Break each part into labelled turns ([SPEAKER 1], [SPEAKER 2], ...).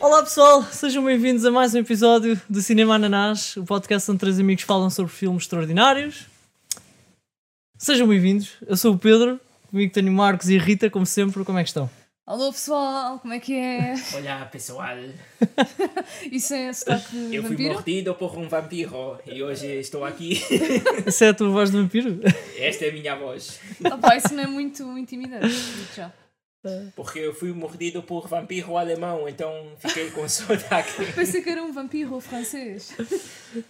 [SPEAKER 1] Olá pessoal, sejam bem-vindos a mais um episódio do Cinema Ananás, o podcast onde três amigos falam sobre filmes extraordinários. Sejam bem-vindos, eu sou o Pedro, comigo tenho Marcos e Rita, como sempre, como é que estão?
[SPEAKER 2] Alô pessoal, como é que é?
[SPEAKER 3] Olá pessoal,
[SPEAKER 2] Isso é sotaque de
[SPEAKER 3] eu fui
[SPEAKER 2] vampiro?
[SPEAKER 3] mordido por um vampiro e hoje estou aqui.
[SPEAKER 1] Essa é a tua voz de vampiro?
[SPEAKER 3] Esta é a minha voz.
[SPEAKER 2] Ah, pá, isso não é muito intimidante. digo já.
[SPEAKER 3] Porque eu fui mordido por vampiro alemão, então fiquei com sotaque.
[SPEAKER 2] Pensei que era um vampiro francês.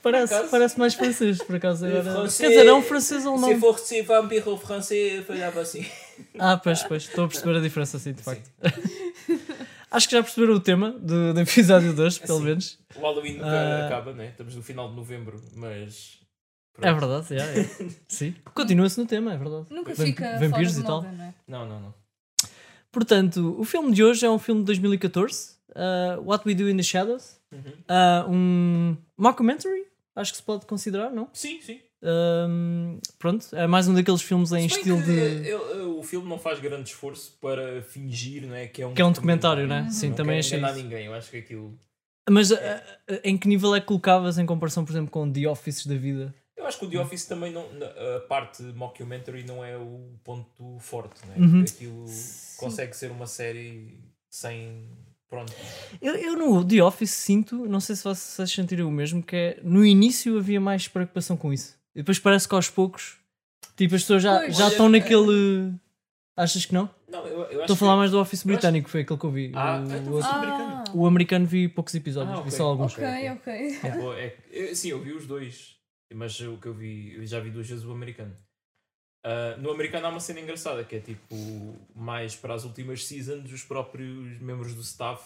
[SPEAKER 1] Parece,
[SPEAKER 3] acaso.
[SPEAKER 1] parece mais francês, por acaso. Agora.
[SPEAKER 3] Francês.
[SPEAKER 1] Quer dizer, é um francês ou
[SPEAKER 3] Se
[SPEAKER 1] não?
[SPEAKER 3] fosse vampiro francês, eu falava assim.
[SPEAKER 1] Ah, pois, pois, estou a perceber a diferença, sim, de facto. Acho que já perceberam o tema do, do episódio de hoje, pelo
[SPEAKER 3] É Sim.
[SPEAKER 1] menos.
[SPEAKER 3] O Halloween nunca
[SPEAKER 1] Ah.
[SPEAKER 3] acaba, né? Estamos no final de novembro, mas.
[SPEAKER 1] É
[SPEAKER 3] pronto.
[SPEAKER 1] verdade, é, é. sim. Continua-se no tema, é verdade.
[SPEAKER 2] Nunca
[SPEAKER 1] Vamp-
[SPEAKER 2] fica
[SPEAKER 1] vampiros
[SPEAKER 2] fora
[SPEAKER 1] e
[SPEAKER 2] de
[SPEAKER 1] tal.
[SPEAKER 2] moda, não é?
[SPEAKER 3] Não, não, não.
[SPEAKER 1] Portanto, o filme de hoje é um filme de 2014, uh, What We Do in the Shadows,
[SPEAKER 3] Uhum.
[SPEAKER 1] uh, um mockumentary, acho que se pode considerar, não?
[SPEAKER 3] Sim, sim.
[SPEAKER 1] Um, pronto, é mais um daqueles filmes em
[SPEAKER 3] Se bem
[SPEAKER 1] estilo
[SPEAKER 3] que
[SPEAKER 1] de.
[SPEAKER 3] eu- eu- o filme não faz grande esforço para fingir, não é? Que é um,
[SPEAKER 1] Que é um documentário, né? Sim,
[SPEAKER 3] não é
[SPEAKER 1] também
[SPEAKER 3] quer
[SPEAKER 1] achei
[SPEAKER 3] enganar
[SPEAKER 1] isso.
[SPEAKER 3] ninguém, eu acho que aquilo.
[SPEAKER 1] Mas uh, uh, em que nível é que colocavas em comparação, por exemplo, com The Office da vida?
[SPEAKER 3] Eu acho que o The Office também não. na- A parte mockumentary não é o ponto forte, né?
[SPEAKER 1] Uhum.
[SPEAKER 3] Aquilo consegue ser uma série sem. Pronto.
[SPEAKER 1] Eu, eu no The Office sinto, não sei se vocês sentiram o mesmo, que é no início havia mais preocupação com isso. E depois parece que aos poucos, tipo, as pessoas já,
[SPEAKER 2] Pois.
[SPEAKER 1] já
[SPEAKER 3] Olha,
[SPEAKER 1] estão
[SPEAKER 3] é-
[SPEAKER 1] naquele. Achas que não?
[SPEAKER 3] Não, eu, eu acho
[SPEAKER 1] Estou a falar
[SPEAKER 3] que...
[SPEAKER 1] mais do Office
[SPEAKER 3] eu acho-
[SPEAKER 1] britânico, foi aquele que eu vi.
[SPEAKER 3] Ah,
[SPEAKER 1] O-
[SPEAKER 3] então
[SPEAKER 1] o,
[SPEAKER 3] foi
[SPEAKER 2] Ah,
[SPEAKER 1] o americano vi poucos episódios,
[SPEAKER 3] Ah,
[SPEAKER 1] vi
[SPEAKER 3] ok.
[SPEAKER 1] só alguns.
[SPEAKER 2] ok, ok.
[SPEAKER 3] Pô, é que- eu- sim, eu vi os dois. Mas o que eu vi. Eu já vi duas vezes o americano. Ah, no americano há uma cena engraçada que é tipo. Mais para as últimas seasons, os próprios membros do staff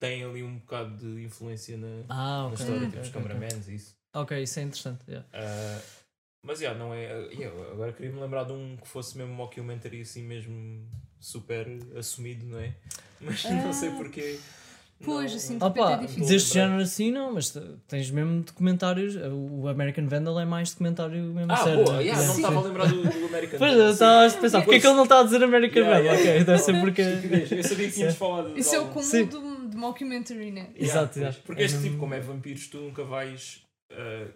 [SPEAKER 3] têm ali um bocado de influência na,
[SPEAKER 1] Ah,
[SPEAKER 3] na
[SPEAKER 1] ok.
[SPEAKER 3] história. tipo,
[SPEAKER 1] ok,
[SPEAKER 3] Temos
[SPEAKER 1] ok, ok.
[SPEAKER 3] cameramans e isso.
[SPEAKER 1] Ok, isso é interessante. yeah.
[SPEAKER 3] Ah, mas já, não é. Eu agora queria-me lembrar de um que fosse mesmo mockumentary assim mesmo super assumido, não é? Mas não
[SPEAKER 2] Ah.
[SPEAKER 3] sei porquê.
[SPEAKER 2] Pois,
[SPEAKER 3] não-
[SPEAKER 2] assim, de
[SPEAKER 1] Ah,
[SPEAKER 2] repente
[SPEAKER 1] pá,
[SPEAKER 2] é difícil.
[SPEAKER 3] dizer-
[SPEAKER 1] deste género assim não, mas te- tens mesmo documentários. eh, O American Vandal é mais documentário mesmo
[SPEAKER 3] Ah,
[SPEAKER 1] sério. é?
[SPEAKER 3] boa, yeah, não
[SPEAKER 1] Sim.
[SPEAKER 3] me estava a lembrar do, do American.
[SPEAKER 1] né? Pois, eu estava a pensar,
[SPEAKER 3] Sim.
[SPEAKER 1] porque é que ele não está a dizer American
[SPEAKER 3] Yeah,
[SPEAKER 1] Vandal?
[SPEAKER 3] yeah,
[SPEAKER 1] Ok,
[SPEAKER 3] yeah.
[SPEAKER 1] deve ser porque.
[SPEAKER 3] Estupidez, Eu sabia que tínhamos falado. de
[SPEAKER 2] Isso é o
[SPEAKER 3] algum.
[SPEAKER 1] Sim.
[SPEAKER 2] cúmulo do- de mockumentary, né?
[SPEAKER 3] Yeah,
[SPEAKER 1] Exato,
[SPEAKER 3] pois.
[SPEAKER 1] exato.
[SPEAKER 3] Porque este
[SPEAKER 1] É
[SPEAKER 3] tipo,
[SPEAKER 1] mesmo-
[SPEAKER 3] como é vampiros, tu nunca vais. ah,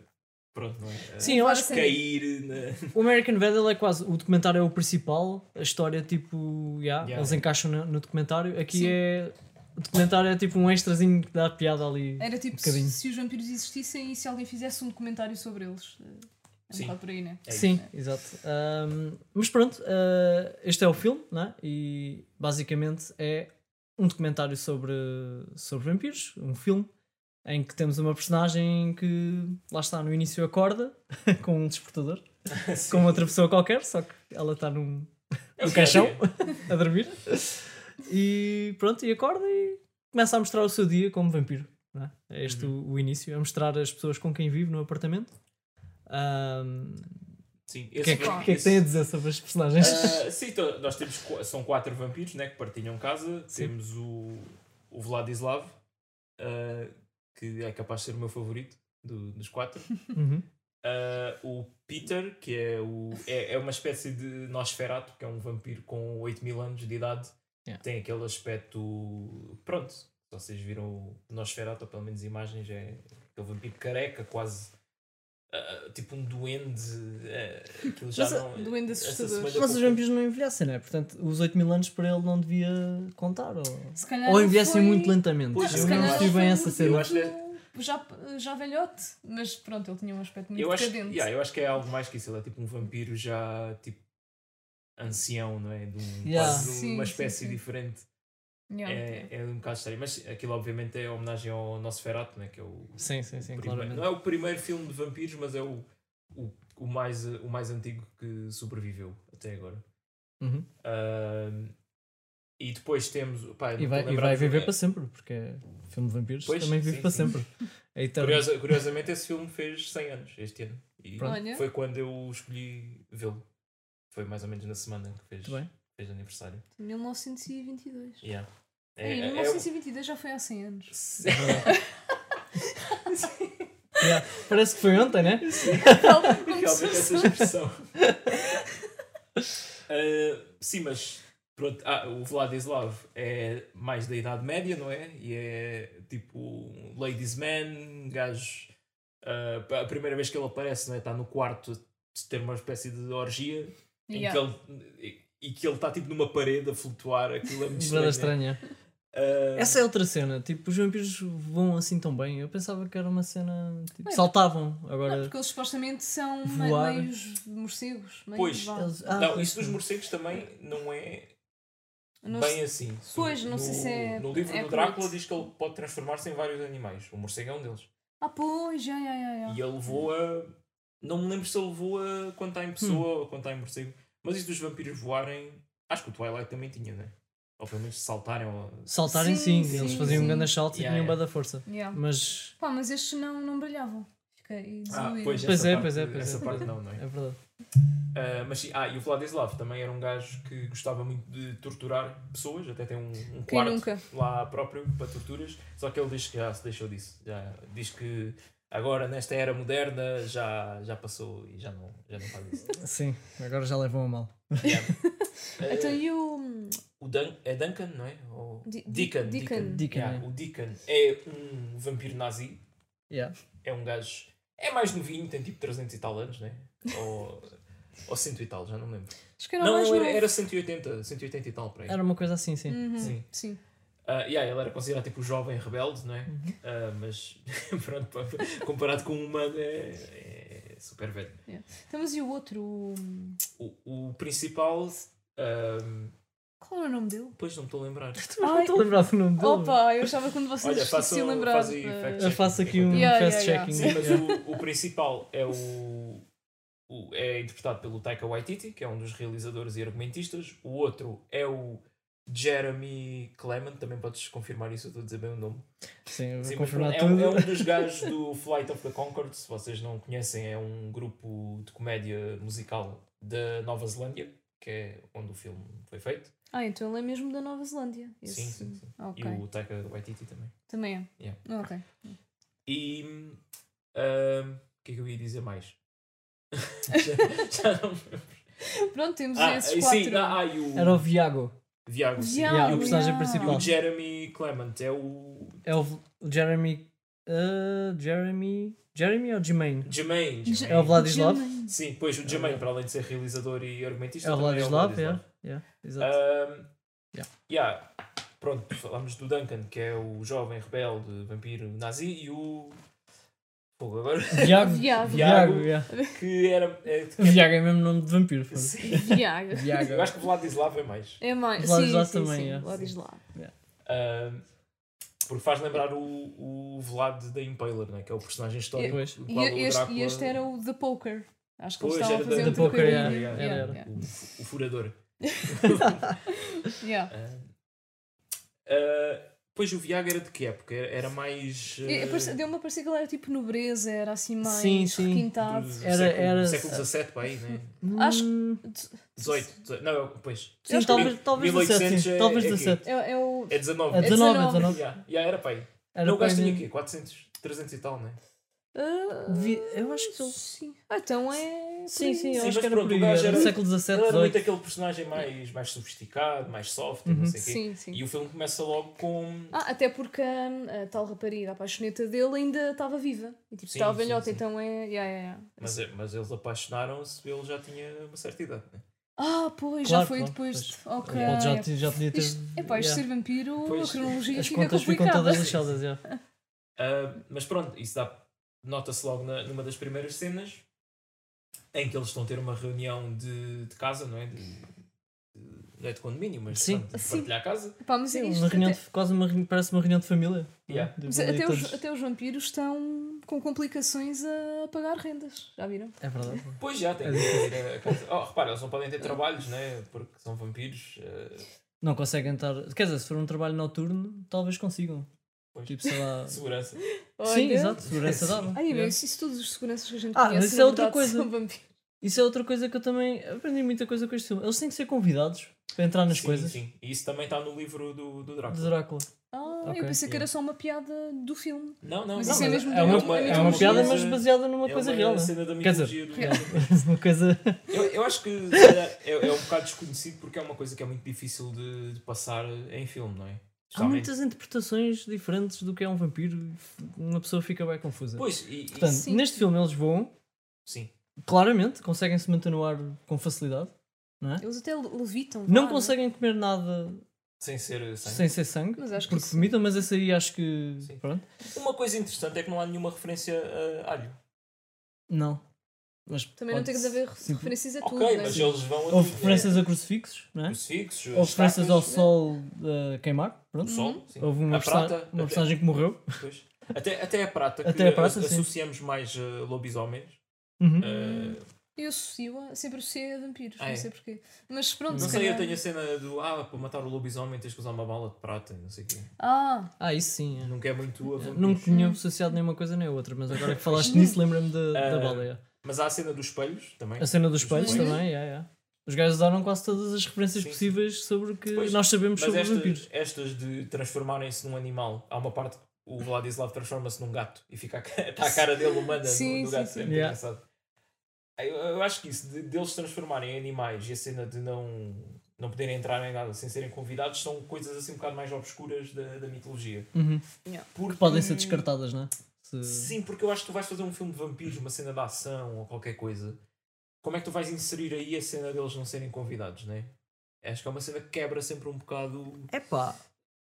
[SPEAKER 3] pronto, não é? Ah,
[SPEAKER 1] Sim, eu
[SPEAKER 2] Fora
[SPEAKER 1] acho
[SPEAKER 2] de série.
[SPEAKER 3] Cair na.
[SPEAKER 1] O American Vandal é quase. O documentário é o principal, a história tipo. Yeah,
[SPEAKER 3] Yeah.
[SPEAKER 1] Eles encaixam no, no documentário. Aqui
[SPEAKER 2] Sim.
[SPEAKER 1] é. O documentário é tipo um extrazinho que dá piada ali.
[SPEAKER 2] Era
[SPEAKER 1] Um
[SPEAKER 2] tipo
[SPEAKER 1] bocadinho.
[SPEAKER 2] se, se os vampiros existissem e se alguém fizesse um documentário sobre eles. Eh, É um
[SPEAKER 3] Sim.
[SPEAKER 2] bocado por aí, né?
[SPEAKER 3] É
[SPEAKER 1] Sim, exato. Ahm, mas pronto, ah, este é o filme, não é? E basicamente é um documentário sobre, sobre vampiros, um filme em que temos uma personagem que lá está no início acorda com um despertador,
[SPEAKER 3] isso.
[SPEAKER 1] com outra pessoa qualquer, só que ela está num
[SPEAKER 3] É o que
[SPEAKER 1] caixão.
[SPEAKER 3] havia.
[SPEAKER 1] a dormir e pronto, e acorda e começa a mostrar o seu dia como vampiro. não é? É este o, o início, a mostrar as pessoas com quem vive no apartamento. Ahm,
[SPEAKER 3] Sim,
[SPEAKER 1] o que, é
[SPEAKER 3] esse
[SPEAKER 1] que,
[SPEAKER 3] va-
[SPEAKER 1] o que é que
[SPEAKER 3] esse-
[SPEAKER 1] tem a dizer sobre as personagens?
[SPEAKER 3] Ah, sim, então, nós temos qu- são quatro vampiros né, que partilham casa.
[SPEAKER 1] Sim.
[SPEAKER 3] Temos o, o Vladislav, ah, que é capaz de ser o meu favorito do- dos quatro.
[SPEAKER 1] Uhum.
[SPEAKER 3] Ah, o Peter, que é, o, é, é uma espécie de Nosferatu, que é um vampiro com 8 mil anos de idade.
[SPEAKER 1] Yeah.
[SPEAKER 3] Tem aquele aspecto. Pronto, se vocês viram o Nosferatu, ou pelo menos imagens, é aquele vampiro careca, quase. ah, tipo um duende. ah, aquilo já
[SPEAKER 1] Mas,
[SPEAKER 3] não.
[SPEAKER 2] Doendo assustador.
[SPEAKER 3] semana-
[SPEAKER 1] Mas os vampiros não envelhecem, não é? Portanto, os 8 mil anos para ele não devia contar. Ou,
[SPEAKER 2] Se calhar
[SPEAKER 1] ou
[SPEAKER 2] ele
[SPEAKER 1] envelhecem
[SPEAKER 2] Ah, foi-
[SPEAKER 1] muito lentamente.
[SPEAKER 3] Pois,
[SPEAKER 1] eu
[SPEAKER 2] se
[SPEAKER 1] não
[SPEAKER 2] calhar
[SPEAKER 1] percebi
[SPEAKER 2] ele
[SPEAKER 1] bem
[SPEAKER 2] foi um
[SPEAKER 1] essa
[SPEAKER 2] muito-
[SPEAKER 3] Eu
[SPEAKER 1] cena.
[SPEAKER 3] acho que-
[SPEAKER 2] Já, já velhote, mas pronto, ele tinha um aspecto muito
[SPEAKER 3] eu acho,
[SPEAKER 2] decadente.
[SPEAKER 3] yeah, eu acho que é algo mais que isso. Ele é tipo um vampiro já tipo ancião, não é? De um,
[SPEAKER 1] Yeah.
[SPEAKER 3] quase
[SPEAKER 2] Sim,
[SPEAKER 3] uma
[SPEAKER 2] sim,
[SPEAKER 3] espécie
[SPEAKER 2] sim.
[SPEAKER 3] diferente.
[SPEAKER 2] Yeah.
[SPEAKER 3] É, é um bocado estranho. Mas aquilo obviamente é homenagem ao Nosferatu, não é? Que é o
[SPEAKER 1] Sim, sim, sim,
[SPEAKER 3] primeiro-
[SPEAKER 1] claramente.
[SPEAKER 3] não é o primeiro filme de vampiros, mas é o, o, o, mais, o mais antigo que sobreviveu até agora.
[SPEAKER 1] Uhum.
[SPEAKER 3] Ahm, e depois temos. pá,
[SPEAKER 1] E
[SPEAKER 3] não
[SPEAKER 1] vai,
[SPEAKER 3] estou a
[SPEAKER 1] e
[SPEAKER 3] lembrar
[SPEAKER 1] vai
[SPEAKER 3] do
[SPEAKER 1] viver
[SPEAKER 3] filme.
[SPEAKER 1] para sempre, porque é filme de vampiros
[SPEAKER 3] Pois,
[SPEAKER 1] também vive
[SPEAKER 3] sim,
[SPEAKER 1] para
[SPEAKER 3] sim.
[SPEAKER 1] sempre. É eterno.
[SPEAKER 3] Curiosa- curiosamente, esse filme fez 100 anos este ano. E
[SPEAKER 1] Pronto.
[SPEAKER 2] Olha.
[SPEAKER 3] foi quando eu escolhi vê-lo. Foi mais ou menos na semana que fez,
[SPEAKER 1] Muito bem.
[SPEAKER 3] fez aniversário.
[SPEAKER 2] 1922.
[SPEAKER 3] Yeah.
[SPEAKER 2] Ei,
[SPEAKER 3] é-
[SPEAKER 2] 1922 já foi há 100 anos.
[SPEAKER 3] é-
[SPEAKER 1] Yeah, Parece que foi ontem, né?
[SPEAKER 3] realmente essa expressão. Ah, Eh, sim, mas Pronto, ah, o Vladislav é mais da Idade Média, não é? E é tipo um ladies man, um gajo. ah, a primeira vez que ele aparece, não é? Está no quarto de ter uma espécie de orgia em
[SPEAKER 2] Yeah.
[SPEAKER 3] que ele, e e que ele está tipo numa parede a flutuar, aquilo é muito
[SPEAKER 1] Nada
[SPEAKER 3] estranho.
[SPEAKER 1] estranha.
[SPEAKER 3] Ah,
[SPEAKER 1] Essa é outra cena, tipo, os vampiros voam assim tão bem. Eu pensava que era uma cena. Tipo,
[SPEAKER 2] Bem,
[SPEAKER 1] saltavam.
[SPEAKER 2] Não,
[SPEAKER 1] Agora.
[SPEAKER 2] porque eles supostamente são me-
[SPEAKER 1] Voar.
[SPEAKER 2] meios morcegos. Meios
[SPEAKER 3] Pois,
[SPEAKER 2] vá.
[SPEAKER 1] eles- ah,
[SPEAKER 3] não,
[SPEAKER 1] pois
[SPEAKER 3] isso dos
[SPEAKER 1] não.
[SPEAKER 3] morcegos também não é
[SPEAKER 2] Não
[SPEAKER 3] bem
[SPEAKER 2] sei-
[SPEAKER 3] assim.
[SPEAKER 2] Pois, não
[SPEAKER 3] no,
[SPEAKER 2] sei se é-
[SPEAKER 3] No livro
[SPEAKER 2] é
[SPEAKER 3] do Drácula
[SPEAKER 2] correto.
[SPEAKER 3] diz que ele pode transformar-se em vários animais. O morcego é um deles.
[SPEAKER 2] Ah, pois, já, já, já, já.
[SPEAKER 3] E ele voa. Não me lembro se ele voa quando está em
[SPEAKER 2] Hum.
[SPEAKER 3] pessoa ou quando está em morcego. Mas isso dos vampiros voarem. Acho que o Twilight também tinha, né? Ou pelo menos saltarem. Ou...
[SPEAKER 1] Saltarem sim,
[SPEAKER 2] Sim,
[SPEAKER 1] eles
[SPEAKER 2] sim,
[SPEAKER 1] faziam um
[SPEAKER 2] sim.
[SPEAKER 1] grande assalto
[SPEAKER 3] Yeah,
[SPEAKER 1] e tinham
[SPEAKER 3] yeah.
[SPEAKER 1] yeah. da força.
[SPEAKER 2] Yeah.
[SPEAKER 1] Mas
[SPEAKER 2] Pá, mas estes não, não brilhavam. Fiquei
[SPEAKER 3] Ah,
[SPEAKER 2] desiluída.
[SPEAKER 1] Pois
[SPEAKER 3] pois, essa
[SPEAKER 1] é,
[SPEAKER 3] parte,
[SPEAKER 1] pois é, pois
[SPEAKER 3] essa
[SPEAKER 1] é.
[SPEAKER 3] parte não, não é?
[SPEAKER 1] é verdade.
[SPEAKER 3] Ah, mas sim, ah, e o Vladislav também era um gajo que gostava muito de torturar pessoas, até tem um,
[SPEAKER 2] Quem
[SPEAKER 3] um quarto
[SPEAKER 2] nunca?
[SPEAKER 3] lá próprio para torturas, só que ele diz que já se deixou disso. Já diz que agora nesta era moderna já, já passou e já não, já não faz isso.
[SPEAKER 1] Sim, agora já levam a mal.
[SPEAKER 3] Yeah. Eh,
[SPEAKER 2] Então e o.
[SPEAKER 3] o Dun- é Duncan, não é? Ou...
[SPEAKER 2] Di-
[SPEAKER 3] Deacon.
[SPEAKER 2] Di- Deacon.
[SPEAKER 3] Deacon.
[SPEAKER 1] Deacon,
[SPEAKER 3] Yeah,
[SPEAKER 1] é.
[SPEAKER 3] o Deacon é um vampiro nazi,
[SPEAKER 1] Yeah.
[SPEAKER 3] é um gajo. É mais novinho, tem tipo 300 e tal anos, né? Ou, ou 100 e tal, já não me lembro.
[SPEAKER 2] Acho que era o
[SPEAKER 3] Não,
[SPEAKER 2] mais
[SPEAKER 3] não
[SPEAKER 2] novo.
[SPEAKER 3] era, era 180, 180 e tal para aí.
[SPEAKER 1] Era uma coisa assim, sim.
[SPEAKER 2] Uhum,
[SPEAKER 3] Sim.
[SPEAKER 2] Sim.
[SPEAKER 3] Ah, yeah, ele era considerado tipo jovem rebelde, não é? Ah, mas pronto, pá, comparado com um humano é, é super velho.
[SPEAKER 2] Então, mas e o outro? o-
[SPEAKER 3] O, o principal, ah,
[SPEAKER 2] Qual era o nome dele?
[SPEAKER 3] pois não me estou a lembrar.
[SPEAKER 1] Não
[SPEAKER 2] Ai.
[SPEAKER 1] estou a lembrar do nome dele.
[SPEAKER 2] Opa, eu achava que quando vocês
[SPEAKER 3] Olha, faça-
[SPEAKER 2] se lembravam.
[SPEAKER 3] faz aí, fact
[SPEAKER 1] Eu faço aqui um
[SPEAKER 2] Yeah, yeah,
[SPEAKER 1] fast-checking.
[SPEAKER 3] Sim, mas o, o principal é o, o- é interpretado pelo Taika Waititi, que é um dos realizadores e argumentistas. O outro é o Jeremy Clement, também podes confirmar isso, eu estou a dizer bem o nome.
[SPEAKER 1] Sim, eu vou
[SPEAKER 3] Sim, mas
[SPEAKER 1] confirmar
[SPEAKER 3] pronto, é, um-
[SPEAKER 1] tudo.
[SPEAKER 3] é um dos gajos do Flight of the Conchords, se vocês não conhecem, é um grupo de comédia musical da Nova Zelândia, que é onde o filme foi feito.
[SPEAKER 2] Ah, então ele é mesmo da Nova Zelândia. Esse...
[SPEAKER 3] Sim, sim, sim.
[SPEAKER 2] Ah, ok.
[SPEAKER 3] E o Taika Waititi também.
[SPEAKER 2] Também é.
[SPEAKER 3] Yeah.
[SPEAKER 2] Ah, Ok.
[SPEAKER 3] E hum, hum, o que é que eu ia dizer mais? já, já não me lembro.
[SPEAKER 2] Pronto, temos
[SPEAKER 3] Ah,
[SPEAKER 2] esses
[SPEAKER 3] e
[SPEAKER 2] quatro.
[SPEAKER 3] sim, não, ah, e o
[SPEAKER 1] Era o Viago.
[SPEAKER 3] Viago, sim.
[SPEAKER 2] Viago,
[SPEAKER 1] Yeah,
[SPEAKER 3] E
[SPEAKER 1] o
[SPEAKER 3] o-
[SPEAKER 1] personagem
[SPEAKER 2] yeah.
[SPEAKER 3] E o
[SPEAKER 1] principal.
[SPEAKER 3] Jeremy Clement é o
[SPEAKER 1] É o V- o Jeremy. ah, Jeremy. Jeremy ou Jermaine?
[SPEAKER 3] Jermaine.
[SPEAKER 1] É o
[SPEAKER 3] Jermaine.
[SPEAKER 1] Vladislav?
[SPEAKER 2] Germain.
[SPEAKER 3] Sim, pois o Jermaine, para além de ser realizador e argumentista,
[SPEAKER 1] É o
[SPEAKER 3] também
[SPEAKER 1] Vladislav, é. Yeah, exato.
[SPEAKER 3] Um,
[SPEAKER 1] Yeah.
[SPEAKER 3] yeah. Pronto, falámos do Duncan, que é o jovem rebelde vampiro nazi, e o. Fogo, agora.
[SPEAKER 1] Viago.
[SPEAKER 2] Viago.
[SPEAKER 1] Viago,
[SPEAKER 3] Viago.
[SPEAKER 1] yeah.
[SPEAKER 3] que era. É, que-
[SPEAKER 1] Viago é mesmo nome de vampiro. foda-se.
[SPEAKER 3] Sim.
[SPEAKER 2] Viago.
[SPEAKER 1] Viago.
[SPEAKER 3] Eu acho que o Vladislav é mais.
[SPEAKER 2] É mais.
[SPEAKER 1] Vladislav
[SPEAKER 2] sim, sim,
[SPEAKER 1] também,
[SPEAKER 2] sim.
[SPEAKER 1] é.
[SPEAKER 2] Vladislav.
[SPEAKER 3] Um, porque faz lembrar o, o Vlad da Impaler, né? que é o personagem histórico.
[SPEAKER 1] Pois.
[SPEAKER 3] do
[SPEAKER 2] E
[SPEAKER 3] qual o
[SPEAKER 2] este,
[SPEAKER 3] Drácula-
[SPEAKER 2] e este era o The Poker. Acho que eles
[SPEAKER 3] Pois,
[SPEAKER 2] estavam a
[SPEAKER 3] era
[SPEAKER 2] fazer
[SPEAKER 3] The
[SPEAKER 2] um
[SPEAKER 1] Poker,
[SPEAKER 2] trocadilho.
[SPEAKER 3] yeah,
[SPEAKER 1] yeah, era,
[SPEAKER 2] yeah.
[SPEAKER 3] o, o furador.
[SPEAKER 2] Yeah.
[SPEAKER 3] Uh, pois o Viagra era de que época? Era, era mais. uh,
[SPEAKER 2] E- e parece- Deu-me a parecer que ele era tipo nobreza, era assim mais
[SPEAKER 1] Sim, sim.
[SPEAKER 2] requintado.
[SPEAKER 3] do
[SPEAKER 1] Era-
[SPEAKER 3] século,
[SPEAKER 1] era-
[SPEAKER 3] século XVII para aí, né?
[SPEAKER 2] Acho-
[SPEAKER 1] Hum,
[SPEAKER 3] 18, 18 não, é eu- pois.
[SPEAKER 1] Sim,
[SPEAKER 2] acho que
[SPEAKER 1] talvez, talvez 17.
[SPEAKER 3] 1800
[SPEAKER 1] Sim,
[SPEAKER 3] é-
[SPEAKER 1] talvez
[SPEAKER 3] é quê?
[SPEAKER 1] 17.
[SPEAKER 2] É, é o.
[SPEAKER 3] É 19.
[SPEAKER 1] É 19, é
[SPEAKER 2] 19.
[SPEAKER 1] 19.
[SPEAKER 3] Já, já era pai.
[SPEAKER 1] Era
[SPEAKER 3] não, o gajo
[SPEAKER 1] para
[SPEAKER 3] tinha
[SPEAKER 1] aí-
[SPEAKER 3] aqui 400, 300 e tal, né?
[SPEAKER 2] Ah,
[SPEAKER 1] Devi- eu acho que ele-
[SPEAKER 2] Sim. Ah, então é.
[SPEAKER 1] Sim, sim, eu
[SPEAKER 3] Sim,
[SPEAKER 1] acho
[SPEAKER 3] mas
[SPEAKER 1] que era
[SPEAKER 3] pronto,
[SPEAKER 1] por aí.
[SPEAKER 3] o gajo
[SPEAKER 1] Era
[SPEAKER 3] era-
[SPEAKER 1] século
[SPEAKER 3] Ele
[SPEAKER 1] XVII,
[SPEAKER 3] Então era muito
[SPEAKER 1] 18.
[SPEAKER 3] aquele personagem mais, mais sofisticado, mais soft, e
[SPEAKER 1] Uhum.
[SPEAKER 3] não sei o quê.
[SPEAKER 2] Sim, sim.
[SPEAKER 3] E o filme começa logo com.
[SPEAKER 2] Ah, até porque hum, a, tal rapariga, a paixoneta dele, ainda estava viva. E tipo,
[SPEAKER 3] Sim,
[SPEAKER 2] estava
[SPEAKER 3] sim,
[SPEAKER 2] velhota,
[SPEAKER 3] sim.
[SPEAKER 2] então é. Yeah, yeah, yeah.
[SPEAKER 3] Mas, eh, mas eles apaixonaram-se, ele já tinha uma certa idade, né?
[SPEAKER 2] Ah, pois,
[SPEAKER 1] Claro,
[SPEAKER 2] já foi
[SPEAKER 1] claro,
[SPEAKER 2] depois.
[SPEAKER 1] pois. Um
[SPEAKER 2] de- Ok.
[SPEAKER 1] Ele já, te- já podia ter.
[SPEAKER 2] Isto, epá, isto
[SPEAKER 1] yeah.
[SPEAKER 2] ser vampiro,
[SPEAKER 3] Pois,
[SPEAKER 2] a cronologia
[SPEAKER 1] As
[SPEAKER 2] fica
[SPEAKER 1] contas ficam
[SPEAKER 2] complicada.
[SPEAKER 1] todas lixadas. já.
[SPEAKER 3] Ah, mas pronto, isso dá. Nota-se logo na- numa das primeiras cenas em que eles estão a ter uma reunião de, de casa, não é? De, de- não é de condomínio, mas
[SPEAKER 1] Sim.
[SPEAKER 3] pronto, de
[SPEAKER 2] Sim.
[SPEAKER 3] partilhar a casa.
[SPEAKER 2] Epá, mas é
[SPEAKER 1] Sim,
[SPEAKER 2] isto
[SPEAKER 1] uma reunião
[SPEAKER 2] até-
[SPEAKER 1] de- quase uma reunião, parece uma reunião de família.
[SPEAKER 3] Yeah.
[SPEAKER 1] né?
[SPEAKER 2] mas
[SPEAKER 1] De- de
[SPEAKER 2] até, os,
[SPEAKER 1] todos.
[SPEAKER 2] até os vampiros estão com complicações a pagar rendas. Já viram?
[SPEAKER 1] É verdade.
[SPEAKER 3] Pois já, tem que ir a casa. Oh, repara, eles não podem ter trabalhos, né? Porque são vampiros. ah,
[SPEAKER 1] Não conseguem estar. Quer dizer, se for um trabalho noturno, talvez consigam.
[SPEAKER 3] Pois.
[SPEAKER 1] Tipo, sei lá.
[SPEAKER 3] segurança.
[SPEAKER 1] Sim,
[SPEAKER 2] Olha.
[SPEAKER 1] exato, segurança dava.
[SPEAKER 2] Ai,
[SPEAKER 1] Yeah.
[SPEAKER 2] meu, isso, isso todos os seguranças que a gente
[SPEAKER 1] Ah,
[SPEAKER 2] conhece
[SPEAKER 1] mas isso
[SPEAKER 2] na
[SPEAKER 1] é outra
[SPEAKER 2] verdade,
[SPEAKER 1] coisa.
[SPEAKER 2] são vampiros.
[SPEAKER 1] Isso é outra coisa que eu também aprendi muita coisa com este filme. Eles têm que ser convidados para entrar nas
[SPEAKER 3] sim,
[SPEAKER 1] coisas
[SPEAKER 3] Sim, e isso também está no livro do, do Drácula.
[SPEAKER 1] de Drácula.
[SPEAKER 2] Ah,
[SPEAKER 1] Ok.
[SPEAKER 2] eu pensei que era só uma piada do filme.
[SPEAKER 3] Não, não,
[SPEAKER 2] Mas
[SPEAKER 3] não,
[SPEAKER 2] isso é
[SPEAKER 3] mas
[SPEAKER 2] mesmo
[SPEAKER 1] É
[SPEAKER 2] uma-
[SPEAKER 1] uma, é uma piada, mas baseada numa
[SPEAKER 3] é
[SPEAKER 1] coisa
[SPEAKER 3] uma
[SPEAKER 1] real. né?
[SPEAKER 3] cena da
[SPEAKER 1] Quer dizer-
[SPEAKER 3] mitologia do
[SPEAKER 1] Uma coisa.
[SPEAKER 3] Eu, eu acho que sei lá, é, é um bocado desconhecido porque é uma coisa que é muito difícil de, de passar em filme, não é?
[SPEAKER 1] Há
[SPEAKER 3] Especialmente-
[SPEAKER 1] muitas interpretações diferentes do que é um vampiro. Uma pessoa fica bem confusa.
[SPEAKER 3] Pois, e, e-
[SPEAKER 1] Portanto,
[SPEAKER 2] Sim.
[SPEAKER 1] neste filme eles voam,
[SPEAKER 3] sim.
[SPEAKER 1] claramente, conseguem se manter no ar com facilidade. Não, é?
[SPEAKER 2] Eles até le- levitam.
[SPEAKER 1] não
[SPEAKER 2] vá, é?
[SPEAKER 1] conseguem comer nada
[SPEAKER 3] Sem ser eh, sem.
[SPEAKER 1] sem ser sangue,
[SPEAKER 2] Mas acho que
[SPEAKER 1] porque
[SPEAKER 2] isso-
[SPEAKER 1] vomitam, mas essa aí acho que.
[SPEAKER 3] Sim.
[SPEAKER 1] Pronto.
[SPEAKER 3] Uma coisa interessante é que não há nenhuma referência eh, a alho.
[SPEAKER 1] Não. Mas
[SPEAKER 2] Também não
[SPEAKER 1] pode-
[SPEAKER 2] tem que haver
[SPEAKER 1] sim.
[SPEAKER 2] referências a tudo.
[SPEAKER 3] Ok,
[SPEAKER 2] né?
[SPEAKER 3] mas eles vão a
[SPEAKER 1] Houve
[SPEAKER 3] tudo,
[SPEAKER 1] referências a crucifixos, não
[SPEAKER 3] é?
[SPEAKER 1] é?
[SPEAKER 3] Crucifixos,
[SPEAKER 1] Houve referências ao
[SPEAKER 3] estacas,
[SPEAKER 1] sol uh, queimar,
[SPEAKER 3] o
[SPEAKER 1] pronto.
[SPEAKER 2] Uhum.
[SPEAKER 3] sol, sim.
[SPEAKER 1] Houve uma,
[SPEAKER 3] a
[SPEAKER 1] persa-
[SPEAKER 3] prata,
[SPEAKER 1] uma
[SPEAKER 3] até,
[SPEAKER 1] personagem que morreu.
[SPEAKER 3] pois. até, até a prata,
[SPEAKER 1] Até
[SPEAKER 3] que
[SPEAKER 1] a prata,
[SPEAKER 3] a-
[SPEAKER 1] sim.
[SPEAKER 3] associamos mais uh, lobisomens.
[SPEAKER 1] Uhum.
[SPEAKER 3] Uh,
[SPEAKER 2] Eu associo, sempre associei a vampiros,
[SPEAKER 3] Ah, é?
[SPEAKER 2] não sei porquê. Mas pronto,
[SPEAKER 3] não
[SPEAKER 2] se
[SPEAKER 3] sei, eu
[SPEAKER 2] calhar-
[SPEAKER 3] tenho a cena do ah, para matar o lobisomem tens que usar uma bala de prata, e não sei o quê.
[SPEAKER 2] Ah,
[SPEAKER 1] Ah, isso sim. é.
[SPEAKER 3] Nunca é muito a vampiro.
[SPEAKER 1] Nunca tinha associado nenhuma coisa nem outra, mas agora que falaste nisso, lembra-me da, da bala. é.
[SPEAKER 3] Mas há a cena dos espelhos também.
[SPEAKER 1] A cena dos espelhos
[SPEAKER 3] espelhos.
[SPEAKER 1] também, é, é. Os gajos usaram quase todas as referências
[SPEAKER 3] Sim, sim.
[SPEAKER 1] possíveis sobre o que
[SPEAKER 3] Pois,
[SPEAKER 1] nós sabemos
[SPEAKER 3] Mas
[SPEAKER 1] sobre
[SPEAKER 3] estas,
[SPEAKER 1] vampiros.
[SPEAKER 3] estas de transformarem-se num animal, há uma parte que o Vladislav transforma-se num gato e fica a, ca- está a cara dele humana
[SPEAKER 2] Sim,
[SPEAKER 3] no, no
[SPEAKER 2] sim,
[SPEAKER 3] gato.
[SPEAKER 2] sim.
[SPEAKER 3] É muito
[SPEAKER 1] Yeah.
[SPEAKER 3] engraçado. Eu, eu acho que isso, de, deles se transformarem em animais e a cena de não, não poderem entrar em nada sem serem convidados, são coisas assim um bocado mais obscuras da, da mitologia.
[SPEAKER 1] Uhum.
[SPEAKER 3] Porque,
[SPEAKER 1] Podem ser descartadas, não é? Se-
[SPEAKER 3] Sim, porque eu acho que tu vais fazer um filme de vampiros, uma cena de ação ou qualquer coisa. Como é que tu vais inserir aí a cena deles não serem convidados, não é? Acho que é uma cena que quebra sempre um bocado
[SPEAKER 1] Epá,
[SPEAKER 3] a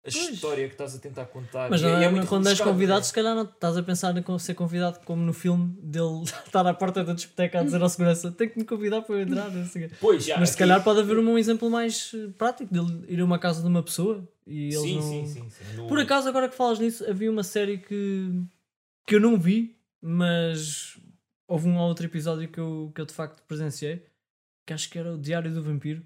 [SPEAKER 1] Pois.
[SPEAKER 3] história que estás a tentar contar.
[SPEAKER 1] mas
[SPEAKER 3] E-
[SPEAKER 1] não,
[SPEAKER 3] e é
[SPEAKER 1] não,
[SPEAKER 3] muito
[SPEAKER 1] quando és
[SPEAKER 3] rebuscado,
[SPEAKER 1] convidado, se
[SPEAKER 3] não
[SPEAKER 1] calhar não estás a pensar em ser convidado como no filme dele estar à porta da discoteca a dizer ao segurança tem que me convidar para eu entrar. não sei o quê.
[SPEAKER 3] é? Pois, já,
[SPEAKER 1] Mas se
[SPEAKER 3] aqui-
[SPEAKER 1] calhar pode haver um exemplo mais eh, prático dele ir a uma casa de uma pessoa e eles
[SPEAKER 3] Sim,
[SPEAKER 1] não...
[SPEAKER 3] sim, sim, sim. No-
[SPEAKER 1] Por acaso, agora que falas nisso, havia uma série que, que eu não vi, mas houve um ou outro episódio que eu, que eu de facto presenciei, que acho que era o Diário do Vampiro,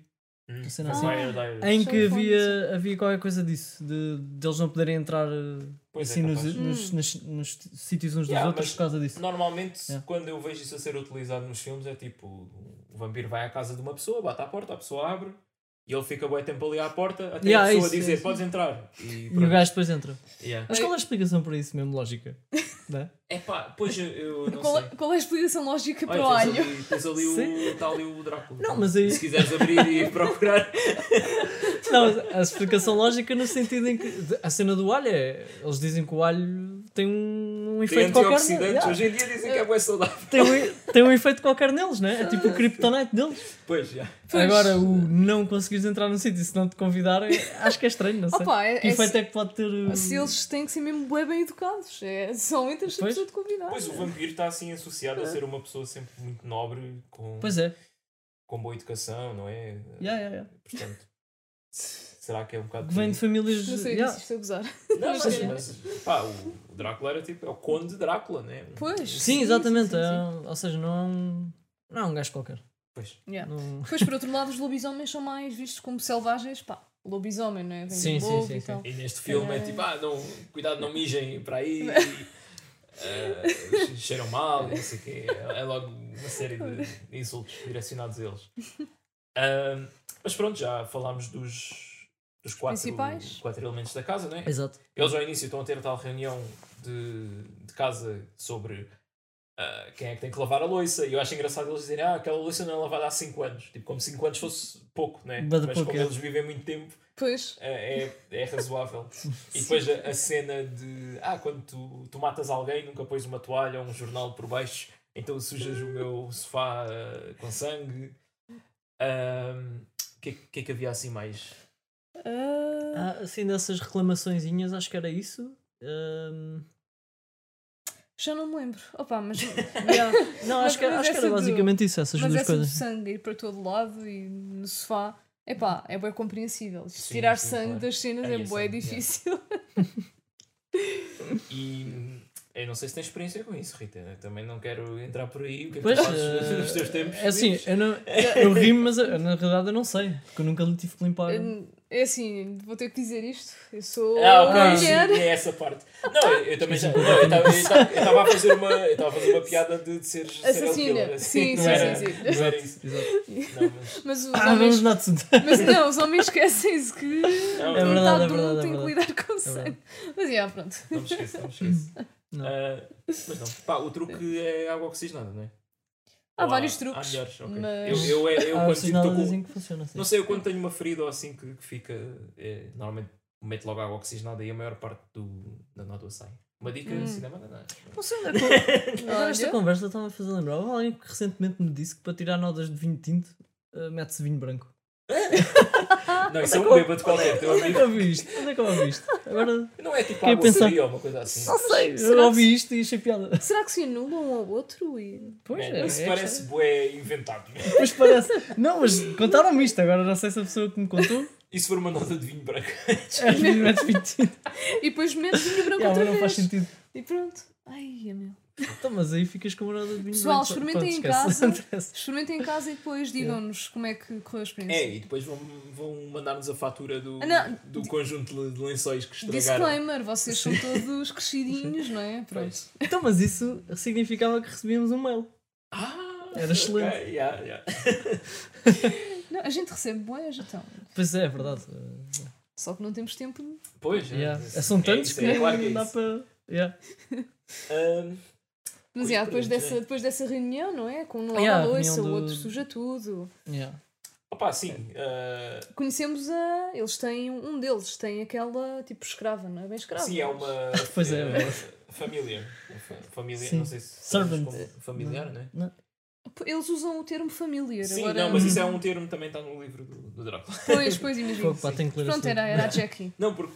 [SPEAKER 3] Hum,
[SPEAKER 1] a cena
[SPEAKER 3] Fire
[SPEAKER 1] assim.
[SPEAKER 3] Diaries.
[SPEAKER 1] em
[SPEAKER 2] Sherlock
[SPEAKER 1] que
[SPEAKER 2] Holmes.
[SPEAKER 1] havia, havia qualquer coisa disso, de, de eles não poderem entrar eh,
[SPEAKER 3] Pois é,
[SPEAKER 1] assim nos,
[SPEAKER 3] capaz.
[SPEAKER 1] nos,
[SPEAKER 2] Hum.
[SPEAKER 1] nas- nos sítios uns dos
[SPEAKER 3] Yeah,
[SPEAKER 1] outros
[SPEAKER 3] mas-
[SPEAKER 1] por causa disso.
[SPEAKER 3] Normalmente,
[SPEAKER 1] Yeah.
[SPEAKER 3] quando eu vejo isso a ser utilizado nos filmes, é tipo: o vampiro vai à casa de uma pessoa, bate à porta, a pessoa abre e ele fica bem tempo ali à porta até
[SPEAKER 1] Yeah,
[SPEAKER 3] a pessoa
[SPEAKER 1] isso,
[SPEAKER 3] dizer:
[SPEAKER 1] isso.
[SPEAKER 3] podes entrar. E
[SPEAKER 1] E o
[SPEAKER 3] pronto.
[SPEAKER 1] gajo depois entra.
[SPEAKER 3] Yeah.
[SPEAKER 1] Mas qual é a explicação para isso mesmo, lógica? Não é?
[SPEAKER 3] É pá, pois eu- eu não
[SPEAKER 2] qual,
[SPEAKER 3] sei.
[SPEAKER 2] é- qual é a explicação lógica para o
[SPEAKER 3] Olha,
[SPEAKER 2] alho?
[SPEAKER 3] tens um- ali, tens ali o, está ali o Drácula.
[SPEAKER 1] Não, mas aí-
[SPEAKER 3] Se quiseres abrir e procurar.
[SPEAKER 1] Não, mas a explicação lógica no sentido em que de- a cena do alho é. Eles dizem que o alho tem um, um
[SPEAKER 3] Tem
[SPEAKER 1] efeito qualquer.
[SPEAKER 3] antioxidantes.
[SPEAKER 1] nele. Yeah.
[SPEAKER 3] Hoje em dia dizem que é boa saudável.
[SPEAKER 1] Tem, um, tem um efeito qualquer neles, né? É tipo o kryptonite deles.
[SPEAKER 3] Pois, já.
[SPEAKER 2] Pois.
[SPEAKER 1] Agora, o não conseguires entrar num sítio se não te convidarem, acho que é estranho, não sei.
[SPEAKER 2] Opa, é-
[SPEAKER 1] que
[SPEAKER 2] é
[SPEAKER 1] efeito
[SPEAKER 2] se-
[SPEAKER 1] é que pode ter. uh,
[SPEAKER 2] Se eles têm que ser mesmo bué bem educados, é, são entre as
[SPEAKER 1] Pois.
[SPEAKER 2] pessoas de convidar.
[SPEAKER 3] Pois o vampiro está assim associado a ser uma pessoa sempre muito nobre, com,
[SPEAKER 1] Pois é.
[SPEAKER 3] com boa educação, não é?
[SPEAKER 1] Yeah, yeah, yeah.
[SPEAKER 3] Portanto, será que é um bocado.
[SPEAKER 1] Que vem de
[SPEAKER 3] por
[SPEAKER 1] famílias.
[SPEAKER 2] Não sei
[SPEAKER 1] yeah.
[SPEAKER 2] se isto é gozar.
[SPEAKER 3] aí? Não, mas,
[SPEAKER 1] Sim.
[SPEAKER 3] mas, pá, o Drácula era tipo. É o Conde Drácula, né?
[SPEAKER 2] Pois.
[SPEAKER 1] Sim, exatamente.
[SPEAKER 2] sim, sim,
[SPEAKER 1] é um- ou seja, não é um. Não é um gajo qualquer.
[SPEAKER 3] Pois.
[SPEAKER 2] Yeah.
[SPEAKER 1] Não-
[SPEAKER 2] Pois, por outro lado, os lobisomens são mais vistos como selvagens. Pá, lobisomem, não é? Vem
[SPEAKER 1] Sim,
[SPEAKER 2] do
[SPEAKER 1] sim,
[SPEAKER 2] lobo
[SPEAKER 1] sim,
[SPEAKER 2] e
[SPEAKER 1] sim.
[SPEAKER 2] tal.
[SPEAKER 3] E neste filme é tipo, ah, não, cuidado, não mijem para aí. ah, cheiram mal, e não sei o quê. É logo uma série de insultos direcionados a eles. Ah, mas pronto, já falámos dos, dos quatro,
[SPEAKER 2] Principais.
[SPEAKER 3] quatro elementos da casa, não é?
[SPEAKER 1] Exato.
[SPEAKER 3] Eles ao início estão a ter tal reunião de, de casa sobre ah, quem é que tem que lavar a louça. E eu acho engraçado eles dizerem, ah, aquela louça não é lavada há 5 anos. Tipo, como 5 anos fosse pouco, né?
[SPEAKER 1] Bada
[SPEAKER 3] Mas
[SPEAKER 1] pouco,
[SPEAKER 3] como
[SPEAKER 1] é.
[SPEAKER 3] eles vivem muito tempo,
[SPEAKER 2] Pois,
[SPEAKER 3] ah, é, é razoável. e depois a, a cena de, ah, quando tu, tu matas alguém, nunca pões uma toalha ou um jornal por baixo, então sujas o meu sofá ah, com sangue. Ahm, O que, é- o que é que havia assim mais?
[SPEAKER 2] ah,
[SPEAKER 1] Ah, assim, dessas reclamaçõezinhas, acho que era isso. Ahm,
[SPEAKER 2] já não me lembro. Opa, mas,
[SPEAKER 1] Yeah. Não,
[SPEAKER 2] Mas-
[SPEAKER 1] acho que,
[SPEAKER 2] mas
[SPEAKER 1] acho que
[SPEAKER 2] essa
[SPEAKER 1] era
[SPEAKER 2] do-
[SPEAKER 1] basicamente isso, essas
[SPEAKER 2] mas
[SPEAKER 1] duas
[SPEAKER 2] essa do
[SPEAKER 1] coisas.
[SPEAKER 2] sangue ir para todo lado e no sofá. Epá, é bem compreensível. Isto
[SPEAKER 3] Sim,
[SPEAKER 2] Tirar
[SPEAKER 3] sim,
[SPEAKER 2] sangue
[SPEAKER 3] claro.
[SPEAKER 2] das cenas
[SPEAKER 3] Aí é
[SPEAKER 2] é bem
[SPEAKER 3] sangue,
[SPEAKER 2] difícil.
[SPEAKER 3] E eu não sei se tens experiência com isso, Rita. Eu também não quero entrar por aí. O que é que
[SPEAKER 1] Pois,
[SPEAKER 3] tu fazes nos teus tempos?
[SPEAKER 1] eh, é assim,
[SPEAKER 3] livres?
[SPEAKER 1] eu, não, eu rimo, mas eu- na realidade eu não sei, porque eu nunca lhe tive que limpar.
[SPEAKER 2] É assim, vou ter que dizer isto. Eu sou um
[SPEAKER 3] Ah, ok,
[SPEAKER 1] Ah.
[SPEAKER 3] sim,
[SPEAKER 2] mulher.
[SPEAKER 3] é essa parte. Não, eu, eu também já. não, eu estava- eu estava eu estava a fazer uma. Eu estava a fazer uma piada de, de seres serial killer,
[SPEAKER 2] Assassina. Sim,
[SPEAKER 3] assim, não
[SPEAKER 2] sim,
[SPEAKER 3] era-
[SPEAKER 2] sim, sim.
[SPEAKER 3] Não era isso.
[SPEAKER 1] Exato.
[SPEAKER 3] Não, mas,
[SPEAKER 2] Mas os
[SPEAKER 1] Ah,
[SPEAKER 2] homens
[SPEAKER 1] vamos mudar de assunto.
[SPEAKER 2] Mas não, os homens esquecem-se que
[SPEAKER 3] não,
[SPEAKER 1] É verdade,
[SPEAKER 2] metade
[SPEAKER 1] é
[SPEAKER 2] do
[SPEAKER 1] verdade,
[SPEAKER 2] mundo
[SPEAKER 1] é
[SPEAKER 2] tem que
[SPEAKER 1] verdade.
[SPEAKER 2] lidar com não sei.
[SPEAKER 1] verdade.
[SPEAKER 2] Mas yeah, pronto.
[SPEAKER 3] Não me esqueço, não me esqueço.
[SPEAKER 1] Hum. Não.
[SPEAKER 3] Ah, mas não. Pá, o truque é água oxigenada, não é?
[SPEAKER 2] Há
[SPEAKER 3] Ou
[SPEAKER 2] vários
[SPEAKER 3] Há
[SPEAKER 2] truques.
[SPEAKER 3] melhores, ok.
[SPEAKER 2] mas-
[SPEAKER 3] Eu, eu, é- eu
[SPEAKER 1] Há
[SPEAKER 3] quando sinto
[SPEAKER 1] sinal
[SPEAKER 3] tô com-
[SPEAKER 1] assim que funciona assim.
[SPEAKER 3] Não sei, eu quando tenho uma ferida ou assim que, que fica. é, normalmente meto logo água oxigenada e a maior parte do, da nódoa sai. Uma dica
[SPEAKER 2] Hum.
[SPEAKER 3] cinema não, não.
[SPEAKER 1] Não sei onde é que. eu- Agora esta
[SPEAKER 2] Olha.
[SPEAKER 1] conversa estava a fazer lembrar. Houve alguém que recentemente me disse que para tirar nodas de vinho tinto eh, mete-se vinho branco. Ah,
[SPEAKER 3] Não,
[SPEAKER 1] tá
[SPEAKER 3] isso é um bêbado qualquer, teu
[SPEAKER 1] Onde é que
[SPEAKER 3] amigo.
[SPEAKER 1] eu ouvi isto? Onde é que eu ouvi isto? Agora.
[SPEAKER 3] Não é tipo
[SPEAKER 1] Quem
[SPEAKER 3] água
[SPEAKER 1] pensar-
[SPEAKER 3] fria ou uma coisa assim.
[SPEAKER 2] Não sei.
[SPEAKER 1] Eu
[SPEAKER 2] Será,
[SPEAKER 1] ouvi isto e achei piada.
[SPEAKER 2] será que se anulam um ao outro? E...
[SPEAKER 1] Pois
[SPEAKER 3] É,
[SPEAKER 1] é.
[SPEAKER 3] isso
[SPEAKER 1] é
[SPEAKER 3] parece bué inventado.
[SPEAKER 1] estranho. Mas parece. Não, mas contaram-me isto. Agora não sei se a pessoa que me contou
[SPEAKER 3] E se for uma nota de vinho branco?
[SPEAKER 1] é vinho mete vinho tinto.
[SPEAKER 2] e depois metes vinho branco
[SPEAKER 1] Yeah,
[SPEAKER 2] outra
[SPEAKER 1] mas não faz
[SPEAKER 2] vez.
[SPEAKER 1] sentido.
[SPEAKER 2] E pronto. Ai, meu.
[SPEAKER 1] Então, mas aí ficas com a morada de vinho
[SPEAKER 2] Pessoal,
[SPEAKER 1] branco.
[SPEAKER 2] experimentem
[SPEAKER 1] Pronto,
[SPEAKER 2] em
[SPEAKER 1] esquece.
[SPEAKER 2] casa.
[SPEAKER 1] Acontece.
[SPEAKER 2] Experimentem em casa e depois digam-nos como é que correu a
[SPEAKER 3] É,
[SPEAKER 2] experiência.
[SPEAKER 3] e depois vão, vão mandar-nos a fatura do,
[SPEAKER 2] Ah, não.
[SPEAKER 3] do conjunto de lençóis que estragaram.
[SPEAKER 2] Disclaimer, vocês são todos crescidinhos, não é? Pronto.
[SPEAKER 3] Pois.
[SPEAKER 1] Então, mas isso significava que recebíamos um mail.
[SPEAKER 3] Ah,
[SPEAKER 1] Era excelente.
[SPEAKER 3] ok, yeah, yeah.
[SPEAKER 2] Não, a gente recebe boas, então.
[SPEAKER 1] Pois é, é verdade. Eh,
[SPEAKER 2] Só que não temos tempo.
[SPEAKER 3] Pois, é.
[SPEAKER 1] yeah.
[SPEAKER 3] Isso-
[SPEAKER 1] São tantos
[SPEAKER 3] isso,
[SPEAKER 1] que
[SPEAKER 3] é, claro que é
[SPEAKER 1] não dá
[SPEAKER 3] isso.
[SPEAKER 1] para. Yeah.
[SPEAKER 3] Ahm,
[SPEAKER 2] Mas
[SPEAKER 3] Pois,
[SPEAKER 2] yeah, depois,
[SPEAKER 3] pronto,
[SPEAKER 2] dessa,
[SPEAKER 3] é.
[SPEAKER 2] depois dessa reunião, não é? Com um lava
[SPEAKER 1] Yeah, a
[SPEAKER 2] louça,
[SPEAKER 1] reunião
[SPEAKER 2] o
[SPEAKER 1] do-
[SPEAKER 2] outro suja tudo.
[SPEAKER 1] Yeah.
[SPEAKER 3] opá, sim. ah,
[SPEAKER 2] Conhecemos a. Eles têm. Um deles tem aquela tipo escrava, não é? Bem escrava.
[SPEAKER 3] Sim, é
[SPEAKER 2] mas-
[SPEAKER 3] uma.
[SPEAKER 1] Pois é,
[SPEAKER 3] eh, Familiar. Fa- Familiar,
[SPEAKER 1] Sim.
[SPEAKER 3] não sei se.
[SPEAKER 1] Servant.
[SPEAKER 3] como Familiar, não é?
[SPEAKER 2] Eles usam o termo familiar.
[SPEAKER 3] Sim,
[SPEAKER 2] Agora,
[SPEAKER 3] não, mas isso é um termo que também está no livro do, do Drácula.
[SPEAKER 2] Pois, pois, imagino.
[SPEAKER 1] Fogo, pá, tenho que ler assim.
[SPEAKER 2] Pronto,
[SPEAKER 1] esse
[SPEAKER 2] era,
[SPEAKER 1] livro.
[SPEAKER 2] era a Jackie.
[SPEAKER 3] Não, porque.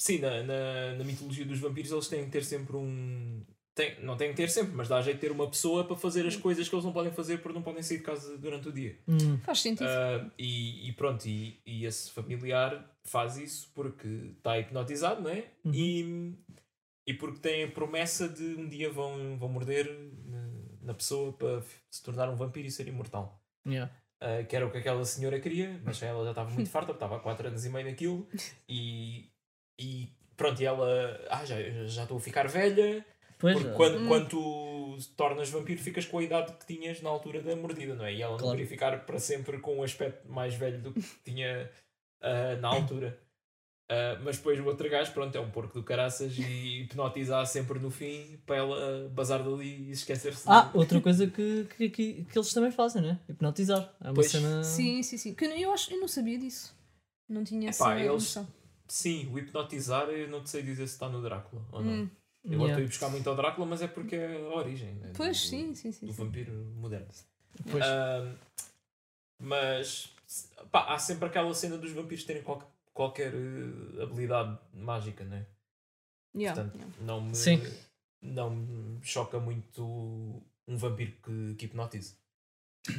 [SPEAKER 3] Sim, na, na, na mitologia dos vampiros eles têm que ter sempre um. Tem, não têm que ter sempre, mas dá jeito de ter uma pessoa para fazer as coisas que eles não podem fazer porque não podem sair de casa durante o dia.
[SPEAKER 1] Hum,
[SPEAKER 2] Faz sentido.
[SPEAKER 3] Ah, e, e pronto, e, e esse familiar faz isso porque está hipnotizado, não é?
[SPEAKER 1] Uhum.
[SPEAKER 3] E, e porque tem a promessa de um dia vão, vão morder na, na pessoa para f- se tornar um vampiro e ser imortal.
[SPEAKER 1] yeah.
[SPEAKER 3] Ah, que era o que aquela senhora queria, mas ela já estava muito farta, porque estava há 4 anos e meio naquilo. E, e pronto, e ela, ah, já já estou a ficar velha,
[SPEAKER 1] Pois
[SPEAKER 3] porque
[SPEAKER 1] é.
[SPEAKER 3] quando,
[SPEAKER 2] Hum.
[SPEAKER 3] quando tu se tornas vampiro, ficas com a idade que tinhas na altura da mordida, não é? E ela não
[SPEAKER 1] Claro.
[SPEAKER 3] queria ficar para sempre com um aspecto mais velho do que tinha ah, na altura. Ah, mas depois o outro gajo, pronto, é um porco do caraças e hipnotiza sempre no fim para ela bazar dali e esquecer-se. de-
[SPEAKER 1] Ah, outra coisa que, que, que, que eles também fazem, né? Hipnotizar. É uma
[SPEAKER 3] Pois.
[SPEAKER 1] cena.
[SPEAKER 2] Sim, sim, sim. Que eu, eu acho, eu não sabia disso. Não tinha
[SPEAKER 3] Epá,
[SPEAKER 2] essa
[SPEAKER 3] eles-
[SPEAKER 2] noção.
[SPEAKER 3] Sim, o hipnotizar, eu não te sei dizer se está no Drácula ou não.
[SPEAKER 2] Hum.
[SPEAKER 3] Eu gosto de
[SPEAKER 1] Yeah.
[SPEAKER 3] ir buscar muito ao Drácula, mas é porque é a origem né,
[SPEAKER 2] Pois,
[SPEAKER 3] do-
[SPEAKER 1] um
[SPEAKER 2] sim, sim, sim.
[SPEAKER 3] do
[SPEAKER 2] sim.
[SPEAKER 3] vampiro moderno.
[SPEAKER 1] Pois.
[SPEAKER 2] Ah,
[SPEAKER 3] Ahm, mas pá, há sempre aquela cena dos vampiros terem qual- qualquer eh, habilidade mágica, né?
[SPEAKER 2] Yeah,
[SPEAKER 3] Portanto,
[SPEAKER 2] yeah.
[SPEAKER 3] não me,
[SPEAKER 1] Sim.
[SPEAKER 3] não me choca muito um vampiro que, que hipnotize.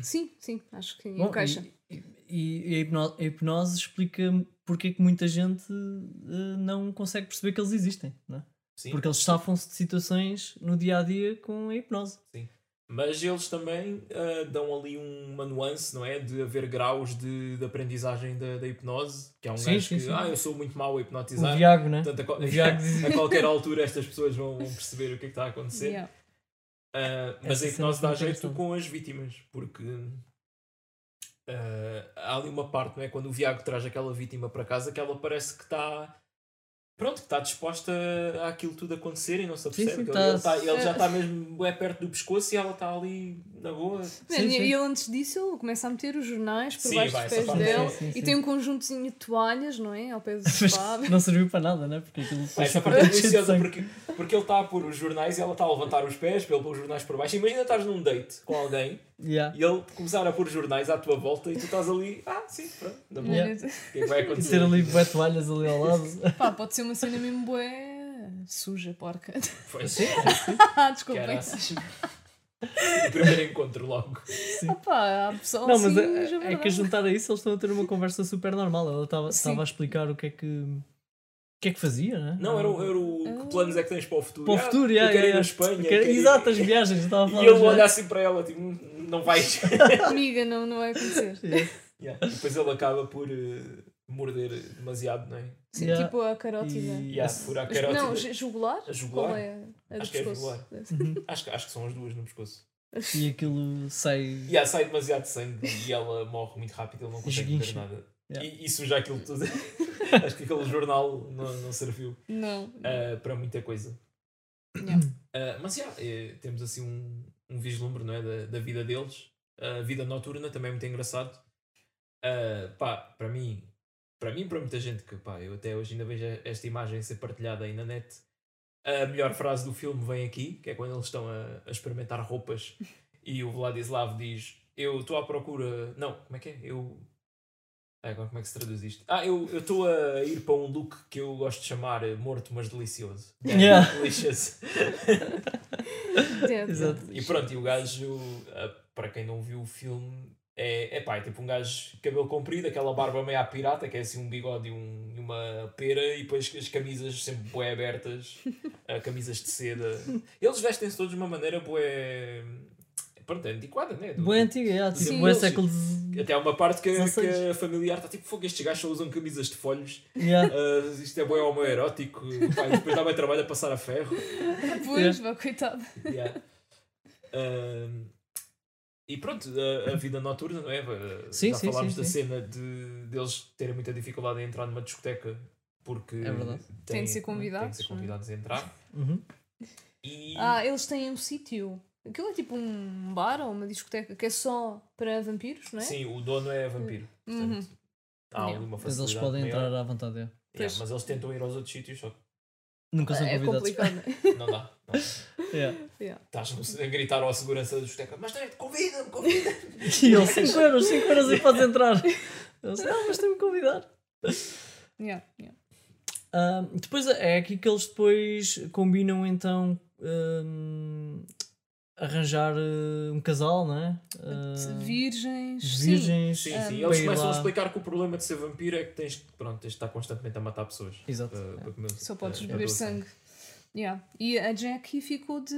[SPEAKER 2] Sim, sim, acho que
[SPEAKER 1] Bom,
[SPEAKER 2] encaixa.
[SPEAKER 1] e, e- e a, hipno- a hipnose explica porque é que muita gente eh, não consegue perceber que eles existem, né?
[SPEAKER 3] Sim.
[SPEAKER 1] Porque eles safam-se de situações no dia a dia com a hipnose.
[SPEAKER 3] Mas eles também ah, dão ali uma nuance, não é? De haver graus de, de aprendizagem da, da hipnose. Que é um
[SPEAKER 1] Sim,
[SPEAKER 3] gajo
[SPEAKER 1] sim,
[SPEAKER 3] que,
[SPEAKER 1] sim.
[SPEAKER 3] ah, eu sou muito mau a
[SPEAKER 1] O
[SPEAKER 3] hipnotizar.
[SPEAKER 1] Viago, né?
[SPEAKER 3] Portanto, a, qual-
[SPEAKER 1] O Viago diz-
[SPEAKER 3] a qualquer altura estas pessoas vão vão perceber o que é que está a acontecer.
[SPEAKER 2] Yeah.
[SPEAKER 3] Ah, mas
[SPEAKER 1] Essa
[SPEAKER 3] a hipnose
[SPEAKER 1] cena
[SPEAKER 3] dá
[SPEAKER 1] foi muito
[SPEAKER 3] jeito
[SPEAKER 1] interessante.
[SPEAKER 3] com as vítimas, porque ah, há ali uma parte, não é? Quando o Viago traz aquela vítima para casa, que ela parece que está. Pronto, que está disposta àquilo tudo acontecer e não se apercebe.
[SPEAKER 1] sim,
[SPEAKER 3] que
[SPEAKER 1] tá-
[SPEAKER 3] ele, ele, tá- ele já está mesmo é perto do pescoço e ela está ali na boa.
[SPEAKER 1] Sim,
[SPEAKER 2] e
[SPEAKER 1] sim.
[SPEAKER 2] ele antes disso ele começa a meter os jornais por
[SPEAKER 3] Sim,
[SPEAKER 2] baixo
[SPEAKER 3] vai,
[SPEAKER 2] dos
[SPEAKER 3] essa
[SPEAKER 2] pés
[SPEAKER 3] parte
[SPEAKER 2] dela
[SPEAKER 3] é-
[SPEAKER 1] Sim, sim,
[SPEAKER 2] e
[SPEAKER 1] sim.
[SPEAKER 2] tem um conjuntozinho de toalhas, não é? Ao pé do sofá.
[SPEAKER 1] Não serviu para nada, né? Porque aquilo
[SPEAKER 3] Pá, Essa
[SPEAKER 1] depois
[SPEAKER 3] parte
[SPEAKER 1] ficou
[SPEAKER 3] é
[SPEAKER 1] cheio de
[SPEAKER 3] deliciosa
[SPEAKER 1] sangue.
[SPEAKER 3] porque, porque ele está a pôr os jornais e ela está a levantar os pés para ele pôr os jornais por baixo. Imagina estás num date com alguém
[SPEAKER 1] Yeah.
[SPEAKER 3] e ele começar a pôr jornais à tua volta e tu estás ali, ah, sim, pronto, na boa.
[SPEAKER 1] Yeah.
[SPEAKER 3] O que é que vai
[SPEAKER 1] E
[SPEAKER 3] acontecer?
[SPEAKER 1] ter ali bué toalhas ali ao lado.
[SPEAKER 2] Pá, pode ser uma cena mesmo bué suja, porca.
[SPEAKER 3] Foi assim?
[SPEAKER 2] Ah, desculpem.
[SPEAKER 3] Caraças. O primeiro encontro logo.
[SPEAKER 2] Ah, pá, há pessoal
[SPEAKER 1] Não,
[SPEAKER 2] assim,
[SPEAKER 1] mas é-
[SPEAKER 2] já
[SPEAKER 1] é, que a
[SPEAKER 2] verdade.
[SPEAKER 1] juntar a isso eles estão a ter uma conversa super normal. Ela estava
[SPEAKER 2] Sim.
[SPEAKER 1] estava a explicar o que é que o que é que fazia, né?
[SPEAKER 3] Não, era, o- era
[SPEAKER 2] Ah.
[SPEAKER 3] o que planos é que tens para o futuro.
[SPEAKER 1] para o
[SPEAKER 3] Ah,
[SPEAKER 1] futuro,
[SPEAKER 3] eu
[SPEAKER 1] yeah,
[SPEAKER 3] quero ir
[SPEAKER 1] yeah, yeah.
[SPEAKER 3] à Espanha.
[SPEAKER 1] Eu quero-
[SPEAKER 3] quero ir-
[SPEAKER 1] Exato, as viagens, estava a
[SPEAKER 3] E
[SPEAKER 1] falar.
[SPEAKER 3] ele
[SPEAKER 1] das
[SPEAKER 3] olha
[SPEAKER 1] viagens.
[SPEAKER 3] assim para ela, tipo, "Hum, não vais.
[SPEAKER 2] Amiga, não, não vai acontecer.
[SPEAKER 3] Yeah. E Depois ele acaba por eh, morder demasiado, não é?
[SPEAKER 2] Sim,
[SPEAKER 1] Yeah.
[SPEAKER 2] Tipo a carótida.
[SPEAKER 1] E-
[SPEAKER 3] Yeah,
[SPEAKER 1] Esse-
[SPEAKER 3] por a
[SPEAKER 2] Mas- Não,
[SPEAKER 3] carótida.
[SPEAKER 2] ju- jugular?
[SPEAKER 3] A
[SPEAKER 2] Qual
[SPEAKER 3] jugular?
[SPEAKER 2] é a do
[SPEAKER 3] Acho que é
[SPEAKER 2] pescoço?
[SPEAKER 3] Acho, que- acho que são as duas no pescoço.
[SPEAKER 1] E aquilo sai. tipo,
[SPEAKER 3] E yeah, sai demasiado sangue e ela morre muito rápido, ele não consegue
[SPEAKER 1] Esguincha.
[SPEAKER 3] ver nada.
[SPEAKER 1] Yeah.
[SPEAKER 3] E, e suja aquilo tudo. Acho que aquele jornal não, não serviu
[SPEAKER 2] Não.
[SPEAKER 3] ah, para muita coisa.
[SPEAKER 2] Yeah.
[SPEAKER 3] Ah, mas já, eh, temos assim um, um vislumbre não é, da, da vida deles. A vida noturna também é muito engraçado. Ah, pá, para mim, para mim, para muita gente que pá, eu até hoje ainda vejo esta imagem ser partilhada aí na net. A melhor frase do filme vem aqui, que é quando eles estão a, a experimentar roupas e o Vladislav diz: Eu estou à procura. Não, como é que é? Eu. Ah, Agora, como é que se traduz isto? Ah, eu eu estou a ir para um look que eu gosto de chamar eh, morto, mas delicioso.
[SPEAKER 1] Yeah.
[SPEAKER 3] Delicious.
[SPEAKER 2] Dead.
[SPEAKER 1] Exato.
[SPEAKER 3] E pronto, e o gajo, ah, para quem não viu o filme, é, é pá, é tipo um gajo de cabelo comprido, aquela barba meio à pirata, que é assim um bigode e, um- e uma pera, e depois as camisas sempre bué abertas, ah, camisas de seda. Eles vestem-se todos de uma maneira bué. Pronto, é antiquada, né? Do-
[SPEAKER 1] Boa antiga, é, tipo,
[SPEAKER 2] Sim,
[SPEAKER 1] bué
[SPEAKER 3] eles-
[SPEAKER 1] século
[SPEAKER 3] Até há uma parte que, que a
[SPEAKER 1] 16.
[SPEAKER 3] familiar está tipo, fogo, estes gajos só usam camisas de folhos,
[SPEAKER 1] yeah.
[SPEAKER 3] ah, isto é bué homoerótico, pá, e depois dá bem trabalho a passar a ferro.
[SPEAKER 2] Pois, vá, coitado.
[SPEAKER 3] Yeah. Ahm, e pronto, a, a vida noturna, não é? Ah,
[SPEAKER 1] Sim,
[SPEAKER 3] Já
[SPEAKER 1] sim,
[SPEAKER 3] falámos
[SPEAKER 1] sim,
[SPEAKER 3] da
[SPEAKER 1] sim.
[SPEAKER 3] cena de deles terem muita dificuldade em entrar numa discoteca porque
[SPEAKER 1] É verdade.
[SPEAKER 2] Têm
[SPEAKER 3] têm-
[SPEAKER 2] de ser
[SPEAKER 3] Têm de
[SPEAKER 2] convidados,
[SPEAKER 3] ser
[SPEAKER 2] não é?
[SPEAKER 3] convidados a entrar.
[SPEAKER 1] Uhum.
[SPEAKER 3] E
[SPEAKER 2] Ah, eles têm um sítio. Aquilo é tipo um bar ou uma discoteca que é só para vampiros, não é?
[SPEAKER 3] sim, o dono é vampiro.
[SPEAKER 2] Uhum.
[SPEAKER 3] Portanto, há
[SPEAKER 2] Yeah.
[SPEAKER 3] alguma
[SPEAKER 1] Mas
[SPEAKER 3] facilidade.
[SPEAKER 1] eles podem
[SPEAKER 3] maior.
[SPEAKER 1] entrar à vontade. é.
[SPEAKER 3] Yeah,
[SPEAKER 2] Pois.
[SPEAKER 3] mas eles tentam ir aos outros sítios, só que
[SPEAKER 1] Nunca são
[SPEAKER 2] é
[SPEAKER 1] convidados.
[SPEAKER 2] complicado, não é?
[SPEAKER 3] não dá. não dá.
[SPEAKER 1] Yeah.
[SPEAKER 2] Yeah.
[SPEAKER 3] Estás a gritar ao segurança da discoteca, mas não é, convida-me, convida-me.
[SPEAKER 1] E ele, 5 euros, 5 euros e podes entrar. Eles, ah, mas tem-me convidar.
[SPEAKER 2] Yeah, yeah.
[SPEAKER 1] Ah, depois é aqui que eles depois combinam então hum, arranjar eh, um casal, não é? Ah,
[SPEAKER 2] Virgens.
[SPEAKER 1] os
[SPEAKER 2] sim.
[SPEAKER 1] virgens.
[SPEAKER 3] Sim,
[SPEAKER 2] Ah,
[SPEAKER 3] sim.
[SPEAKER 2] para
[SPEAKER 3] Eles
[SPEAKER 1] ir
[SPEAKER 3] começam a
[SPEAKER 1] lá.
[SPEAKER 3] explicar que o problema de ser vampiro é que tens, pronto, tens de estar constantemente a matar pessoas.
[SPEAKER 1] Exato.
[SPEAKER 3] Para, para comer- eh,
[SPEAKER 2] Só podes
[SPEAKER 3] para- para
[SPEAKER 2] beber
[SPEAKER 3] doce.
[SPEAKER 2] sangue. Yeah. E a Jackie ficou de,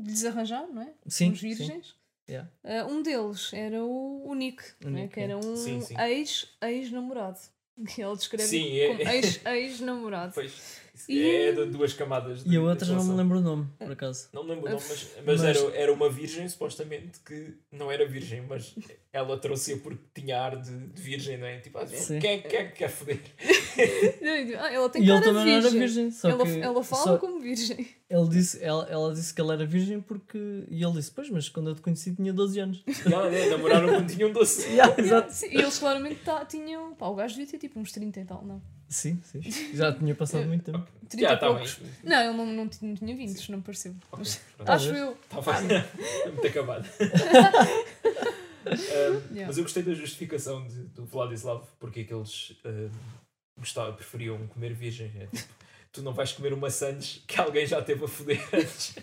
[SPEAKER 2] de lhes arranjar, não é?
[SPEAKER 1] Sim,
[SPEAKER 2] Uns
[SPEAKER 1] sim.
[SPEAKER 2] virgens.
[SPEAKER 1] Yeah.
[SPEAKER 2] Ah, um deles era o, o Nick,
[SPEAKER 1] O
[SPEAKER 2] né?
[SPEAKER 1] Nick,
[SPEAKER 2] que era um
[SPEAKER 3] é. Sim, sim.
[SPEAKER 2] ex- ex-namorado. que ele descreve
[SPEAKER 3] Sim, é-
[SPEAKER 2] como ex- ex-namorado.
[SPEAKER 3] Pois, isso
[SPEAKER 2] E-
[SPEAKER 3] é de duas camadas. de-
[SPEAKER 1] E a outra
[SPEAKER 3] de
[SPEAKER 1] já não me
[SPEAKER 3] relação.
[SPEAKER 1] lembro o nome,
[SPEAKER 2] É.
[SPEAKER 1] por acaso.
[SPEAKER 3] Não me lembro o nome, mas, mas,
[SPEAKER 1] Mas-
[SPEAKER 3] Era, era uma virgem, supostamente, que não era virgem, mas ela trouxe-a porque tinha ar de, de virgem, não é? Tipo, ah,
[SPEAKER 1] Sim.
[SPEAKER 3] quem, é- quem é que quer foder?
[SPEAKER 2] Ah, ela tem
[SPEAKER 1] E ele
[SPEAKER 2] cara
[SPEAKER 1] também
[SPEAKER 2] de
[SPEAKER 1] não era virgem. Só
[SPEAKER 2] ela,
[SPEAKER 1] que,
[SPEAKER 2] ela fala
[SPEAKER 1] só-
[SPEAKER 2] como virgem.
[SPEAKER 1] ele disse, ela, ela disse que ele era virgem porque. E ele disse: Pois, mas quando eu te conheci tinha 12 anos.
[SPEAKER 3] Não, não, né, namoraram quando tinham doce.
[SPEAKER 1] yeah, exato.
[SPEAKER 2] Yeah, sim, E eles claramente tá- tinham. Pá, o gajo devia ter tipo uns 30 e tal, não.
[SPEAKER 1] Sim, sim. Já tinha passado muito tempo.
[SPEAKER 2] 30
[SPEAKER 3] Já,
[SPEAKER 2] e
[SPEAKER 3] está tá bem.
[SPEAKER 2] poucos. Não, ele não, não, tinha- não tinha 20, não me pareceu.
[SPEAKER 3] Ok, pronto.
[SPEAKER 1] Talvez.
[SPEAKER 2] Acho eu.
[SPEAKER 3] Tá bem. É muito acabado. Um,
[SPEAKER 2] Yeah.
[SPEAKER 3] Mas eu gostei da justificação de, do Vladislav, porque é que eles um, gostavam, preferiam comer virgem. É tipo, tu não vais comer uma Sandes que alguém já teve a foder antes.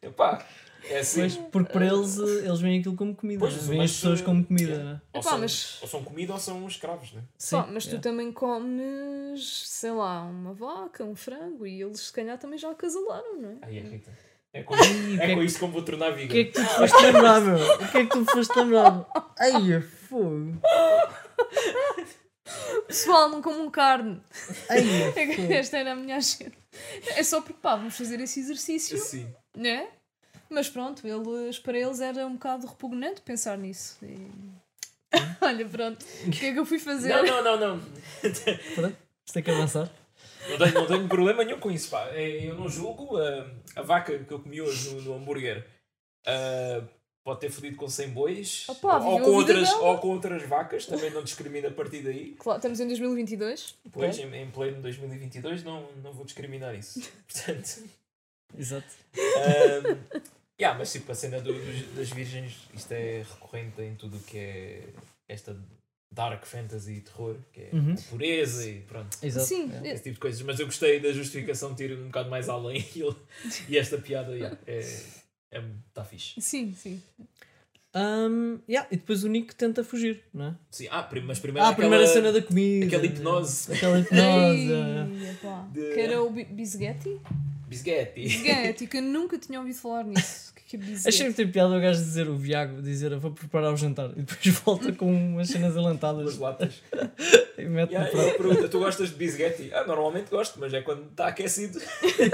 [SPEAKER 3] Epá, é assim.
[SPEAKER 1] Pois, porque para eles, eh, eles veem aquilo como comida.
[SPEAKER 3] Pois,
[SPEAKER 1] né?
[SPEAKER 3] os
[SPEAKER 1] Veem as
[SPEAKER 3] humanos,
[SPEAKER 1] pessoas
[SPEAKER 3] eh,
[SPEAKER 1] como comida,
[SPEAKER 3] yeah.
[SPEAKER 1] né?
[SPEAKER 3] ou,
[SPEAKER 2] Epá,
[SPEAKER 3] são,
[SPEAKER 2] mas-
[SPEAKER 3] ou são comida ou são escravos, né?
[SPEAKER 1] Sim.
[SPEAKER 2] Pá, mas tu
[SPEAKER 1] yeah.
[SPEAKER 2] também comes, sei lá, uma vaca, um frango e eles se calhar também já acasalaram, não é?
[SPEAKER 3] Aí é Rita. É com,
[SPEAKER 1] Ih, o que
[SPEAKER 3] é
[SPEAKER 1] é
[SPEAKER 3] com
[SPEAKER 1] que-
[SPEAKER 3] isso como vou tornar
[SPEAKER 1] O que é
[SPEAKER 3] vegan.
[SPEAKER 1] que tu te foste lembrar, meu? O que é que tu te foste lembrar? Ai, é fogo!
[SPEAKER 2] Pessoal, não comam carne.
[SPEAKER 1] Ai, é
[SPEAKER 2] É que
[SPEAKER 1] fogo!
[SPEAKER 2] Esta era a minha agenda. É só porque pá, vamos fazer esse exercício,
[SPEAKER 3] Sim.
[SPEAKER 2] né? Mas pronto, eles, para eles era um bocado repugnante pensar nisso. E- Olha, pronto, o que é que eu fui fazer?
[SPEAKER 3] Hum? Não, não, não, não.
[SPEAKER 1] Pronto, isto tem que avançar.
[SPEAKER 3] Não tenho, não tenho problema nenhum com isso, pá. É, Eu não julgo ah, a, vaca que eu comi hoje no, no hambúrguer. ah, pode ter fodido com 100 bois.
[SPEAKER 2] Opa, viveu a
[SPEAKER 3] ou, com
[SPEAKER 2] vida
[SPEAKER 3] outras,
[SPEAKER 2] dela.
[SPEAKER 3] ou com outras vacas, também não discrimina a partir daí.
[SPEAKER 2] Claro, estamos em 2022.
[SPEAKER 3] Pois, em, em pleno 2022, não, não vou discriminar isso. Portanto,
[SPEAKER 1] Exato.
[SPEAKER 3] ah, yeah, mas tipo, a cena do- dos- das virgens, isto é recorrente em tudo o que é esta dark fantasy e terror, que é
[SPEAKER 1] Uhum.
[SPEAKER 3] pureza e pronto.
[SPEAKER 1] Exato.
[SPEAKER 2] Sim,
[SPEAKER 1] é.
[SPEAKER 2] é-
[SPEAKER 3] esse tipo de coisas. Mas eu gostei da justificação de ir um bocado mais além e, ele- e esta piada yeah, é. Está fixe.
[SPEAKER 2] sim, sim.
[SPEAKER 1] Ahm, yeah, e depois o Nick tenta fugir, não é?
[SPEAKER 3] Sim, ah, prim- mas primeiro.
[SPEAKER 1] Ah, a
[SPEAKER 3] aquela-
[SPEAKER 1] primeira cena da comida.
[SPEAKER 3] aquela hipnose.
[SPEAKER 1] Aquela hipnose. é.
[SPEAKER 2] Ei, epá.
[SPEAKER 3] De-
[SPEAKER 2] Que era o Bi- Bisguetti?
[SPEAKER 3] Bisguete.
[SPEAKER 2] Bisguetti, que eu nunca tinha ouvido falar nisso. O que é que é Bisguetti?
[SPEAKER 1] Achei muito tem piada o gajo dizer, o Viago, dizer, "Eu vou preparar o jantar. E depois volta com umas cenas
[SPEAKER 3] Duas
[SPEAKER 1] alentadas
[SPEAKER 3] latas.
[SPEAKER 1] e mete
[SPEAKER 3] Yeah,
[SPEAKER 1] no
[SPEAKER 3] e
[SPEAKER 1] prato.
[SPEAKER 3] ele pergunta: tu gostas de bisguete? Ah, normalmente gosto, mas é quando está aquecido.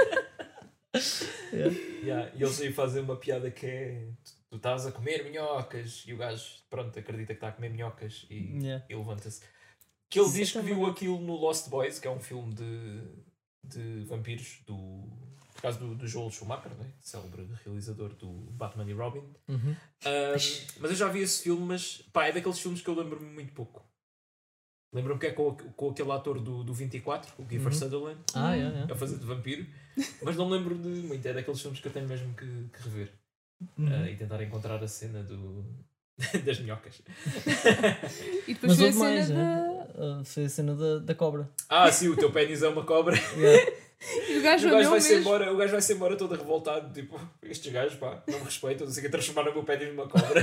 [SPEAKER 1] Yeah.
[SPEAKER 3] Yeah, e eles aí fazem uma piada que é: tu, tu estás a comer tá minhocas. E o gajo, pronto, acredita que está a comer minhocas e,
[SPEAKER 1] Yeah.
[SPEAKER 3] e levanta-se. Que ele
[SPEAKER 2] Isso
[SPEAKER 3] diz que
[SPEAKER 2] também.
[SPEAKER 3] viu aquilo no Lost Boys, que é um filme de, de vampiros do. Por causa do, do Joel Schumacher, né? célebre realizador do Batman e Robin.
[SPEAKER 1] Uhum.
[SPEAKER 3] Ahm, mas eu já vi esse filme, mas pá, é daqueles filmes que eu lembro-me muito pouco. Lembro-me que é com, a- com aquele ator do, do 24, o Kiefer
[SPEAKER 1] Uhum.
[SPEAKER 3] Sutherland,
[SPEAKER 1] Ah, é, é.
[SPEAKER 3] a fazer de vampiro, mas não me lembro de muito. É daqueles filmes que eu tenho mesmo que, que rever
[SPEAKER 1] Uhum.
[SPEAKER 3] ah, e tentar encontrar a cena do, das minhocas.
[SPEAKER 2] E depois
[SPEAKER 1] Mas
[SPEAKER 2] foi a
[SPEAKER 1] houve
[SPEAKER 2] cena
[SPEAKER 1] mais,
[SPEAKER 2] da...
[SPEAKER 1] né? Ah, Foi a cena da, da cobra.
[SPEAKER 3] Ah, sim, o teu pênis é uma cobra.
[SPEAKER 1] Yeah.
[SPEAKER 2] E o
[SPEAKER 3] E
[SPEAKER 2] gajo
[SPEAKER 3] o gajo
[SPEAKER 2] olhou
[SPEAKER 3] vai
[SPEAKER 2] mesmo.
[SPEAKER 3] ser embora, o gajo vai ser embora todo revoltado, tipo, estes gajos, pá, não me respeitam, não sei o que, transformaram o meu pé numa cobra.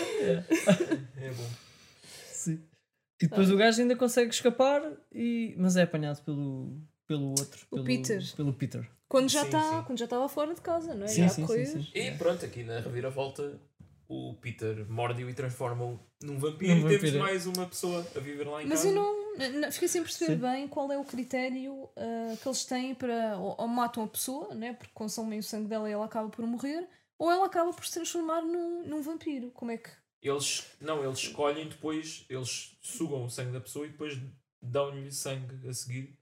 [SPEAKER 3] é bom.
[SPEAKER 1] Sim. E depois o gajo ainda consegue escapar, e... mas é apanhado pelo, pelo outro.
[SPEAKER 2] O
[SPEAKER 1] pelo,
[SPEAKER 2] Peter.
[SPEAKER 1] Pelo Peter.
[SPEAKER 2] Quando já
[SPEAKER 3] Sim,
[SPEAKER 2] tá-
[SPEAKER 3] sim.
[SPEAKER 2] quando já estava fora de casa, não é?
[SPEAKER 1] Sim,
[SPEAKER 2] e há
[SPEAKER 1] sim, sim,
[SPEAKER 2] coisas.
[SPEAKER 1] sim.
[SPEAKER 3] E pronto, aqui na reviravolta, o Peter morde-o e transforma-o num vampiro.
[SPEAKER 1] Num
[SPEAKER 3] e temos
[SPEAKER 1] vampiro.
[SPEAKER 3] mais uma pessoa a viver lá em
[SPEAKER 2] Mas
[SPEAKER 3] casa.
[SPEAKER 2] eu não, n- n- fiquei sem perceber
[SPEAKER 1] Sim.
[SPEAKER 2] bem qual é o critério ah, que eles têm para ou, ou matam a pessoa, né? porque consomem o sangue dela e ela acaba por morrer, ou ela acaba por se transformar num, num vampiro. Como é que.
[SPEAKER 3] Eles, não, eles escolhem depois, eles sugam o sangue da pessoa e depois dão-lhe sangue a seguir,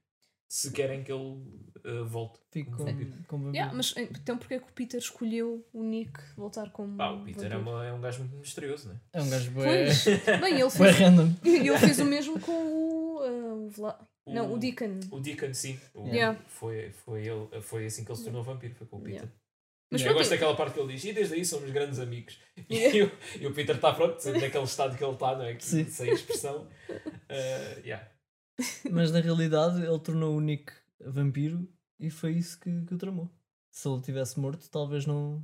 [SPEAKER 3] se querem que ele ah, volte.
[SPEAKER 1] Fica
[SPEAKER 3] Um
[SPEAKER 1] com,
[SPEAKER 3] vampiro.
[SPEAKER 1] com o vampiro.
[SPEAKER 2] Yeah, mas eh, então porque é que o Peter escolheu o Nick voltar como.
[SPEAKER 3] Pá, o Peter é,
[SPEAKER 2] vampiro?
[SPEAKER 3] uma- é um gajo muito misterioso, né?
[SPEAKER 1] É um gajo bué,
[SPEAKER 2] Pois, bem, ele
[SPEAKER 1] bué
[SPEAKER 2] fez,
[SPEAKER 1] random.
[SPEAKER 2] ele fez o mesmo com o. ah, o Vla- Não, o Deacon.
[SPEAKER 3] O Deacon, sim. O-
[SPEAKER 2] Yeah.
[SPEAKER 3] Foi, foi, ele, foi assim que ele se tornou vampiro, foi com o Peter.
[SPEAKER 2] Yeah. É Mas
[SPEAKER 3] Mas eu
[SPEAKER 2] pronto,
[SPEAKER 3] gosto daquela parte que ele diz, e desde aí somos grandes amigos. E,
[SPEAKER 2] Yeah.
[SPEAKER 3] o, e o Peter está pronto, naquele estado que ele está, não é? Que,
[SPEAKER 1] Sim.
[SPEAKER 3] sem expressão. Uh, yeah.
[SPEAKER 1] Mas na realidade ele tornou o Nick vampiro e foi isso que, que o tramou. Se ele tivesse morto, talvez não.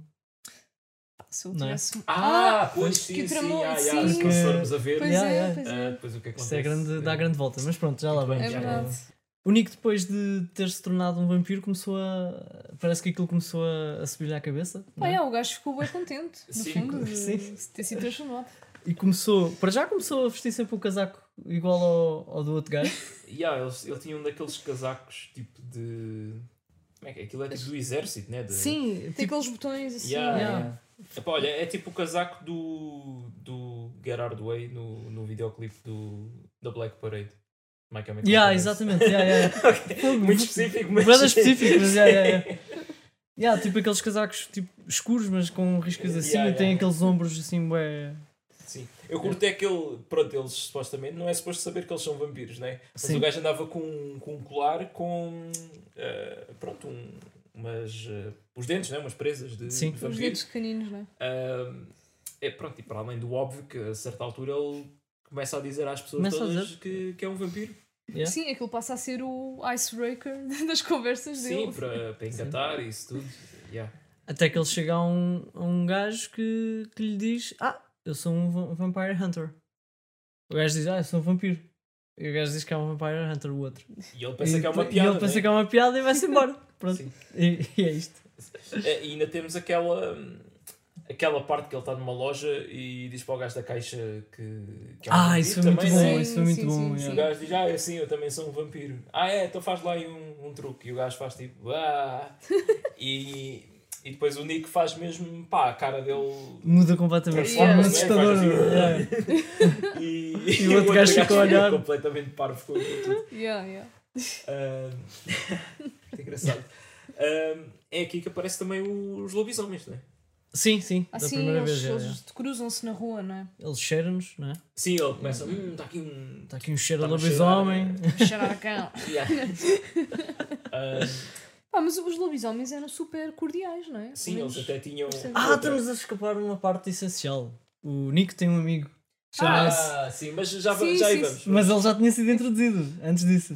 [SPEAKER 2] se eu
[SPEAKER 1] Não é?
[SPEAKER 2] tivesse.
[SPEAKER 3] Ah, pois
[SPEAKER 2] pois,
[SPEAKER 3] sim,
[SPEAKER 2] que
[SPEAKER 3] sim,
[SPEAKER 2] tramou-
[SPEAKER 3] ah,
[SPEAKER 2] sim.
[SPEAKER 3] yeah, se nós formos a ver,
[SPEAKER 2] Pois
[SPEAKER 1] Yeah,
[SPEAKER 2] é,
[SPEAKER 1] yeah.
[SPEAKER 2] pois
[SPEAKER 3] ah,
[SPEAKER 2] é.
[SPEAKER 3] depois o que acontece.
[SPEAKER 1] Isso é grande, dá
[SPEAKER 3] é-
[SPEAKER 1] grande volta. Mas pronto, já lá vem.
[SPEAKER 2] É
[SPEAKER 3] já-
[SPEAKER 2] verdade.
[SPEAKER 1] O Nick, depois de ter se tornado um vampiro, começou a. Parece que aquilo começou a, a subir-lhe à cabeça. não
[SPEAKER 2] Ah,
[SPEAKER 1] é?
[SPEAKER 2] é, o gajo ficou bem contente, no
[SPEAKER 3] Sim,
[SPEAKER 2] fundo,
[SPEAKER 1] sim.
[SPEAKER 2] de, de ter sido transformado.
[SPEAKER 1] E começou. Para já começou a vestir sempre um casaco igual ao, ao do outro gajo.
[SPEAKER 3] Yeah, ele, ele tinha um daqueles casacos tipo de. Como é que é? Aquilo é tipo do exército, né? De-
[SPEAKER 2] Sim, tem
[SPEAKER 1] tipo-
[SPEAKER 2] aqueles botões assim.
[SPEAKER 3] Yeah,
[SPEAKER 1] Yeah.
[SPEAKER 3] yeah. Epá, olha, é tipo o casaco do, do Get Out of the Way no, no videoclipe do, da Black Parade. Michael McCall
[SPEAKER 1] yeah,
[SPEAKER 3] Parade.
[SPEAKER 1] exatamente. Yeah, yeah. Fogo,
[SPEAKER 3] Muito específico, mas.
[SPEAKER 1] Brother específico, mas yeah, yeah, yeah. Yeah, tipo aqueles casacos tipo, escuros, mas com riscos assim,
[SPEAKER 3] Yeah,
[SPEAKER 1] e tem
[SPEAKER 3] yeah.
[SPEAKER 1] aqueles ombros assim, bué.
[SPEAKER 3] Sim. Eu curto é que ele. Pronto, eles supostamente. Não é suposto saber que eles são vampiros, né? Mas
[SPEAKER 1] Sim.
[SPEAKER 3] o gajo andava com, um- com um colar com. ah, pronto, um, umas. ah, os dentes, né? Umas presas de,
[SPEAKER 1] Sim.
[SPEAKER 3] de
[SPEAKER 2] Os
[SPEAKER 3] vampiros.
[SPEAKER 2] dedos pequeninos, não é?
[SPEAKER 3] Ahm, é pronto, e para além do óbvio que a certa altura ele começa a dizer às pessoas
[SPEAKER 1] Começa a
[SPEAKER 3] todas
[SPEAKER 1] dizer.
[SPEAKER 3] que, que é um vampiro.
[SPEAKER 1] Yeah.
[SPEAKER 2] Sim, aquilo passa a ser o icebreaker das conversas
[SPEAKER 3] Sim,
[SPEAKER 2] dele.
[SPEAKER 3] para, para engatar e isso tudo. Yeah.
[SPEAKER 1] Até que ele chega a um, a um gajo que, que lhe diz: Ah, eu sou um va- vampire hunter. O gajo diz: Ah, eu sou um vampiro. E o gajo diz que é um vampire hunter, o outro.
[SPEAKER 3] E ele pensa
[SPEAKER 1] e,
[SPEAKER 3] que é uma
[SPEAKER 1] e
[SPEAKER 3] piada.
[SPEAKER 1] ele pensa
[SPEAKER 3] né?
[SPEAKER 1] que é uma piada e vai-se embora. Pronto.
[SPEAKER 3] Sim.
[SPEAKER 1] E, e é isto.
[SPEAKER 3] É, E ainda temos aquela, hum, aquela parte que ele está numa loja e diz para o gajo da caixa que, que é um
[SPEAKER 1] Ah,
[SPEAKER 3] vampiro
[SPEAKER 1] isso foi muito
[SPEAKER 3] também,
[SPEAKER 1] bom.
[SPEAKER 3] né?
[SPEAKER 2] Sim,
[SPEAKER 1] isso foi muito
[SPEAKER 2] sim,
[SPEAKER 1] bom.
[SPEAKER 2] sim,
[SPEAKER 3] E
[SPEAKER 1] yeah.
[SPEAKER 3] o gajo diz, ah, é sim, eu também sou um vampiro. Ah, é, então faz lá aí um, um truque. E o gajo faz tipo, ah. e, e depois o Nick faz mesmo, pá, a cara dele
[SPEAKER 1] Muda completamente.
[SPEAKER 2] Yeah.
[SPEAKER 1] Forma
[SPEAKER 2] Faz
[SPEAKER 1] assustadora.
[SPEAKER 3] assim,
[SPEAKER 1] yeah.
[SPEAKER 3] E,
[SPEAKER 1] E o outro gajo ficou a olhar.
[SPEAKER 3] completamente parvo com aquilo tudo.
[SPEAKER 2] Yeah, yeah.
[SPEAKER 3] Ah, muito engraçado. Ah, é aqui que aparece também os lobisomens, não é?
[SPEAKER 1] Sim, sim. Da
[SPEAKER 2] Assim
[SPEAKER 1] primeira
[SPEAKER 2] eles,
[SPEAKER 1] vez. é, yeah, yeah.
[SPEAKER 2] eles cruzam-se na rua, não é?
[SPEAKER 1] Ele cheira-nos, não é?
[SPEAKER 3] Sim, ele começa, hum, está aqui um.
[SPEAKER 1] Está aqui um cheiro a
[SPEAKER 3] Tá-me a
[SPEAKER 1] lobisomem.
[SPEAKER 3] é.
[SPEAKER 2] Xaracão.
[SPEAKER 3] Yeah. Ah,
[SPEAKER 2] Pá, mas os lobisomens eram super cordiais, não é?
[SPEAKER 3] sim,
[SPEAKER 2] Pelo
[SPEAKER 3] eles
[SPEAKER 2] menos-
[SPEAKER 3] até tinham.
[SPEAKER 2] percebo.
[SPEAKER 1] Ah,
[SPEAKER 3] outra-
[SPEAKER 1] estamos a escapar de uma parte essencial. O Nico tem um amigo. Chama-se.
[SPEAKER 3] Ah, sim, mas já,
[SPEAKER 2] Sim,
[SPEAKER 3] já aí
[SPEAKER 2] sim,
[SPEAKER 3] vamos. Ah,
[SPEAKER 1] Mas ele já tinha sido introduzido antes disso.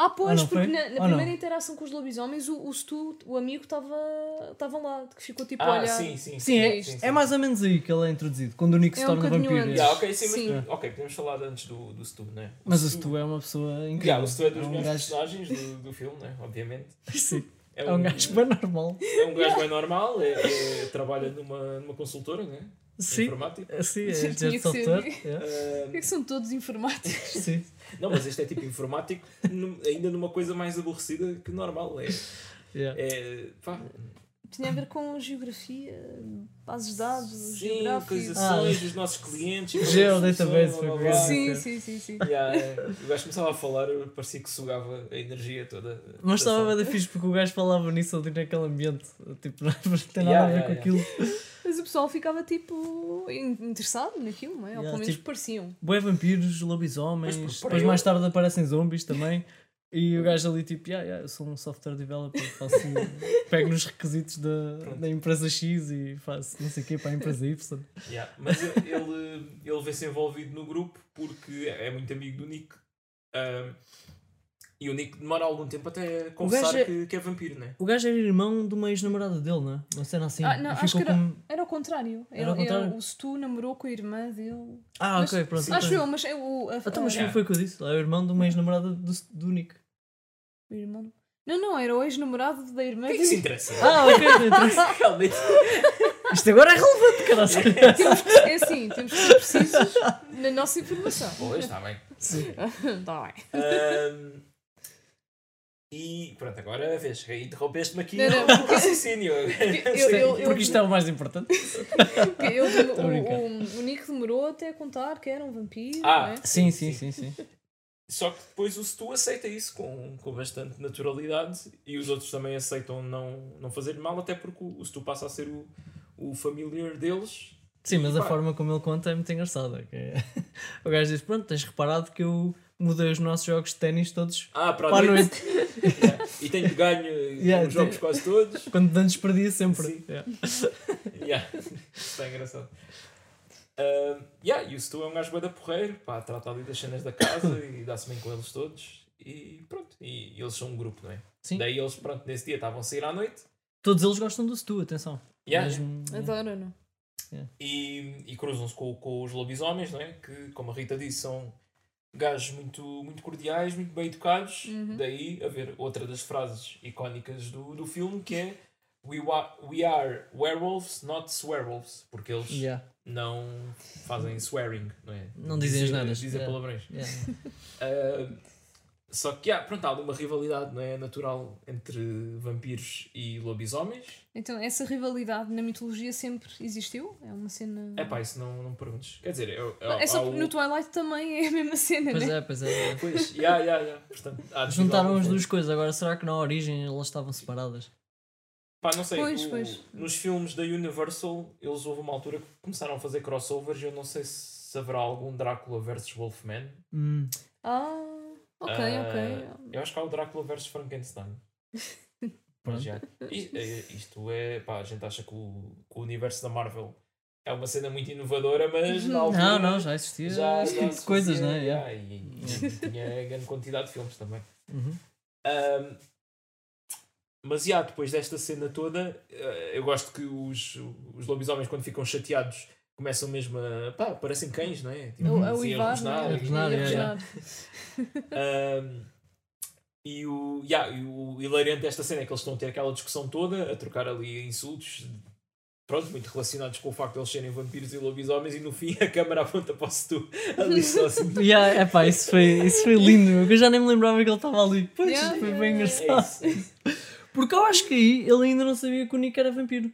[SPEAKER 2] Ah,
[SPEAKER 1] Ah,
[SPEAKER 2] pois,
[SPEAKER 1] não
[SPEAKER 2] porque
[SPEAKER 1] foi? Ah,
[SPEAKER 2] na, na
[SPEAKER 1] não.
[SPEAKER 2] primeira interação com os lobisomens, o, o Stu, o amigo, estava lá, que ficou tipo a
[SPEAKER 3] Ah,
[SPEAKER 2] olhar.
[SPEAKER 3] sim, sim.
[SPEAKER 1] Sim, é,
[SPEAKER 2] Sim,
[SPEAKER 1] é mais ou menos aí que ele é introduzido, quando o Nick se
[SPEAKER 2] É um
[SPEAKER 1] torna
[SPEAKER 2] bocadinho
[SPEAKER 1] vampiro.
[SPEAKER 2] antes.
[SPEAKER 1] é.
[SPEAKER 3] Yeah, ok, sim, mas
[SPEAKER 2] Sim.
[SPEAKER 3] ok, podemos falar antes do, do Stu, né?
[SPEAKER 1] Mas o Stu é uma pessoa incrível.
[SPEAKER 3] Yeah, o Stu é dos
[SPEAKER 1] um
[SPEAKER 3] melhores
[SPEAKER 1] gajo-
[SPEAKER 3] personagens do, do filme, né? Obviamente.
[SPEAKER 1] Sim,
[SPEAKER 3] É
[SPEAKER 1] é um gajo bem normal.
[SPEAKER 3] É um gajo bem normal, é, é- trabalha numa, numa consultora, né?
[SPEAKER 1] Sim,
[SPEAKER 3] Informática.
[SPEAKER 1] sim, é
[SPEAKER 2] Tinha
[SPEAKER 1] engenheiro
[SPEAKER 2] que
[SPEAKER 1] de
[SPEAKER 2] ser.
[SPEAKER 1] software. yeah.
[SPEAKER 3] Ah,
[SPEAKER 2] Por que é que são todos informáticos?
[SPEAKER 1] Sim.
[SPEAKER 3] não, mas este é tipo informático, num- ainda numa coisa mais aborrecida que normal. É,
[SPEAKER 1] yeah.
[SPEAKER 3] é, pá,
[SPEAKER 2] Tinha a ver com geografia, bases de dados,
[SPEAKER 3] Sim, assim.
[SPEAKER 2] geográficos.
[SPEAKER 3] localizações
[SPEAKER 1] Ah.
[SPEAKER 3] dos nossos clientes.
[SPEAKER 1] Geo
[SPEAKER 3] como eles
[SPEAKER 1] database foi
[SPEAKER 3] funcionam, blá, blá, blá.
[SPEAKER 2] Ah, Sim, sim, sim, sim.
[SPEAKER 3] Yeah, é. o gajo começava a falar, eu parecia que sugava a energia toda.
[SPEAKER 1] Mas
[SPEAKER 3] da
[SPEAKER 1] estava
[SPEAKER 3] sala.
[SPEAKER 1] bem da fixe porque o gajo falava nisso ali naquele ambiente. Tipo, não tem nada a
[SPEAKER 3] Yeah,
[SPEAKER 1] ver
[SPEAKER 3] yeah,
[SPEAKER 1] com
[SPEAKER 3] yeah.
[SPEAKER 1] aquilo.
[SPEAKER 2] Mas o pessoal ficava tipo in- interessado naquilo, não é? Ou
[SPEAKER 1] Yeah,
[SPEAKER 2] pelo menos
[SPEAKER 1] tipo-
[SPEAKER 2] pareciam.
[SPEAKER 1] Bué vampiros, lobisomens,
[SPEAKER 3] Mas por- por
[SPEAKER 1] depois
[SPEAKER 3] aí
[SPEAKER 1] mais
[SPEAKER 3] eu-
[SPEAKER 1] tarde aparecem zombies também. E o gajo ali, tipo, yeah, yeah, eu sou um software developer, faço, pego nos requisitos da, da empresa X e faço não sei o quê para a empresa Y.
[SPEAKER 3] Yeah, Mas eu- ele, ele vê-se envolvido no grupo porque é muito amigo do Nick. Ahm, e o Nick demora algum tempo até confessar
[SPEAKER 1] gajo é-
[SPEAKER 3] que, que é vampiro, né?
[SPEAKER 1] O gajo era irmão de uma ex-namorada dele, não é? Uma cena assim.
[SPEAKER 2] Ah, não,
[SPEAKER 1] E
[SPEAKER 2] acho
[SPEAKER 1] ficou
[SPEAKER 2] que era-
[SPEAKER 1] como-
[SPEAKER 2] Era o contrário.
[SPEAKER 1] Era
[SPEAKER 2] Ele-
[SPEAKER 1] ao contrário?
[SPEAKER 2] ele- o Stu namorou com a irmã dele.
[SPEAKER 1] Ah,
[SPEAKER 2] Mas-
[SPEAKER 1] ok, pronto.
[SPEAKER 3] Sim.
[SPEAKER 2] Acho
[SPEAKER 1] então-
[SPEAKER 2] eu, mas é o. A,
[SPEAKER 1] Então, mas
[SPEAKER 2] a-
[SPEAKER 1] foi o que eu disse. É o irmão de uma ex-namorada do, do Nick.
[SPEAKER 2] o irmão. Não, não, era o ex-namorado da irmã
[SPEAKER 3] O que é que
[SPEAKER 2] dele.
[SPEAKER 3] se interessa?
[SPEAKER 1] Ah, ok, não interessa.
[SPEAKER 3] Realmente.
[SPEAKER 1] Isto agora é relevante, caralho.
[SPEAKER 2] Temos que- é assim, temos que ser precisos na nossa informação.
[SPEAKER 3] Pois, está bem.
[SPEAKER 2] Tá bem.
[SPEAKER 3] Ahm, e pronto, agora é a vez. Interrompeste-me aqui
[SPEAKER 2] Não, não,
[SPEAKER 3] no raciocínio.
[SPEAKER 2] Eu- eu- eu-
[SPEAKER 1] Porque isto é o mais importante.
[SPEAKER 2] Porque ele demo-
[SPEAKER 1] Tô a brincar.
[SPEAKER 2] o, o- o Nick demorou até a contar que era um vampiro.
[SPEAKER 3] Ah.
[SPEAKER 2] não é?
[SPEAKER 1] Sim, sim, sim, sim.
[SPEAKER 3] Só que depois o Stu aceita isso com, com bastante naturalidade e os outros também aceitam não, não fazer mal, até porque o o Stu passa a ser o, o familiar deles.
[SPEAKER 1] Sim, mas a
[SPEAKER 3] Pá.
[SPEAKER 1] forma como ele conta é muito engraçada. que é- O gajo diz: Pronto, tens reparado que eu mudei os nossos jogos de ténis todos
[SPEAKER 3] Ah, para
[SPEAKER 1] para
[SPEAKER 3] a
[SPEAKER 1] a
[SPEAKER 3] noite.
[SPEAKER 1] noite.
[SPEAKER 3] Yeah. E tenho ganho eh,
[SPEAKER 1] Yeah,
[SPEAKER 3] os jogos
[SPEAKER 1] tem-
[SPEAKER 3] quase todos.
[SPEAKER 1] Quando antes perdia sempre.
[SPEAKER 3] Sim.
[SPEAKER 1] Yeah.
[SPEAKER 3] Yeah. Está engraçado. Ah, yeah, e o Stu é um gajo bué da porreiro, pá, trata ali das cenas da casa e dá-se bem com eles todos. E pronto, e, eles são um grupo, não é?
[SPEAKER 1] Sim.
[SPEAKER 3] Daí eles, pronto, nesse dia estavam a sair à noite.
[SPEAKER 1] Todos eles gostam do Stu, atenção.
[SPEAKER 3] Yeah,
[SPEAKER 1] Mesmo-
[SPEAKER 2] é? Adoro, não?
[SPEAKER 3] e, e cruzam-se com, com os lobisomens, não é? que, como a Rita disse, são gajos muito, muito cordiais, muito bem educados.
[SPEAKER 2] Uhum.
[SPEAKER 3] Daí, a ver, outra das frases icónicas do, do filme que é we, wa- we are werewolves, not swearwolves, porque eles
[SPEAKER 1] Yeah,
[SPEAKER 3] não fazem swearing, não é?
[SPEAKER 1] Não dizem as
[SPEAKER 3] Dizem-
[SPEAKER 1] neiras.
[SPEAKER 3] Dizem
[SPEAKER 1] Yeah.
[SPEAKER 3] palavrões.
[SPEAKER 1] yeah.
[SPEAKER 3] Ah, só que, yeah, pronto, há ali uma rivalidade não é, natural entre vampiros e lobisomens.
[SPEAKER 2] Então, essa rivalidade na mitologia sempre existiu? É uma cena.
[SPEAKER 3] É pá, isso não, não perguntes. Quer dizer, eu,
[SPEAKER 2] é só
[SPEAKER 3] há
[SPEAKER 2] porque
[SPEAKER 3] o-
[SPEAKER 2] no Twilight também é a mesma cena,
[SPEAKER 1] Pois
[SPEAKER 2] né?
[SPEAKER 1] é, pois é.
[SPEAKER 3] Pois, yeah, yeah, yeah. Portanto, há de
[SPEAKER 1] Juntaram
[SPEAKER 3] vir
[SPEAKER 1] as
[SPEAKER 3] algum
[SPEAKER 1] duas coisas. Agora, será que na origem elas estavam separadas?
[SPEAKER 3] ponto. Pá, não sei.
[SPEAKER 2] Pois,
[SPEAKER 3] o-
[SPEAKER 2] pois.
[SPEAKER 3] Nos filmes da Universal, eles houve uma altura que começaram a fazer crossovers e eu não sei se haverá algum Drácula versus Wolfman.
[SPEAKER 1] Hum.
[SPEAKER 2] Ah, ok,
[SPEAKER 3] Ah,
[SPEAKER 2] ok.
[SPEAKER 3] Eu acho que há o Drácula versus Frankenstein.
[SPEAKER 1] Pronto.
[SPEAKER 3] Mas já. I- eh, Isto é. Pá, a gente acha que o, que o universo da Marvel é uma cena muito inovadora, mas.
[SPEAKER 2] Uhum.
[SPEAKER 3] na altura
[SPEAKER 1] Não, não, já existia este tipo de
[SPEAKER 3] se
[SPEAKER 1] coisas,
[SPEAKER 3] fazia,
[SPEAKER 1] não é? Yeah.
[SPEAKER 3] yeah, e- Ah, e tinha grande quantidade de filmes também.
[SPEAKER 1] Uhum.
[SPEAKER 3] Ahm, mas já, depois desta cena toda, eh, eu gosto que os, os lobisomens, quando ficam chateados, começam mesmo a. pá, parecem cães, não é?
[SPEAKER 2] É o- é o
[SPEAKER 3] assim, a
[SPEAKER 2] Ivar,
[SPEAKER 3] rosnar
[SPEAKER 2] não é?
[SPEAKER 3] e-
[SPEAKER 1] A rosnar,
[SPEAKER 2] É
[SPEAKER 1] é, é.
[SPEAKER 2] rosnar.
[SPEAKER 3] Ahm, e, o, yeah, e o hilariante desta cena é que eles estão a ter aquela discussão toda, a trocar ali insultos, pronto, muito relacionados com o facto de eles serem vampiros e lobisomens, e no fim a câmara aponta para o Stu ali só assim.
[SPEAKER 1] Yeah, epá, isso foi, isso foi lindo, meu, que eu já nem me lembrava que ele estava ali. Pois,
[SPEAKER 2] Yeah,
[SPEAKER 1] foi
[SPEAKER 2] yeah,
[SPEAKER 1] bem
[SPEAKER 2] yeah.
[SPEAKER 3] É
[SPEAKER 1] engraçado.
[SPEAKER 3] isso, é isso.
[SPEAKER 1] Porque eu acho que aí ele ainda não sabia que o Nick era vampiro.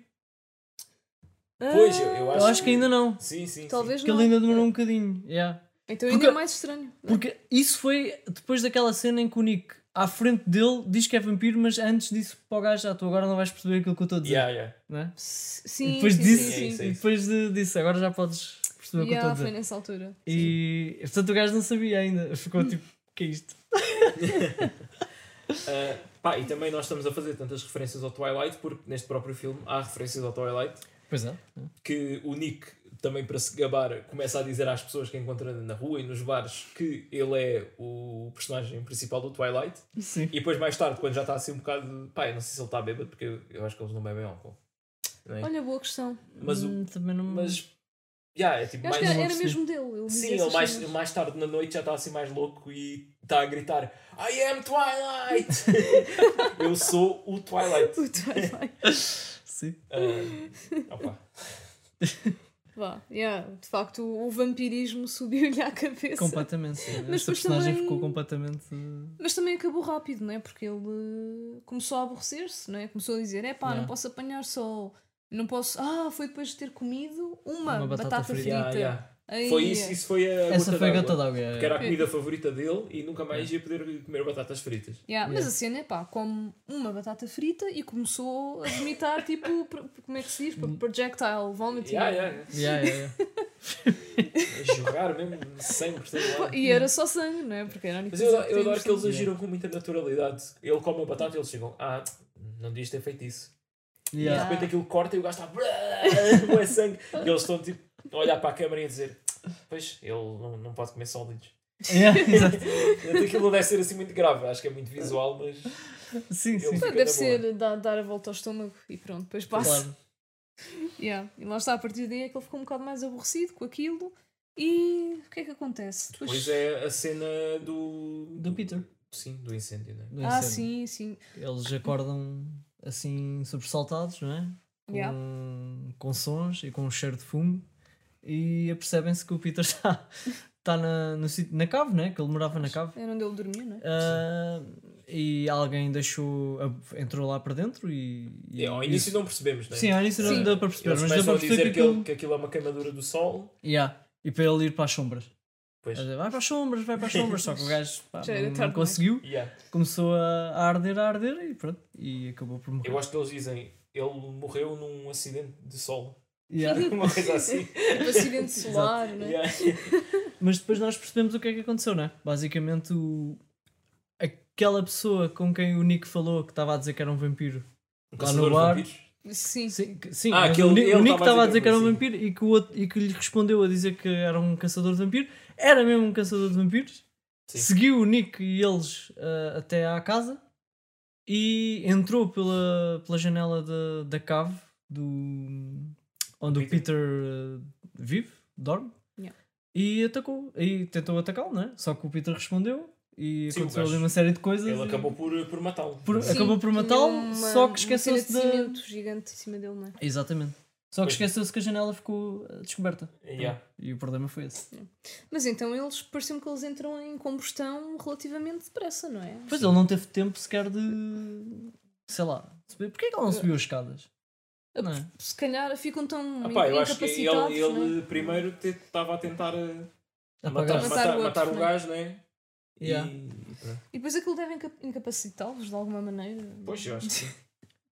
[SPEAKER 3] Pois, eu- eu
[SPEAKER 1] Eu acho que ainda não.
[SPEAKER 3] Sim, sim. sim.
[SPEAKER 2] Talvez
[SPEAKER 1] Porque
[SPEAKER 2] não.
[SPEAKER 1] ele ainda demorou um bocadinho. Yeah.
[SPEAKER 2] Então ainda
[SPEAKER 1] Porque-
[SPEAKER 2] é mais estranho.
[SPEAKER 1] Porque isso foi depois daquela cena em que o Nick, à frente dele, diz que é vampiro, mas antes disso para o gajo, ah, tu agora não vais perceber aquilo que eu estou a dizer.
[SPEAKER 3] Yeah, yeah.
[SPEAKER 1] não é?
[SPEAKER 2] S-
[SPEAKER 1] E
[SPEAKER 2] Sim,
[SPEAKER 1] depois
[SPEAKER 2] sim,
[SPEAKER 1] disso,
[SPEAKER 2] sim, sim.
[SPEAKER 3] sim.
[SPEAKER 1] e depois de- disso, agora já podes perceber é o que eu estou a
[SPEAKER 2] Yeah, foi
[SPEAKER 1] dizer.
[SPEAKER 2] nessa altura.
[SPEAKER 1] E portanto o gajo não sabia ainda. Ficou tipo, que é isto?
[SPEAKER 3] Ah, pá, e também nós estamos a fazer tantas referências ao Twilight, porque neste próprio filme há referências ao Twilight
[SPEAKER 1] Pois é.
[SPEAKER 3] que o Nick, também para se gabar, começa a dizer às pessoas que encontra na rua e nos bares que ele é o personagem principal do Twilight.
[SPEAKER 1] Sim.
[SPEAKER 3] E depois, mais tarde, quando já está assim um bocado. Pá, eu não sei se ele está bêbado, porque eu, eu acho que eles não bebem álcool. Não é?
[SPEAKER 2] Olha, boa questão.
[SPEAKER 3] Mas, o-
[SPEAKER 1] Hum, também não.
[SPEAKER 3] mas já, é tipo
[SPEAKER 2] Eu acho
[SPEAKER 3] mais.
[SPEAKER 2] que um era,
[SPEAKER 1] uma
[SPEAKER 2] era
[SPEAKER 1] pessoa.
[SPEAKER 2] mesmo dele. Ele
[SPEAKER 3] Sim,
[SPEAKER 2] dizia
[SPEAKER 3] ele
[SPEAKER 2] essas
[SPEAKER 3] mais,
[SPEAKER 2] cenas.
[SPEAKER 3] mais tarde na noite já está assim mais louco e está a gritar I am Twilight! eu sou o Twilight.
[SPEAKER 2] O Twilight.
[SPEAKER 1] Sim.
[SPEAKER 3] Ah, opa.
[SPEAKER 2] Vá, yeah, de facto o vampirismo subiu-lhe à cabeça.
[SPEAKER 1] Completamente. sim.
[SPEAKER 2] Mas
[SPEAKER 1] Esta
[SPEAKER 2] depois
[SPEAKER 1] personagem
[SPEAKER 2] também-
[SPEAKER 1] ficou completamente.
[SPEAKER 2] Mas também acabou rápido, não é? Porque ele eh, começou a aborrecer-se, não é? Começou a dizer: é pá,
[SPEAKER 1] Yeah.
[SPEAKER 2] não posso apanhar sol, não posso. Ah, foi depois de ter comido uma,
[SPEAKER 1] Uma
[SPEAKER 2] batata,
[SPEAKER 1] batata
[SPEAKER 2] frita.
[SPEAKER 1] frita.
[SPEAKER 3] Yeah, yeah.
[SPEAKER 2] Aí, é.
[SPEAKER 3] Foi isso, isso foi a
[SPEAKER 1] Essa
[SPEAKER 3] É gota
[SPEAKER 1] foi a
[SPEAKER 3] d'água.
[SPEAKER 1] gata d'água.
[SPEAKER 3] Porque era a
[SPEAKER 1] é.
[SPEAKER 3] comida favorita dele e nunca mais ia poder comer batatas fritas.
[SPEAKER 2] Yeah, Mas
[SPEAKER 1] Yeah.
[SPEAKER 2] a cena é pá, come uma batata frita e começou a vomitar, tipo, pro- como é que se diz?
[SPEAKER 1] Hum.
[SPEAKER 2] Pro- Projectile vomiting.
[SPEAKER 3] Yeah, yeah, yeah.
[SPEAKER 1] Yeah, yeah, yeah.
[SPEAKER 3] A jorrar mesmo sangue por todo lado.
[SPEAKER 2] E era só sangue, não é? Porque era a única
[SPEAKER 3] Mas eu,
[SPEAKER 2] coisa
[SPEAKER 3] eu adoro
[SPEAKER 2] temos,
[SPEAKER 3] que eles
[SPEAKER 2] não é?
[SPEAKER 3] agiram com muita naturalidade. Ele come a batata e eles chegam, ah, não devias ter feito isso. E de
[SPEAKER 1] Yeah.
[SPEAKER 3] repente aquilo corta e o gajo está. "Bruh", é sangue. E eles estão tipo a olhar para a câmera e a dizer: Pois, ele não, não pode comer sólidos.
[SPEAKER 1] Yeah, exato.
[SPEAKER 3] Portanto, Aquilo não deve ser assim muito grave. Acho que é muito visual, mas.
[SPEAKER 1] Sim,
[SPEAKER 3] Ele
[SPEAKER 1] sim.
[SPEAKER 3] fica
[SPEAKER 2] Deve
[SPEAKER 3] na
[SPEAKER 2] ser dar, dar a volta ao estômago e pronto, depois passa.
[SPEAKER 1] Claro.
[SPEAKER 2] Yeah. E lá está, a partir daí é que ele ficou um bocado mais aborrecido com aquilo. E o que é que acontece? Depois-
[SPEAKER 3] Pois é a cena do.
[SPEAKER 1] Do Peter.
[SPEAKER 3] Sim, do incêndio, né?
[SPEAKER 1] do
[SPEAKER 2] Ah,
[SPEAKER 1] incêndio.
[SPEAKER 2] sim, sim.
[SPEAKER 1] Eles acordam assim sobressaltados, não é? Com,
[SPEAKER 2] Yeah.
[SPEAKER 1] com sons e com um cheiro de fumo e apercebem-se que o Peter está, está na, no sítio- na cave, não é? Que ele morava na cave.
[SPEAKER 2] Era onde ele dormiu, não é?
[SPEAKER 1] Ah, e alguém deixou, a- entrou lá para dentro e. e
[SPEAKER 3] E, É, ao início não percebemos, né?
[SPEAKER 1] Sim, ao início
[SPEAKER 2] Sim.
[SPEAKER 1] não deu para perceber,
[SPEAKER 3] Eles
[SPEAKER 1] mas deu para
[SPEAKER 3] começam a
[SPEAKER 1] perceber
[SPEAKER 3] dizer
[SPEAKER 1] que
[SPEAKER 3] que, ele-
[SPEAKER 1] aquilo.
[SPEAKER 3] que aquilo é uma queimadura do sol.
[SPEAKER 1] Yeah. E para ele ir para as sombras.
[SPEAKER 3] Pois.
[SPEAKER 1] Ele diz, Vai para as sombras, vai para as sombras. Só que o gajo pá,
[SPEAKER 2] Já era
[SPEAKER 1] não-
[SPEAKER 2] tarde, não
[SPEAKER 1] não
[SPEAKER 2] é?
[SPEAKER 1] conseguiu.
[SPEAKER 3] Yeah.
[SPEAKER 1] Começou a a arder, a arder e pronto. E acabou por morrer.
[SPEAKER 3] Eu acho que eles dizem: Ele morreu num acidente de sol.
[SPEAKER 1] Yeah.
[SPEAKER 3] Uma coisa assim.
[SPEAKER 2] Tipo acidente solar, não é?
[SPEAKER 3] Yeah.
[SPEAKER 1] Mas depois nós percebemos o que é que aconteceu, não é? Basicamente, o... aquela pessoa com quem o Nick falou que estava a dizer que era um vampiro.
[SPEAKER 3] Um
[SPEAKER 1] Lá
[SPEAKER 3] caçador
[SPEAKER 1] no
[SPEAKER 3] de
[SPEAKER 1] bar.
[SPEAKER 3] vampiros.
[SPEAKER 2] Sim.
[SPEAKER 1] Sim, que- sim
[SPEAKER 3] Ah,
[SPEAKER 1] mas
[SPEAKER 3] aquele-
[SPEAKER 1] o, Ni-
[SPEAKER 3] ele
[SPEAKER 1] o Nick
[SPEAKER 3] estava
[SPEAKER 1] estava a dizer que era um
[SPEAKER 3] sim.
[SPEAKER 1] vampiro e que, o outro, e que lhe respondeu a dizer que era um caçador de vampiros. Era mesmo um caçador de vampiros.
[SPEAKER 3] Sim.
[SPEAKER 1] Seguiu o Nick e eles ah, até à casa e entrou pela, pela janela da, da cave do, onde o
[SPEAKER 3] Peter.
[SPEAKER 1] Peter ah, vive, dorme,
[SPEAKER 2] Yeah.
[SPEAKER 1] e atacou. E tentou atacá-lo, não é? Só que o Peter respondeu e
[SPEAKER 3] Sim, o
[SPEAKER 1] aconteceu
[SPEAKER 3] gajo-
[SPEAKER 1] ali uma série de coisas.
[SPEAKER 3] Ele
[SPEAKER 1] e-
[SPEAKER 3] acabou por, por matá-lo.
[SPEAKER 1] Por-
[SPEAKER 3] Sim.
[SPEAKER 1] acabou por
[SPEAKER 2] tinha
[SPEAKER 1] matá-lo,
[SPEAKER 2] uma-
[SPEAKER 1] só que
[SPEAKER 2] uma
[SPEAKER 1] esqueceu-se
[SPEAKER 2] cena de
[SPEAKER 1] da-
[SPEAKER 2] cimento gigante em cima dele, não é?
[SPEAKER 1] Exatamente. Só que
[SPEAKER 3] Pois.
[SPEAKER 1] esqueceu-se que a janela ficou ah, descoberta.
[SPEAKER 3] Yeah.
[SPEAKER 1] E o problema foi esse.
[SPEAKER 2] Mas então eles, pareceu-me que eles entram em combustão relativamente depressa, não é?
[SPEAKER 1] Pois ele não teve tempo sequer de. sei lá. Subir. Porquê que ele não subiu as escadas? Não é?
[SPEAKER 2] Se calhar ficam tão
[SPEAKER 3] Ah, pá, eu acho que ele,
[SPEAKER 2] incapacitados, não é?
[SPEAKER 3] ele primeiro te- estava a tentar eh, matar,
[SPEAKER 1] Apagar.
[SPEAKER 2] Matar
[SPEAKER 3] matar-
[SPEAKER 2] o outro,
[SPEAKER 3] matar o
[SPEAKER 2] né?
[SPEAKER 3] gajo, não é? E-
[SPEAKER 1] Yeah.
[SPEAKER 3] e pronto.
[SPEAKER 2] E depois aquilo deve inca- incapacitá-los de alguma maneira.
[SPEAKER 3] Pois, eu acho que sim.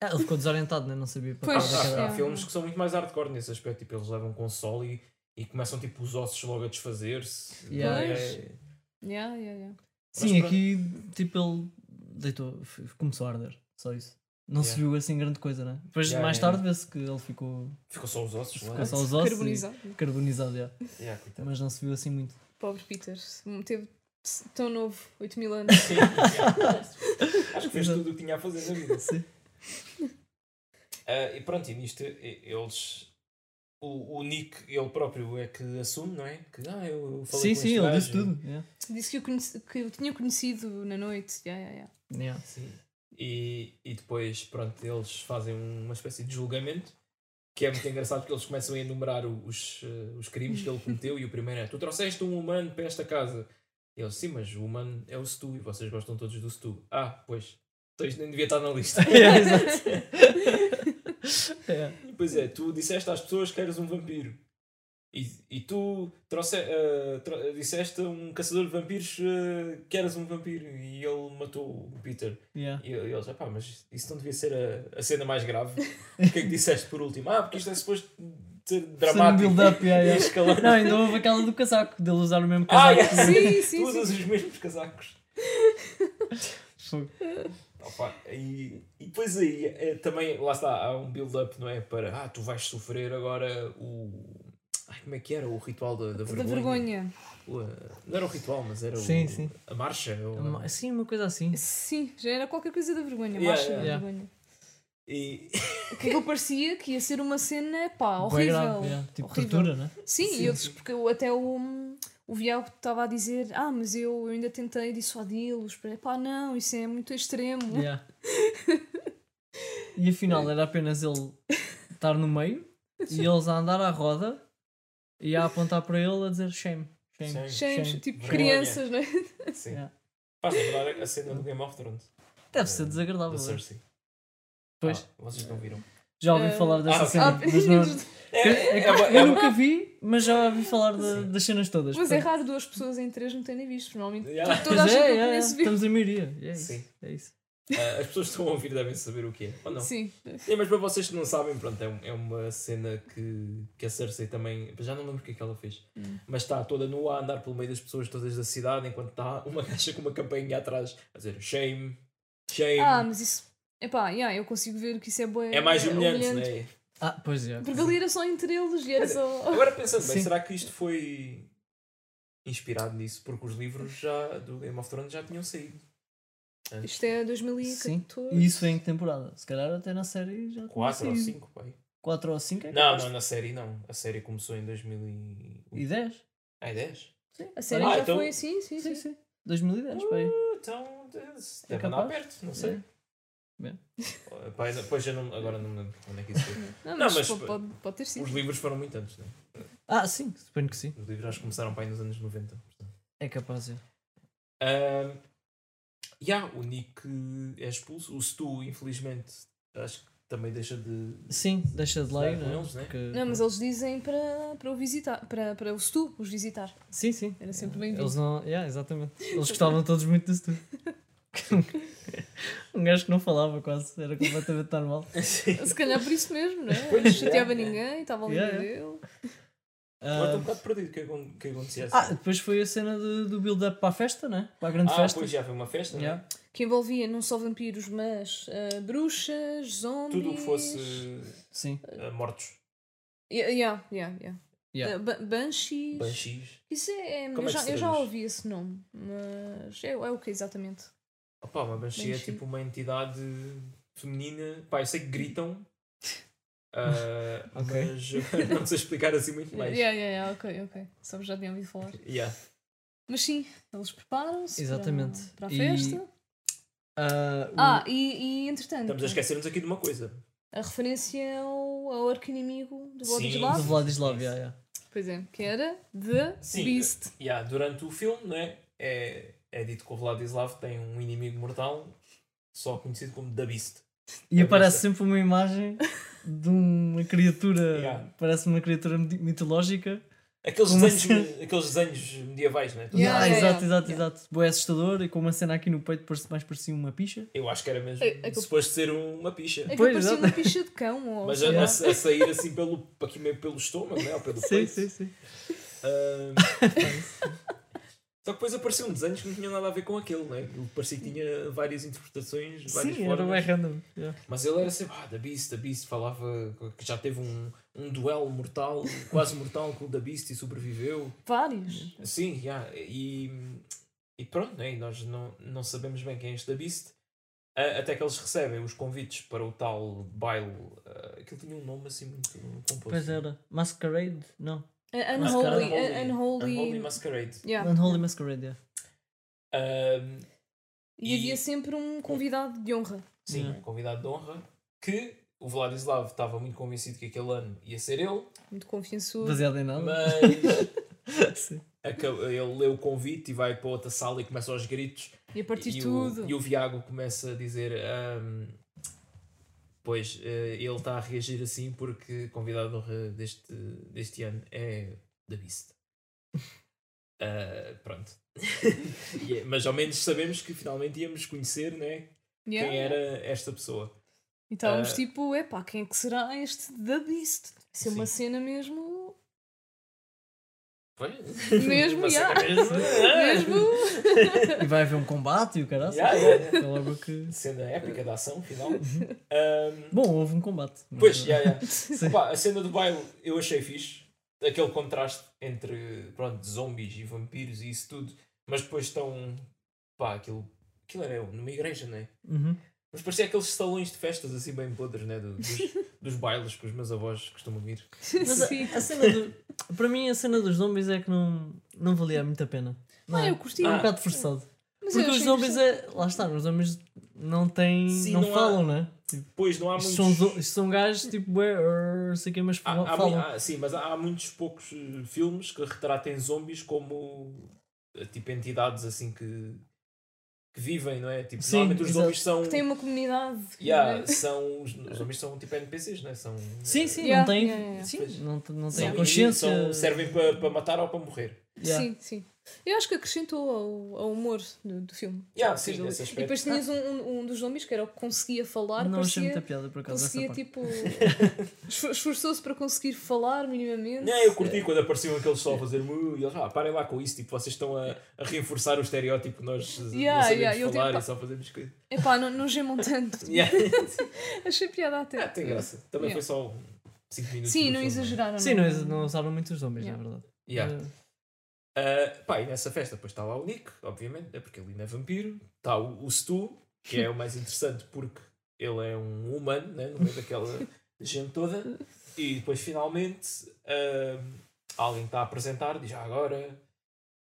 [SPEAKER 1] Ah, ele ficou desorientado, né? não sabia para
[SPEAKER 3] Há,
[SPEAKER 2] Pois,
[SPEAKER 1] onde é que
[SPEAKER 3] há-
[SPEAKER 1] era.
[SPEAKER 3] há
[SPEAKER 2] é.
[SPEAKER 3] filmes que são muito mais hardcore nesse aspecto. Tipo, eles levam console e, e começam tipo, os ossos logo a desfazer-se.
[SPEAKER 1] Yeah.
[SPEAKER 3] É-
[SPEAKER 2] Yeah, yeah, yeah.
[SPEAKER 1] Sim,
[SPEAKER 3] pronto.
[SPEAKER 1] aqui tipo ele deitou, f- começou a arder, só isso. Não se
[SPEAKER 3] Yeah.
[SPEAKER 1] viu assim grande coisa, né? Depois
[SPEAKER 3] Yeah,
[SPEAKER 1] mais
[SPEAKER 3] yeah,
[SPEAKER 1] tarde vê-se que ele ficou
[SPEAKER 3] Ficou só os ossos é? lá.
[SPEAKER 1] Ficou só os ossos e-
[SPEAKER 2] Carbonizado.
[SPEAKER 1] carbonizado, yeah.
[SPEAKER 3] Yeah, coitado.
[SPEAKER 1] mas não se viu assim muito.
[SPEAKER 2] Pobre Peter, teve tão novo, 8 mil anos.
[SPEAKER 3] Sim, yeah. acho que fez tudo o que tinha a fazer na vida.
[SPEAKER 1] Sim.
[SPEAKER 3] Ah, e pronto, e nisto e- eles. O, o Nick, ele próprio é que assume, não é? Que ah, eu falei
[SPEAKER 1] Sim,
[SPEAKER 3] com
[SPEAKER 1] sim,
[SPEAKER 3] este
[SPEAKER 1] ele
[SPEAKER 3] gajo.
[SPEAKER 1] disse tudo. Yeah.
[SPEAKER 2] Disse que eu, conheci- que eu tinha conhecido na noite. Yeah, yeah, yeah.
[SPEAKER 1] Yeah.
[SPEAKER 3] Sim. E, e depois, pronto, eles fazem uma espécie de julgamento que é muito engraçado porque eles começam a enumerar o- os, eh, os crimes que ele cometeu e o primeiro é tu trouxeste um humano para esta casa. E eles, sim, mas o humano é o Stu e vocês gostam todos do Stu. Ah, pois, então isto nem devia estar na lista.
[SPEAKER 1] Yeah, exato. Yeah.
[SPEAKER 3] pois é, tu disseste às pessoas que eras um vampiro. E, e tu trouxe, eh, tro- disseste a um caçador de vampiros eh, que eras um vampiro e ele matou o Peter.
[SPEAKER 1] Yeah.
[SPEAKER 3] E eles, pá, mas isso não devia ser a, a cena mais grave. O que é que disseste por último? Ah, porque isto é suposto ser dramático.
[SPEAKER 1] Sem build-up, yeah,
[SPEAKER 3] E
[SPEAKER 1] yeah.
[SPEAKER 3] escalando.
[SPEAKER 1] Não, ainda houve aquela do casaco, dele usar o mesmo
[SPEAKER 3] Ah,
[SPEAKER 1] casaco.
[SPEAKER 2] Sim,
[SPEAKER 3] yeah. tu
[SPEAKER 2] sim,
[SPEAKER 3] usas
[SPEAKER 2] sim.
[SPEAKER 3] os mesmos casacos.
[SPEAKER 1] Fogo.
[SPEAKER 3] Opa, e, e depois aí é, também, lá está, há um build-up, não é? Para, ah, tu vais sofrer agora o. Ai, como é que era? O ritual da, da
[SPEAKER 2] Da
[SPEAKER 3] vergonha.
[SPEAKER 2] vergonha.
[SPEAKER 3] O, eh, não era o ritual, mas era o-
[SPEAKER 1] Sim, sim.
[SPEAKER 3] a marcha. ou-
[SPEAKER 1] Uma- Sim, uma coisa assim.
[SPEAKER 2] Sim, já era qualquer coisa da vergonha.
[SPEAKER 3] Yeah,
[SPEAKER 2] marcha da
[SPEAKER 1] yeah.
[SPEAKER 2] vergonha.
[SPEAKER 3] E,
[SPEAKER 2] Que aquilo parecia que ia ser uma cena, pá,
[SPEAKER 1] Bué
[SPEAKER 2] horrível.
[SPEAKER 1] grave, yeah. Tipo
[SPEAKER 2] horrível.
[SPEAKER 1] tortura, né?
[SPEAKER 2] Sim,
[SPEAKER 3] Sim,
[SPEAKER 2] e eles, porque eu- até o, o Vial estava a dizer: Ah, mas eu, eu ainda tentei dissuadi-los. para- Pá, não, isso é muito extremo.
[SPEAKER 1] Yeah. e afinal era apenas ele estar no meio e eles a andar à roda e a apontar para ele a dizer shame. Shame.
[SPEAKER 3] Shame.
[SPEAKER 2] Shames,
[SPEAKER 1] Shame.
[SPEAKER 2] tipo
[SPEAKER 3] Vergonha.
[SPEAKER 2] crianças, não é?
[SPEAKER 3] Sim.
[SPEAKER 1] Yeah.
[SPEAKER 3] Faz lembrar a cena do Game of Thrones.
[SPEAKER 1] Deve ser
[SPEAKER 3] Da-
[SPEAKER 1] desagradável. né?
[SPEAKER 3] da Cersei.
[SPEAKER 1] Pois.
[SPEAKER 3] Ah, vocês não viram.
[SPEAKER 1] Já ouvi
[SPEAKER 2] Eh,
[SPEAKER 1] falar dessa
[SPEAKER 3] ah,
[SPEAKER 1] cena.
[SPEAKER 2] Ah,
[SPEAKER 1] mas não-
[SPEAKER 3] É, é, é, bo- é
[SPEAKER 1] Eu
[SPEAKER 3] bo-
[SPEAKER 1] nunca vi, mas já ouvi falar da-
[SPEAKER 3] Sim.
[SPEAKER 1] das cenas todas.
[SPEAKER 2] Mas é
[SPEAKER 1] portanto.
[SPEAKER 2] raro duas pessoas em três não terem visto. Normalmente
[SPEAKER 3] Yeah.
[SPEAKER 2] to- toda a
[SPEAKER 1] Pois
[SPEAKER 2] gente
[SPEAKER 1] é,
[SPEAKER 2] que eu
[SPEAKER 1] é, é,
[SPEAKER 2] conheço viu.
[SPEAKER 1] estamos a maioria. É isso.
[SPEAKER 3] Sim.
[SPEAKER 1] É isso.
[SPEAKER 3] Ah, as pessoas que estão a ouvir devem saber o que é. Ou não?
[SPEAKER 2] Sim.
[SPEAKER 3] É, mas para vocês que não sabem, pronto, é, um- é uma cena que, que a Cersei também. Já não lembro o que é que ela fez.
[SPEAKER 2] Hum.
[SPEAKER 3] Mas está toda nua a andar pelo meio das pessoas todas da cidade, enquanto está uma caixa com uma campainha atrás a dizer shame, shame.
[SPEAKER 2] Ah, mas isso. Epá, yeah, eu consigo ver que isso é boa.
[SPEAKER 3] é mais humilhante, não é?
[SPEAKER 1] Ah, pois é.
[SPEAKER 2] Porque ali era só entre eles e era
[SPEAKER 3] Olha,
[SPEAKER 2] só.
[SPEAKER 3] Agora pensando bem,
[SPEAKER 1] Sim.
[SPEAKER 3] será que isto foi inspirado nisso? Porque os livros já, do Game of Thrones já tinham saído.
[SPEAKER 2] Isto é 2014.
[SPEAKER 1] Sim. E isso em que temporada? Se calhar até na série já.
[SPEAKER 3] 4 ou 5, pai.
[SPEAKER 1] 4 ou 5 é
[SPEAKER 3] Não,
[SPEAKER 1] capaz.
[SPEAKER 3] não, na série não. A série começou em 2010.
[SPEAKER 1] E 10?
[SPEAKER 3] Ai, 10?
[SPEAKER 2] A série
[SPEAKER 3] Ah,
[SPEAKER 2] já
[SPEAKER 3] então-
[SPEAKER 2] foi assim, sim,
[SPEAKER 1] Sim,
[SPEAKER 2] sim.
[SPEAKER 1] sim. 2010, pá aí. É
[SPEAKER 3] Então, deve andar
[SPEAKER 1] capaz.
[SPEAKER 3] perto, não sei.
[SPEAKER 1] É. Bem.
[SPEAKER 3] Pai, não- pois eu não, agora não me lembro quando é que isso foi.
[SPEAKER 2] Não,
[SPEAKER 3] Não,
[SPEAKER 2] mas,
[SPEAKER 3] mas-
[SPEAKER 2] po- pode, pode ter sido.
[SPEAKER 3] Os livros foram muito antes, né?
[SPEAKER 1] Ah, sim, suponho que sim.
[SPEAKER 3] Os livros acho que começaram pai nos anos 90. portanto.
[SPEAKER 1] É capaz, é.
[SPEAKER 3] Ahm, e há, o Nick é expulso. O Stu, infelizmente, acho que também deixa de.
[SPEAKER 1] Sim, deixa de
[SPEAKER 3] Vai
[SPEAKER 1] lei,
[SPEAKER 3] com
[SPEAKER 1] não é?
[SPEAKER 3] eles, né?
[SPEAKER 1] Porque...
[SPEAKER 2] Não, mas eles dizem para, para o visitar, para, para o Stu os visitar.
[SPEAKER 1] Sim, sim.
[SPEAKER 2] Era sempre bem-vindo.
[SPEAKER 1] Eles não. Yeah, exatamente. Eles gostavam todos muito disso tudo. um gajo que não falava quase, era completamente normal.
[SPEAKER 2] Se calhar por isso mesmo, não é?
[SPEAKER 3] Pois,
[SPEAKER 2] Não chateava
[SPEAKER 3] é, é.
[SPEAKER 2] ninguém, estava ali
[SPEAKER 1] Yeah,
[SPEAKER 2] yeah,
[SPEAKER 3] Agora estou um
[SPEAKER 1] Ah,
[SPEAKER 3] bocado perdido o que, acon- que acontecia assim.
[SPEAKER 1] ah, depois foi a cena do, do build-up para a festa, né? Para a grande
[SPEAKER 3] Ah,
[SPEAKER 1] festa.
[SPEAKER 3] pois já foi uma festa, né?
[SPEAKER 1] Yeah.
[SPEAKER 2] Que envolvia não só vampiros, mas ah, bruxas, zombies.
[SPEAKER 3] Tudo o que fosse
[SPEAKER 1] Sim.
[SPEAKER 3] ah, mortos,
[SPEAKER 2] Yeah, yeah, yeah, yeah.
[SPEAKER 1] Yeah.
[SPEAKER 2] Ah, ba- banshees.
[SPEAKER 3] banshees.
[SPEAKER 2] Isso é. Eu,
[SPEAKER 3] Como é que
[SPEAKER 2] já,
[SPEAKER 3] se
[SPEAKER 2] eu já
[SPEAKER 3] traduz?
[SPEAKER 2] ouvi esse nome, mas. É, é o que exatamente?
[SPEAKER 3] Opa, uma banshee é
[SPEAKER 2] Banshee.
[SPEAKER 3] tipo uma entidade feminina. Pá, eu sei que gritam. ah,
[SPEAKER 1] Ok.
[SPEAKER 3] Mas não sei explicar assim muito mais.
[SPEAKER 2] Yeah, yeah, yeah, ok, ok. Só já tinha ouvido falar.
[SPEAKER 3] Yeah.
[SPEAKER 2] Mas sim, eles preparam-se. para-
[SPEAKER 1] Exatamente.
[SPEAKER 2] Para, a
[SPEAKER 1] E-
[SPEAKER 2] festa.
[SPEAKER 1] Ah, o-
[SPEAKER 2] Ah, e, e entretanto.
[SPEAKER 3] Estamos a esquecer-nos aqui de uma coisa.
[SPEAKER 2] A referência ao, ao arqui-inimigo do
[SPEAKER 3] Sim.
[SPEAKER 2] Vladislav.
[SPEAKER 1] Do Vladislav, yeah, yeah.
[SPEAKER 2] Pois é, que era The
[SPEAKER 3] Sim.
[SPEAKER 2] Beast.
[SPEAKER 3] Yeah, durante o filme, não é? É, é dito que o Vladislav tem um inimigo mortal só conhecido como The Beast.
[SPEAKER 1] E
[SPEAKER 3] É
[SPEAKER 1] aparece
[SPEAKER 3] vista.
[SPEAKER 1] sempre uma imagem de uma criatura.
[SPEAKER 3] Yeah.
[SPEAKER 1] Parece uma criatura mit- mitológica.
[SPEAKER 3] Aqueles,
[SPEAKER 1] Como assim?
[SPEAKER 3] desenhos, aqueles desenhos medievais, não é?
[SPEAKER 2] Yeah,
[SPEAKER 1] Ah,
[SPEAKER 2] yeah,
[SPEAKER 1] exato,
[SPEAKER 2] yeah.
[SPEAKER 1] exato,
[SPEAKER 2] Yeah.
[SPEAKER 1] exato. Boé assustador e com uma cena aqui no peito parece mais parecia uma picha.
[SPEAKER 3] Eu acho que era mesmo
[SPEAKER 2] É- é que-
[SPEAKER 3] suposto ser uma picha.
[SPEAKER 2] É que
[SPEAKER 1] Pois,
[SPEAKER 2] parecia
[SPEAKER 1] exato.
[SPEAKER 2] uma picha de cão. Ou
[SPEAKER 3] Mas a,
[SPEAKER 2] sei lá.
[SPEAKER 3] a- a sair assim pelo, aqui meio pelo estômago, não é? Ou pelo
[SPEAKER 1] Sim,
[SPEAKER 3] peito.
[SPEAKER 1] sim, sim.
[SPEAKER 3] Ahm, Só que depois apareciam desenhos que não tinham nada a ver com aquele, né? Ele parecia que tinha várias interpretações, várias
[SPEAKER 1] Sim, era
[SPEAKER 3] formas.
[SPEAKER 1] bem random. yeah.
[SPEAKER 3] Mas ele era sempre, ah, The Beast, The Beast, falava que já teve um, um duelo mortal, quase mortal com o The Beast e sobreviveu.
[SPEAKER 2] Vários.
[SPEAKER 3] Sim, já. E, e pronto, né? E nós não, não sabemos bem quem é este The Beast. A- Até que eles recebem os convites para o tal baile. ah, Aquilo tinha um nome assim muito composto.
[SPEAKER 1] Pois é. era. Masquerade? Não.
[SPEAKER 2] A-
[SPEAKER 1] Mascarada.
[SPEAKER 2] Unholy. a- Unholy.
[SPEAKER 3] Unholy Masquerade. Um,
[SPEAKER 2] Yeah.
[SPEAKER 1] Unholy Masquerade, yeah.
[SPEAKER 3] Ahm,
[SPEAKER 2] E havia
[SPEAKER 3] E-
[SPEAKER 2] sempre um convidado de honra.
[SPEAKER 3] Sim,
[SPEAKER 1] Yeah.
[SPEAKER 3] convidado de honra. Que o Vladislav estava muito convencido que aquele ano ia ser ele,
[SPEAKER 2] Muito confiançudo.
[SPEAKER 3] é-
[SPEAKER 1] Baseado em nada.
[SPEAKER 3] mas
[SPEAKER 1] Oh. Sim.
[SPEAKER 3] acabou- ele leu o convite e vai para outra sala e começa aos gritos.
[SPEAKER 2] E a partir
[SPEAKER 3] e,
[SPEAKER 2] de tudo.
[SPEAKER 3] O, e o Viago começa a dizer: ahm, Pois, eh, ele está a reagir assim porque convidado de honra deste, deste ano é da Beast. Ah, pronto. E é- mas ao menos sabemos que finalmente íamos conhecer né,
[SPEAKER 2] Yeah.
[SPEAKER 3] quem era esta pessoa.
[SPEAKER 2] E estávamos
[SPEAKER 3] Ah.
[SPEAKER 2] tipo, epá, quem é que será este The Beast? Vai ser uma
[SPEAKER 3] Sim.
[SPEAKER 2] cena mesmo.
[SPEAKER 3] Foi?
[SPEAKER 2] Mesmo,
[SPEAKER 3] Uma
[SPEAKER 2] yeah.
[SPEAKER 3] cena mesmo.
[SPEAKER 2] mesmo.
[SPEAKER 1] E vai haver um combate e o caralho.
[SPEAKER 3] Yeah, yeah,
[SPEAKER 1] É logo que.
[SPEAKER 3] Cena épica da ação, final. Ahm,
[SPEAKER 1] Bom, houve um combate. mas-
[SPEAKER 3] pois, yeah, yeah. Pá, a cena do baile eu achei fixe. Aquele contraste entre pronto, zombies e vampiros e isso tudo. Mas depois estão. Pá, aquilo, aquilo era eu, numa igreja, não é?
[SPEAKER 1] Uhum.
[SPEAKER 3] Mas parecia aqueles salões de festas assim bem podres, né? do- Dos, dos bailes que os meus avós costumam ir.
[SPEAKER 1] Mas
[SPEAKER 2] Sim.
[SPEAKER 3] eh,
[SPEAKER 1] a, a cena do. Para mim, a cena dos zombies é que não, não valia muito a pena. Não
[SPEAKER 2] Ah,
[SPEAKER 1] é?
[SPEAKER 2] eu curti.
[SPEAKER 1] É um
[SPEAKER 3] Ah.
[SPEAKER 1] bocado forçado.
[SPEAKER 2] mas
[SPEAKER 1] Porque
[SPEAKER 2] eu
[SPEAKER 1] os
[SPEAKER 2] achei
[SPEAKER 1] zombies
[SPEAKER 2] interessante.
[SPEAKER 1] é. Lá está, os zombies não têm.
[SPEAKER 3] Sim,
[SPEAKER 1] não,
[SPEAKER 3] não há-
[SPEAKER 1] falam, né?
[SPEAKER 3] Pois não há
[SPEAKER 1] Isto
[SPEAKER 3] muitos.
[SPEAKER 1] são, zo- isto são gajos tipo, bué, "Arr", não sei o que, mas
[SPEAKER 3] há-
[SPEAKER 1] fal-
[SPEAKER 3] há mu-
[SPEAKER 1] falam.
[SPEAKER 3] há- sim, mas há, há muitos poucos eh, filmes que retratem zombies como eh, tipo entidades assim que, que vivem, não é? Tipo,
[SPEAKER 1] Sim,
[SPEAKER 3] normalmente os
[SPEAKER 1] exato.
[SPEAKER 3] zombies são.
[SPEAKER 2] Que tem uma comunidade.
[SPEAKER 3] Yeah,
[SPEAKER 2] né?
[SPEAKER 3] são os, os zombies são tipo NPCs, não é? São,
[SPEAKER 1] Sim, sim,
[SPEAKER 2] Yeah,
[SPEAKER 1] não têm
[SPEAKER 2] yeah, yeah.
[SPEAKER 3] Pois.
[SPEAKER 1] Sim, não, t- não
[SPEAKER 3] são
[SPEAKER 1] têm
[SPEAKER 3] inimigos,
[SPEAKER 1] consciência.
[SPEAKER 3] são- servem para para matar ou para morrer.
[SPEAKER 1] Yeah.
[SPEAKER 2] é- Sim, sim. Eu acho que acrescentou ao, ao humor do, do filme.
[SPEAKER 3] Yeah,
[SPEAKER 2] Ou seja,
[SPEAKER 3] sim, nesse
[SPEAKER 2] e
[SPEAKER 3] aspecto.
[SPEAKER 2] depois tinhas um, um, um dos zombies que era o que conseguia falar,
[SPEAKER 1] não achei muita
[SPEAKER 2] parecia,
[SPEAKER 1] piada por causa dessa
[SPEAKER 2] conseguia
[SPEAKER 1] parte.
[SPEAKER 2] tipo. esfor- esforçou-se para conseguir falar minimamente.
[SPEAKER 3] Não, eu curti quando apareciam aqueles só a fazer mu e eles, ah, parem lá com isso, tipo, vocês estão a, a reforçar o estereótipo que nós
[SPEAKER 2] Yeah,
[SPEAKER 3] eh, não sabemos
[SPEAKER 2] yeah, eu
[SPEAKER 3] falar
[SPEAKER 2] tenho-
[SPEAKER 3] e só fazemos coisas.
[SPEAKER 2] Epá, não, não gemam tanto.
[SPEAKER 3] Yeah.
[SPEAKER 2] Achei piada
[SPEAKER 3] Ah,
[SPEAKER 2] até.
[SPEAKER 3] tem graça. Também
[SPEAKER 2] Yeah.
[SPEAKER 3] foi só 5 minutos.
[SPEAKER 2] Sim,
[SPEAKER 3] do
[SPEAKER 2] não
[SPEAKER 3] filme,
[SPEAKER 2] exageraram.
[SPEAKER 1] Sim, não, ex- não usaram muitos zombies,
[SPEAKER 2] Yeah.
[SPEAKER 1] na verdade.
[SPEAKER 3] é? Yeah.
[SPEAKER 1] Eh,
[SPEAKER 3] Ah, pá, e nessa festa depois está lá o Nick, obviamente, é porque ele ainda é vampiro. Está o, o Stu, que é o mais interessante porque ele é um humano, né, no meio daquela gente toda. E depois finalmente ah, alguém está a apresentar, diz "Ah, agora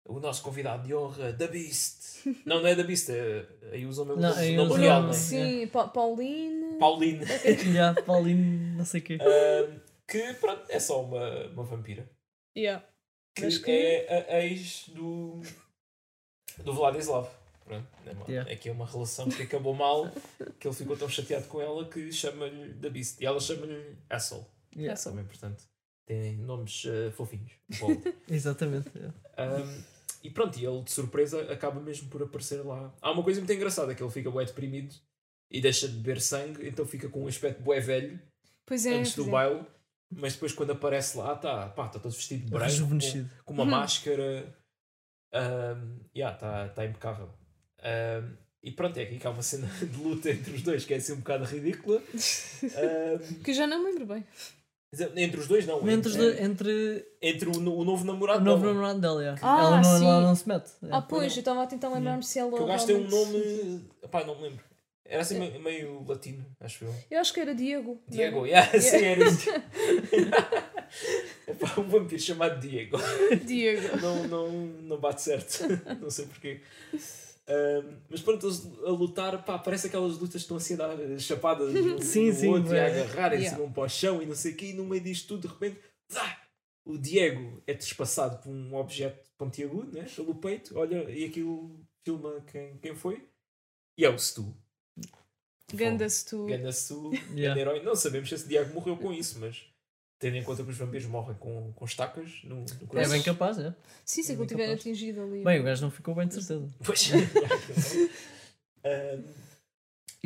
[SPEAKER 3] o nosso convidado de honra, The Beast. Não, não é The Beast, é, aí usam mesmo
[SPEAKER 1] Não,
[SPEAKER 3] o
[SPEAKER 1] aí
[SPEAKER 3] nome
[SPEAKER 1] usam-
[SPEAKER 3] real, né?
[SPEAKER 2] Sim, Pa- Pauline.
[SPEAKER 3] Pauline.
[SPEAKER 1] Eh, yeah, Pauline, não sei o quê.
[SPEAKER 3] Ah, que pronto, é só uma, uma vampira.
[SPEAKER 2] Yeah.
[SPEAKER 3] que,
[SPEAKER 2] Mas que-
[SPEAKER 3] é a ex do, do Vladislav. Pronto, é uma,
[SPEAKER 1] Yeah.
[SPEAKER 3] Aqui é uma relação que acabou mal, que ele ficou tão chateado com ela que chama-lhe da Beast. E ela chama-lhe Assel,
[SPEAKER 1] Yeah,
[SPEAKER 2] Essa.
[SPEAKER 3] também, portanto. Tem nomes eh, fofinhos. bold.
[SPEAKER 1] Exatamente. yeah.
[SPEAKER 3] Um, e pronto, e ele de surpresa acaba mesmo por aparecer lá. Há uma coisa muito engraçada, é que ele fica bué deprimido e deixa de beber sangue, então fica com um aspecto bué velho
[SPEAKER 2] Pois é.
[SPEAKER 3] antes do
[SPEAKER 2] pois é.
[SPEAKER 3] baile, mas depois quando aparece lá, está tá todo vestido de branco, com-
[SPEAKER 1] Rejuvenescido.
[SPEAKER 3] com uma
[SPEAKER 2] Uhum.
[SPEAKER 3] máscara. Está tá tá impecável. Ahm, e pronto, é aqui que há uma cena de luta entre os dois que é assim um bocado ridícula. Ahm,
[SPEAKER 2] Que eu já não me lembro bem.
[SPEAKER 3] entre os dois, não.
[SPEAKER 1] Entre, os dois- entre
[SPEAKER 3] entre o, no- o novo
[SPEAKER 1] o
[SPEAKER 3] namorado.
[SPEAKER 1] novo
[SPEAKER 3] dela,
[SPEAKER 1] namorado dela, yeah.
[SPEAKER 2] Ah,
[SPEAKER 1] ela, não,
[SPEAKER 2] sim.
[SPEAKER 1] ela não se mete. yeah.
[SPEAKER 2] Ah, pois, eu estava a tentar lembrar-me se ela.
[SPEAKER 3] Que o gajo tem um
[SPEAKER 2] realmente-
[SPEAKER 3] nome. Pá, não me lembro. Era
[SPEAKER 1] É.
[SPEAKER 3] assim meio, meio latino, acho eu.
[SPEAKER 2] Eu acho que era Diego.
[SPEAKER 3] Diego, yeah, sim, era isso. Epá, um vampiro chamado Diego.
[SPEAKER 2] Diego.
[SPEAKER 3] não, não, não bate certo. não sei porquê. Ahm, mas pronto, eles a lutar, pá, parece aquelas lutas que estão assim a dar chapadas no,
[SPEAKER 1] Sim,
[SPEAKER 3] no
[SPEAKER 1] sim,
[SPEAKER 3] outro e a
[SPEAKER 1] bué.
[SPEAKER 3] agarrarem-se
[SPEAKER 2] Yeah.
[SPEAKER 3] um para o chão e não sei o quê, e no meio disto tudo, de repente, zá, o Diego é trespassado por um objeto pontiagudo, né, pelo peito, olha, e aquilo filma quem, quem foi, e é o Stu.
[SPEAKER 2] Ganda-se tu.
[SPEAKER 3] Ganda Stu,
[SPEAKER 1] Yeah.
[SPEAKER 3] grande herói. Não sabemos se esse Diego morreu com isso, mas tendo em conta que os vampiros morrem com, com estacas no, no
[SPEAKER 1] É
[SPEAKER 3] coração.
[SPEAKER 1] bem capaz, é.
[SPEAKER 2] Sim, se
[SPEAKER 1] É
[SPEAKER 2] aquilo
[SPEAKER 1] bem
[SPEAKER 2] tiver
[SPEAKER 1] capaz.
[SPEAKER 2] atingido ali.
[SPEAKER 1] Bem, o gajo não ficou bem, de certeza.
[SPEAKER 3] Pois. Ahm,
[SPEAKER 1] E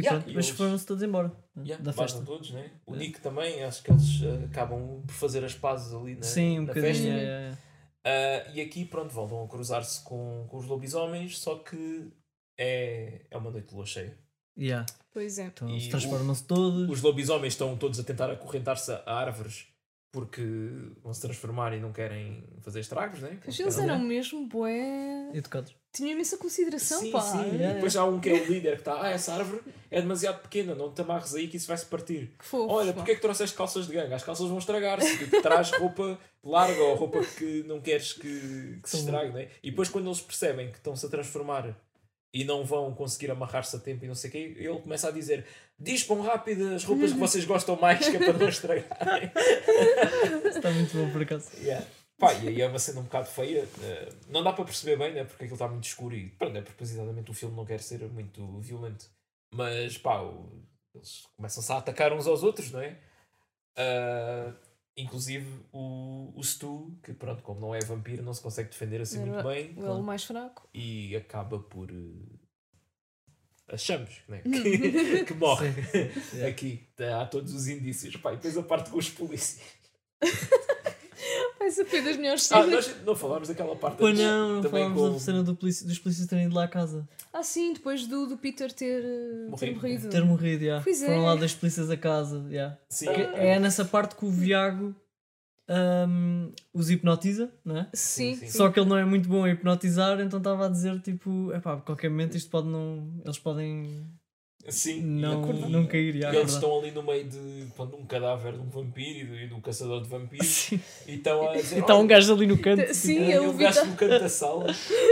[SPEAKER 3] Yeah,
[SPEAKER 1] pronto,
[SPEAKER 3] e
[SPEAKER 1] mas
[SPEAKER 3] eles-
[SPEAKER 1] foram-se todos embora né,
[SPEAKER 3] Yeah,
[SPEAKER 1] da
[SPEAKER 3] baixam
[SPEAKER 1] festa.
[SPEAKER 3] todos, né? O
[SPEAKER 1] É.
[SPEAKER 3] Nick também, acho que eles eh, acabam por fazer as pazes ali na,
[SPEAKER 1] Sim, um
[SPEAKER 3] né, na
[SPEAKER 1] bocadinho.
[SPEAKER 3] festa.
[SPEAKER 1] yeah, yeah,
[SPEAKER 3] Ah, e aqui, pronto, voltam a cruzar-se com, com os lobisomens, só que é, é uma noite de lua cheia.
[SPEAKER 1] yeah. Yeah.
[SPEAKER 2] Pois é.
[SPEAKER 1] Então
[SPEAKER 3] E
[SPEAKER 1] se transformam-se todos.
[SPEAKER 3] Os lobisomens estão todos a tentar acorrentar-se a árvores porque vão se transformar e não querem fazer estragos, né?
[SPEAKER 2] Mas eles
[SPEAKER 1] Era,
[SPEAKER 2] eram mesmo bué.
[SPEAKER 1] Educados.
[SPEAKER 2] Tinha imensa consideração,
[SPEAKER 3] Sim,
[SPEAKER 2] pá.
[SPEAKER 3] sim.
[SPEAKER 1] Yeah,
[SPEAKER 3] E depois há um que é o líder que está, ah, essa árvore é demasiado pequena, não te amarres aí que isso vai se partir.
[SPEAKER 2] Que fofo.
[SPEAKER 3] Olha,
[SPEAKER 2] pá.
[SPEAKER 3] porque é que trouxeste calças de ganga? As calças vão estragar-se. Tu traz roupa larga ou roupa que não queres que, que se estrague, não é? E depois, quando eles percebem que estão-se a transformar e não vão conseguir amarrar-se a tempo e não sei o quê, ele começa a dizer: Dispam rápido as roupas que vocês gostam mais, que é para não estragarem.
[SPEAKER 1] Está muito bom por acaso.
[SPEAKER 3] Yeah. Pá, e aí é uma cena um bocado feia. eh, Não dá para perceber bem, né? Porque aquilo está muito escuro e, pronto, é propositadamente o filme não quer ser muito violento. Mas, pá, o- eles começam-se a atacar uns aos outros, não é? Ah, inclusive o, o Stu, que, pronto, como não é vampiro, não se consegue defender assim
[SPEAKER 2] Era-
[SPEAKER 3] muito bem
[SPEAKER 2] O elo mais fraco.
[SPEAKER 3] e acaba por. eh, Achamos né? que, que morre
[SPEAKER 1] Yeah.
[SPEAKER 3] aqui. Tá, Há todos os indícios. Pá, e depois a parte com os polícias.
[SPEAKER 2] Mas foi das melhores
[SPEAKER 3] Ah,
[SPEAKER 2] cenas.
[SPEAKER 3] nós não falámos daquela parte
[SPEAKER 1] Pois
[SPEAKER 3] antes.
[SPEAKER 1] não, não
[SPEAKER 3] Também
[SPEAKER 1] falámos
[SPEAKER 3] com-
[SPEAKER 1] da cena do polici- dos polícias terem ido lá à casa.
[SPEAKER 2] Ah, sim, depois do, do Peter ter, eh, ter
[SPEAKER 3] Morrido. né?
[SPEAKER 2] morrido.
[SPEAKER 1] Ter morrido, yeah.
[SPEAKER 2] Pois é.
[SPEAKER 1] Foram lá das polícias a casa, yeah.
[SPEAKER 3] Sim,
[SPEAKER 1] Que é nessa parte que o Viago ahm, os hipnotiza, não é?
[SPEAKER 2] Sim,
[SPEAKER 3] Sim, sim.
[SPEAKER 1] Só que ele não é muito bom a hipnotizar, então estava a dizer tipo, epá, a qualquer momento isto pode não. Eles podem
[SPEAKER 3] Sim,
[SPEAKER 1] não, é
[SPEAKER 3] e,
[SPEAKER 1] nunca iria
[SPEAKER 3] e eles
[SPEAKER 1] acordar.
[SPEAKER 3] estão ali no meio de, pronto, um cadáver de um vampiro e do, e do caçador de vampiros
[SPEAKER 1] Sim.
[SPEAKER 3] e estão a dizer
[SPEAKER 1] E está um
[SPEAKER 3] "Olha,
[SPEAKER 1] gajo ali no canto.
[SPEAKER 2] Sim,
[SPEAKER 1] tipo,
[SPEAKER 3] E
[SPEAKER 2] eu
[SPEAKER 3] o
[SPEAKER 2] vi.
[SPEAKER 3] gajo no canto da sala.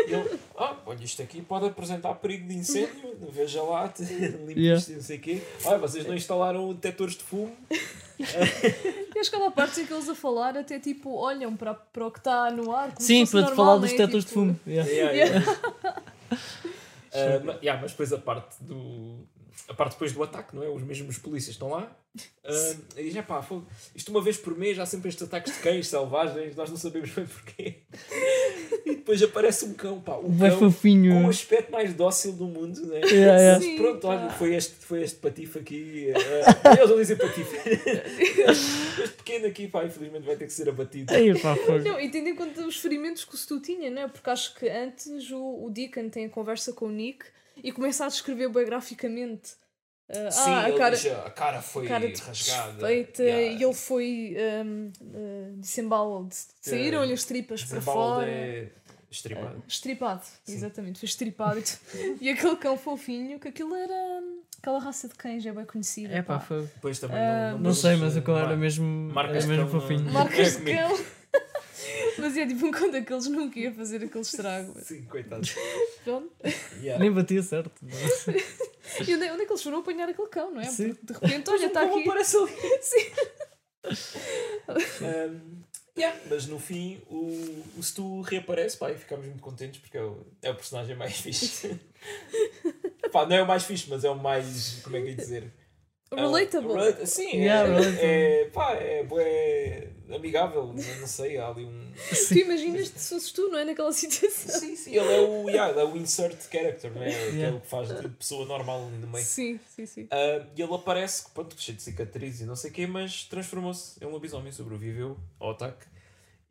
[SPEAKER 3] E ele, ah, olha, isto aqui pode apresentar perigo de incêndio. Veja lá, te- limpa
[SPEAKER 1] Yeah.
[SPEAKER 3] isto e não sei o quê. Olha, vocês não instalaram detectores de fumo.
[SPEAKER 2] E acho que há partes em que eles a falar até tipo olham para, para o que está no ar. Como se
[SPEAKER 1] Sim,
[SPEAKER 2] fosse
[SPEAKER 1] para te
[SPEAKER 2] normal,
[SPEAKER 1] falar
[SPEAKER 2] não
[SPEAKER 1] dos
[SPEAKER 2] é?
[SPEAKER 1] tetos de
[SPEAKER 2] Tipo,
[SPEAKER 1] fumo. Yeah.
[SPEAKER 3] Yeah, yeah. Ah, mas, yeah, mas depois a parte do. A parte depois do ataque, não é? Os mesmos polícias estão lá. ah, e já pá, fogo. Isto uma vez por mês há sempre estes ataques de cães selvagens, nós não sabemos bem porquê. E depois aparece um cão, pá. Um
[SPEAKER 1] Vai
[SPEAKER 3] cão com o
[SPEAKER 1] fofinho. É.
[SPEAKER 3] aspecto mais dócil do mundo, né?
[SPEAKER 1] Yeah, yeah.
[SPEAKER 3] Mas
[SPEAKER 2] Sim,
[SPEAKER 3] pronto,
[SPEAKER 2] pá.
[SPEAKER 3] olha, foi este, foi este patife aqui. eh, eu não dizer patife. este pequeno aqui, pá, infelizmente vai ter que ser abatido.
[SPEAKER 1] Aí, pá, fogo.
[SPEAKER 2] Não, é e tendo em conta os ferimentos que o Stu tinha, não é? Porque acho que antes o, o Deacon tem a conversa com o Nick e começa a descrever bem graficamente. ah,
[SPEAKER 3] Sim,
[SPEAKER 2] ah,
[SPEAKER 3] ele
[SPEAKER 2] a cara,
[SPEAKER 3] diz, a cara foi
[SPEAKER 2] a cara
[SPEAKER 3] rasgada.
[SPEAKER 2] desfeita
[SPEAKER 3] Yeah.
[SPEAKER 2] e ele foi um, uh, disemboweled. Saíram-lhe as tripas para
[SPEAKER 3] Desembalde
[SPEAKER 2] fora.
[SPEAKER 3] é estripado.
[SPEAKER 2] Estripado, exatamente, foi estripado. e aquele cão fofinho, que aquilo era hum, aquela raça de cães, é bem conhecida.
[SPEAKER 1] É pá,
[SPEAKER 2] pá.
[SPEAKER 1] fogo.
[SPEAKER 3] Depois também
[SPEAKER 2] Ah,
[SPEAKER 3] não, não,
[SPEAKER 1] Não sei, mas o cão era
[SPEAKER 3] Mar-
[SPEAKER 1] mesmo,
[SPEAKER 3] marcas
[SPEAKER 1] era mesmo
[SPEAKER 3] que estão,
[SPEAKER 1] fofinho.
[SPEAKER 3] uh,
[SPEAKER 2] Marcas de
[SPEAKER 3] comigo.
[SPEAKER 2] cão. Mas é tipo um cão daqueles nunca ia fazer aquele estrago. mas
[SPEAKER 3] Sim, coitado.
[SPEAKER 2] Pronto.
[SPEAKER 3] Yeah.
[SPEAKER 1] Nem batia certo. é?
[SPEAKER 2] E onde, é- onde é que eles foram apanhar aquele cão, não é?
[SPEAKER 1] Sim.
[SPEAKER 2] Porque de repente, olha, está
[SPEAKER 3] Como
[SPEAKER 2] aqui.
[SPEAKER 3] aparece ali.
[SPEAKER 2] Sim.
[SPEAKER 3] Um, yeah, mas no fim o, o Stu reaparece pá, e ficámos muito contentes porque é o, é o personagem mais fixe. pá, não é o mais fixe, mas é o mais. Como é que eu ia dizer? É o-
[SPEAKER 2] Ah, Relatable.
[SPEAKER 3] relata- sim,
[SPEAKER 1] Yeah,
[SPEAKER 3] é,
[SPEAKER 1] relatable.
[SPEAKER 3] é, pá, é, bué amigável, não não sei, há ali um.
[SPEAKER 2] Tu imaginas se fosses tu, não é? Naquela situação.
[SPEAKER 3] Sim, sim, ele é o, yeah, ele é o insert character, não é? Que é
[SPEAKER 1] Yeah.
[SPEAKER 3] o que faz de pessoa normal ali no meio.
[SPEAKER 2] Sim, sim, sim.
[SPEAKER 3] Ah, e ele aparece, pronto, cheio de cicatrizes e não sei o quê, mas transformou-se em um lobisomem, sobreviveu ao ataque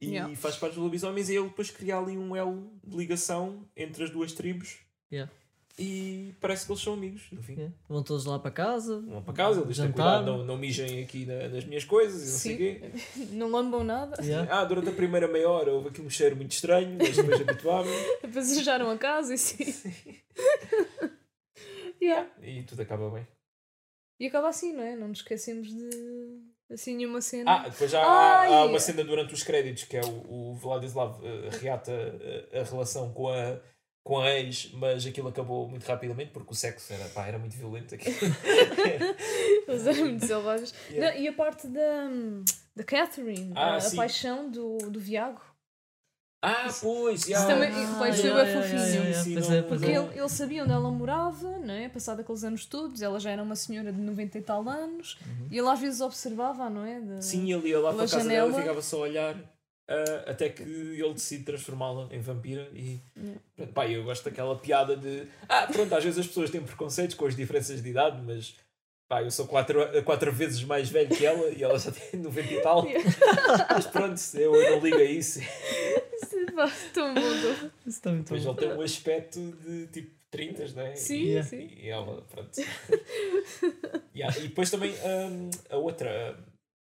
[SPEAKER 3] e
[SPEAKER 2] Yeah.
[SPEAKER 3] faz parte dos lobisomens. E ele depois cria ali um elo de ligação entre as duas tribos
[SPEAKER 1] Yeah.
[SPEAKER 3] e parece que eles são amigos, no fim.
[SPEAKER 1] Yeah. é. Vão todos lá para casa.
[SPEAKER 3] Vão para casa, ele diz: "Tem
[SPEAKER 1] Jantar.
[SPEAKER 3] cuidado, não, não mijem aqui na- nas minhas coisas e não sei o quê.
[SPEAKER 2] Sim. Não lambam nada.
[SPEAKER 1] Yeah.
[SPEAKER 3] Ah, durante a primeira meia hora houve aqui um cheiro muito estranho, mas depois habituámos
[SPEAKER 2] Depois ajaram a casa e sim. yeah.
[SPEAKER 3] e tudo acaba bem.
[SPEAKER 2] E acaba assim, não é? Não nos esquecemos de assim nenhuma cena.
[SPEAKER 3] Ah, depois já há,
[SPEAKER 2] Ai!
[SPEAKER 3] há uma cena durante os créditos que é o, o Vladislav eh, reata eh, a relação com a, com a ex, mas aquilo acabou muito rapidamente porque o sexo era, pá, era muito violento aqui.
[SPEAKER 2] Eles eram muito selvagens.
[SPEAKER 3] Yeah.
[SPEAKER 2] Não, e a parte da, da Catherine,
[SPEAKER 3] Ah,
[SPEAKER 2] a, a
[SPEAKER 3] sim.
[SPEAKER 2] paixão do, do Viago.
[SPEAKER 3] Ah, pois!
[SPEAKER 2] Isso
[SPEAKER 3] Yeah.
[SPEAKER 2] também- isso vai ser
[SPEAKER 1] Ah, yeah,
[SPEAKER 2] bem
[SPEAKER 1] yeah,
[SPEAKER 2] fofinho.
[SPEAKER 1] yeah, yeah.
[SPEAKER 3] Sim,
[SPEAKER 1] Pois
[SPEAKER 3] não-
[SPEAKER 1] é, pois
[SPEAKER 2] Porque
[SPEAKER 1] é.
[SPEAKER 2] ele, ele sabia onde ela morava, não é? Passado aqueles anos todos, ela já era uma senhora de 90 e tal anos. E ele às vezes observava, não é? De-
[SPEAKER 3] Uhum. Sim, ele ia lá para
[SPEAKER 2] Pela
[SPEAKER 3] a casa dela
[SPEAKER 2] janela.
[SPEAKER 3] e ficava só a olhar ah, até que ele decide transformá-la em vampira e pronto, pá, eu gosto daquela piada de ah, pronto, às vezes as pessoas têm preconceitos com as diferenças de idade, mas pá, eu sou quatro, quatro vezes mais velho que ela e ela já tem 90 e tal. mas pronto, eu não ligo a isso.
[SPEAKER 2] Pá, tão bom, tão bom.
[SPEAKER 1] Isso está muito
[SPEAKER 3] Mas ele
[SPEAKER 1] bom.
[SPEAKER 3] tem um aspecto de tipo 30, não é?
[SPEAKER 2] Sim,
[SPEAKER 1] Yeah.
[SPEAKER 2] sim.
[SPEAKER 3] E ela, pronto. Yeah, E depois também hum, a outra, hum,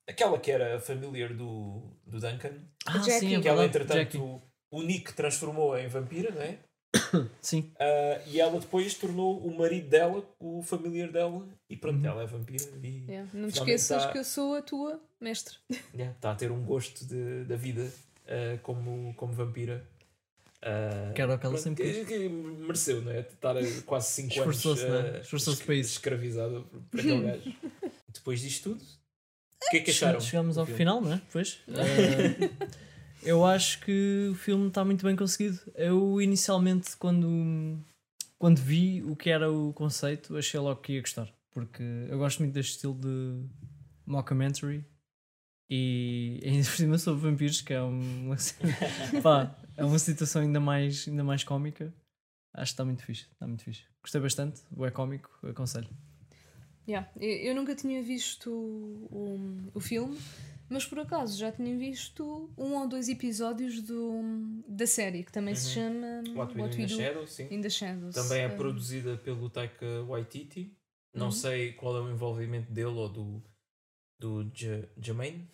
[SPEAKER 3] aquela que era familiar do, do Duncan,
[SPEAKER 1] Ah,
[SPEAKER 2] Jackie.
[SPEAKER 1] sim, é
[SPEAKER 2] Que
[SPEAKER 3] que ela
[SPEAKER 1] verdade.
[SPEAKER 3] entretanto
[SPEAKER 1] Jackie.
[SPEAKER 3] o Nick transformou em vampira, não é?
[SPEAKER 1] Sim.
[SPEAKER 3] Ah, e ela depois tornou o marido dela o familiar dela e
[SPEAKER 1] Uhum.
[SPEAKER 3] pronto, ela é vampira e está
[SPEAKER 2] Yeah, Não te
[SPEAKER 3] Finalmente
[SPEAKER 2] esqueças
[SPEAKER 3] tá-
[SPEAKER 2] que eu sou a tua mestre.
[SPEAKER 3] a ter um gosto de- da vida ah, como, como vampira. Ah,
[SPEAKER 1] Que era o que ela
[SPEAKER 3] Pronto,
[SPEAKER 1] sempre quis.
[SPEAKER 3] que, que mereceu, não é? Estar a quase 5 anos
[SPEAKER 1] Esforçou-se, não é?
[SPEAKER 3] eh,
[SPEAKER 1] Esforçou-se
[SPEAKER 3] esc-
[SPEAKER 1] para isso.
[SPEAKER 3] escravizado por, por aquele gajo. Depois disto tudo, o que é que acharam?
[SPEAKER 1] Che- Chegámos ao
[SPEAKER 3] do filme? Ah.
[SPEAKER 1] final, não é? Pois. Eh, eu acho que o filme está muito bem conseguido. Eu inicialmente, quando, quando vi o que era o conceito, achei logo que ia gostar. Porque eu gosto muito deste estilo de mockumentary e ainda por cima sobre vampiros, que é uma, pá, é uma situação ainda mais, ainda mais cómica. Acho que está muito fixe, está muito fixe. Gostei bastante, é cómico, aconselho.
[SPEAKER 2] Yeah. Eu, eu nunca tinha visto o, o filme, mas por acaso já tinha visto um ou dois episódios do, da série, que também se chama
[SPEAKER 3] Uhum. What We Do in the Shadow, sim.
[SPEAKER 2] in the Shadows.
[SPEAKER 3] Também é
[SPEAKER 2] Um,
[SPEAKER 3] produzida pelo Taika Waititi. Não
[SPEAKER 2] Uhum.
[SPEAKER 3] sei qual é o envolvimento dele ou do, do Ja- Jermaine,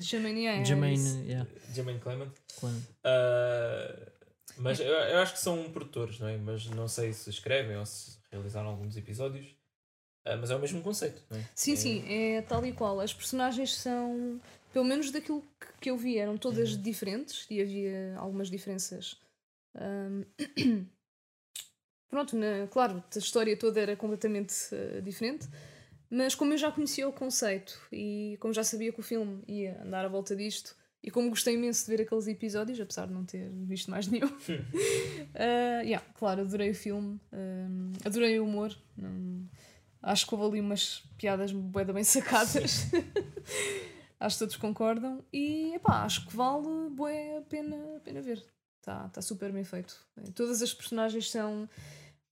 [SPEAKER 2] Jermaine Irons.
[SPEAKER 1] Jermaine,
[SPEAKER 2] Ah.
[SPEAKER 1] yeah,
[SPEAKER 3] Jermaine Clement.
[SPEAKER 1] claro.
[SPEAKER 3] Ah, mas eu, eu acho que são produtores, não é? Mas não sei se escrevem ou se realizaram alguns episódios. Ah, mas é o mesmo conceito. não é?
[SPEAKER 2] Sim,
[SPEAKER 3] É-
[SPEAKER 2] sim, é tal e qual. As personagens são, pelo menos daquilo que- que eu vi, eram todas diferentes e havia algumas diferenças. Ahm, Pronto, na- claro, a história toda era completamente eh, diferente, mas como eu já conhecia o conceito e como já sabia que o filme ia andar à volta disto, e como gostei imenso de ver aqueles episódios, apesar de não ter visto mais nenhum, eh, yeah, claro, adorei o filme, ahm, adorei o humor. não- Acho que houve ali umas piadas bué da bem sacadas. acho que todos concordam. E epá, acho que vale bué a pena, a pena ver. Está tá super bem feito. É, Todas as personagens são.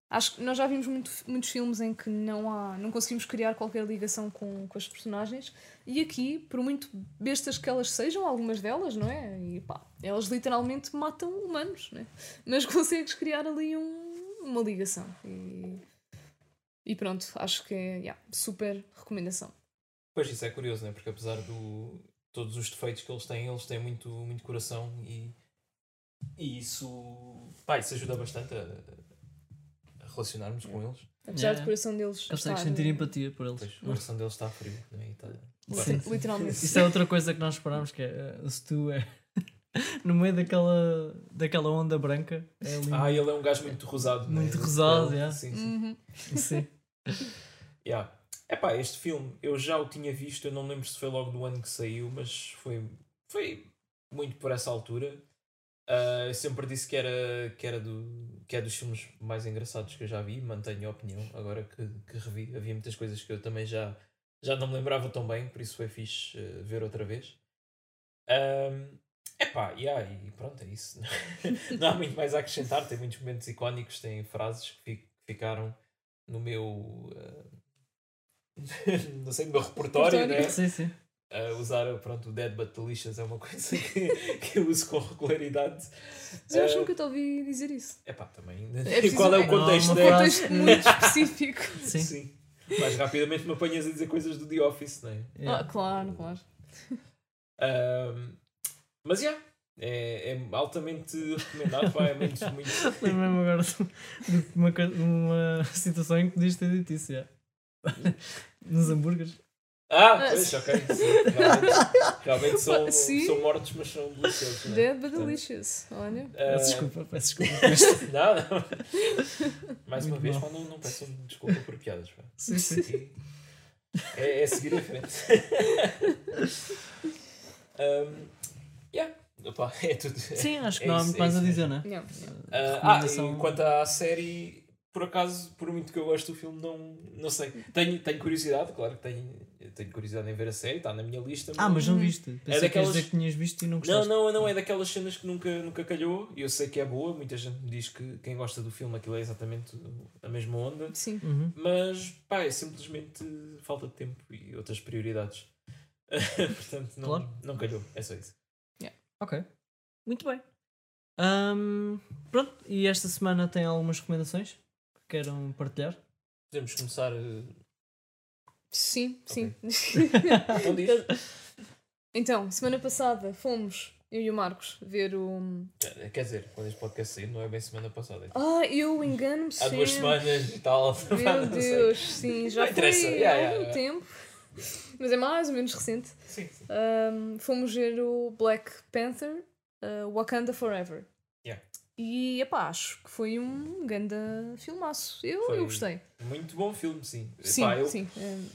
[SPEAKER 2] Acho que nós já vimos muito- muitos filmes em que não há não conseguimos criar qualquer ligação com, com as personagens. E aqui, por muito bestas que elas sejam, algumas delas, não é? E pá, elas literalmente matam humanos, não é? Mas consegues criar ali um- uma ligação. E e pronto, acho que é yeah, super recomendação.
[SPEAKER 3] Pois isso é curioso, né? Porque apesar de todos os defeitos que eles têm, eles têm muito, muito coração e, e isso, pá, isso ajuda bastante a, a relacionarmos
[SPEAKER 2] É.
[SPEAKER 3] com eles.
[SPEAKER 2] Apesar
[SPEAKER 1] Yeah.
[SPEAKER 2] do coração deles. estar,
[SPEAKER 1] Consegues sentir empatia por
[SPEAKER 3] Pois
[SPEAKER 1] eles.
[SPEAKER 3] o coração deles está frio, né? E tá...
[SPEAKER 2] lit-
[SPEAKER 1] Sim, sim.
[SPEAKER 2] Literalmente.
[SPEAKER 1] Isso é outra coisa que nós esperámos, que é eh, se tu é no meio daquela, daquela onda branca, é ali.
[SPEAKER 3] Ah, ele é um gajo muito rosado, né?
[SPEAKER 1] Muito rosado,
[SPEAKER 3] Ele-
[SPEAKER 1] é.
[SPEAKER 3] Sim, sim.
[SPEAKER 2] Uhum.
[SPEAKER 1] Sim.
[SPEAKER 3] Yeah. Epá, este filme eu já o tinha visto, eu não lembro se foi logo do ano que saiu, mas foi, foi muito por essa altura. Ah, eu sempre disse que era, que, era do, que é dos filmes mais engraçados que eu já vi, mantenho a opinião agora que, que revi. Havia muitas coisas que eu também já, já não me lembrava tão bem, por isso foi fixe eh, ver outra vez. Ahm, epá, yeah, e pronto, é isso. não há muito mais a acrescentar, tem muitos momentos icónicos, tem frases que fi- ficaram no meu. eh, não sei, no meu repertório,
[SPEAKER 2] Repertório.
[SPEAKER 3] né?
[SPEAKER 1] Sim, sim.
[SPEAKER 3] a usar pronto, o Dead But Delicious é uma coisa que, que eu uso com regularidade.
[SPEAKER 2] Mas eu acho
[SPEAKER 3] Eh,
[SPEAKER 2] que nunca te ouvi dizer isso.
[SPEAKER 3] Epá, também. e
[SPEAKER 2] preciso-
[SPEAKER 3] qual
[SPEAKER 2] é-
[SPEAKER 3] é o contexto
[SPEAKER 1] Não,
[SPEAKER 2] Um
[SPEAKER 1] uma
[SPEAKER 3] dela?
[SPEAKER 2] contexto muito específico.
[SPEAKER 1] Sim.
[SPEAKER 3] Mais rapidamente me apanhas a dizer coisas do The Office, não é?
[SPEAKER 2] Ah,
[SPEAKER 1] Yeah.
[SPEAKER 2] claro, claro.
[SPEAKER 3] Ahm, mas já. é, é altamente recomendado. pá, é muito, muito.
[SPEAKER 1] Lembrei-me agora de de uma, co- de uma situação em que podias ter dito isso, yeah. Nos hambúrgueres.
[SPEAKER 3] Ah,
[SPEAKER 2] Ah,
[SPEAKER 3] pois,
[SPEAKER 2] sim.
[SPEAKER 3] ok. sim, realmente, realmente são,
[SPEAKER 2] Sim.
[SPEAKER 3] são mortos, mas são deliciosos. não é?
[SPEAKER 2] Dead but delicious. Olha.
[SPEAKER 3] Ah,
[SPEAKER 1] Peço desculpa, peço desculpa.
[SPEAKER 3] Não, não. Mais uma
[SPEAKER 1] Muito
[SPEAKER 3] vez,
[SPEAKER 1] mal.
[SPEAKER 3] pá, não, não peço desculpa por piadas. pá.
[SPEAKER 1] Sim, sim.
[SPEAKER 3] É, é seguir em frente. um, yeah. Opa, é tudo.
[SPEAKER 1] Sim, acho que
[SPEAKER 3] É
[SPEAKER 1] não há
[SPEAKER 3] isso,
[SPEAKER 1] muito
[SPEAKER 3] é
[SPEAKER 1] mais a
[SPEAKER 3] isso,
[SPEAKER 1] dizer, não é?
[SPEAKER 2] Yeah, yeah.
[SPEAKER 3] Ah, ah,
[SPEAKER 1] recomendação-
[SPEAKER 3] e quanto à série, por acaso, por muito que eu goste do filme, não, não sei. Tenho, tenho curiosidade, claro que tenho, eu tenho curiosidade em ver a série, está na minha lista.
[SPEAKER 1] Ah, mas não
[SPEAKER 2] Uhum.
[SPEAKER 1] viste. Pensei que
[SPEAKER 3] É daquelas-
[SPEAKER 1] ias dizer que tinhas visto e não
[SPEAKER 3] Não,
[SPEAKER 1] gostaste.
[SPEAKER 3] não, não é daquelas cenas que nunca, nunca calhou. Eu sei que é boa, muita gente me diz que quem gosta do filme aquilo é exatamente a mesma onda.
[SPEAKER 2] Sim.
[SPEAKER 1] Uhum.
[SPEAKER 3] Mas, pá, é simplesmente falta de tempo e outras prioridades. Portanto, não,
[SPEAKER 1] Claro.
[SPEAKER 3] não calhou, é só isso.
[SPEAKER 1] Ok. Muito bem. Ahm, pronto, e esta semana tem algumas recomendações que queiram partilhar?
[SPEAKER 3] Podemos começar. eh,
[SPEAKER 2] Sim, sim. Ah,
[SPEAKER 3] Então diz.
[SPEAKER 2] então, semana passada fomos, eu e o Marcos, ver o.
[SPEAKER 3] Eh, Quer dizer, quando este podcast sair, não é bem semana passada. é tipo,
[SPEAKER 2] Ah, eu engano-me
[SPEAKER 3] Há
[SPEAKER 2] sempre.
[SPEAKER 3] duas semanas e tal.
[SPEAKER 2] Meu
[SPEAKER 3] não sei.
[SPEAKER 2] Deus, sim, já
[SPEAKER 3] Não
[SPEAKER 2] foi
[SPEAKER 3] interessa,
[SPEAKER 2] há
[SPEAKER 3] yeah, yeah,
[SPEAKER 2] algum
[SPEAKER 3] yeah.
[SPEAKER 2] tempo, mas é mais ou menos recente.
[SPEAKER 3] Sim, sim.
[SPEAKER 2] Um, fomos ver o Black Panther uh, Wakanda Forever.
[SPEAKER 3] Yeah.
[SPEAKER 2] E epá, acho que foi um grande filmaço. Eu,
[SPEAKER 3] Foi
[SPEAKER 2] eu gostei.
[SPEAKER 3] Muito bom filme, sim.
[SPEAKER 2] Sim,
[SPEAKER 3] Pá, eu,
[SPEAKER 2] sim. um,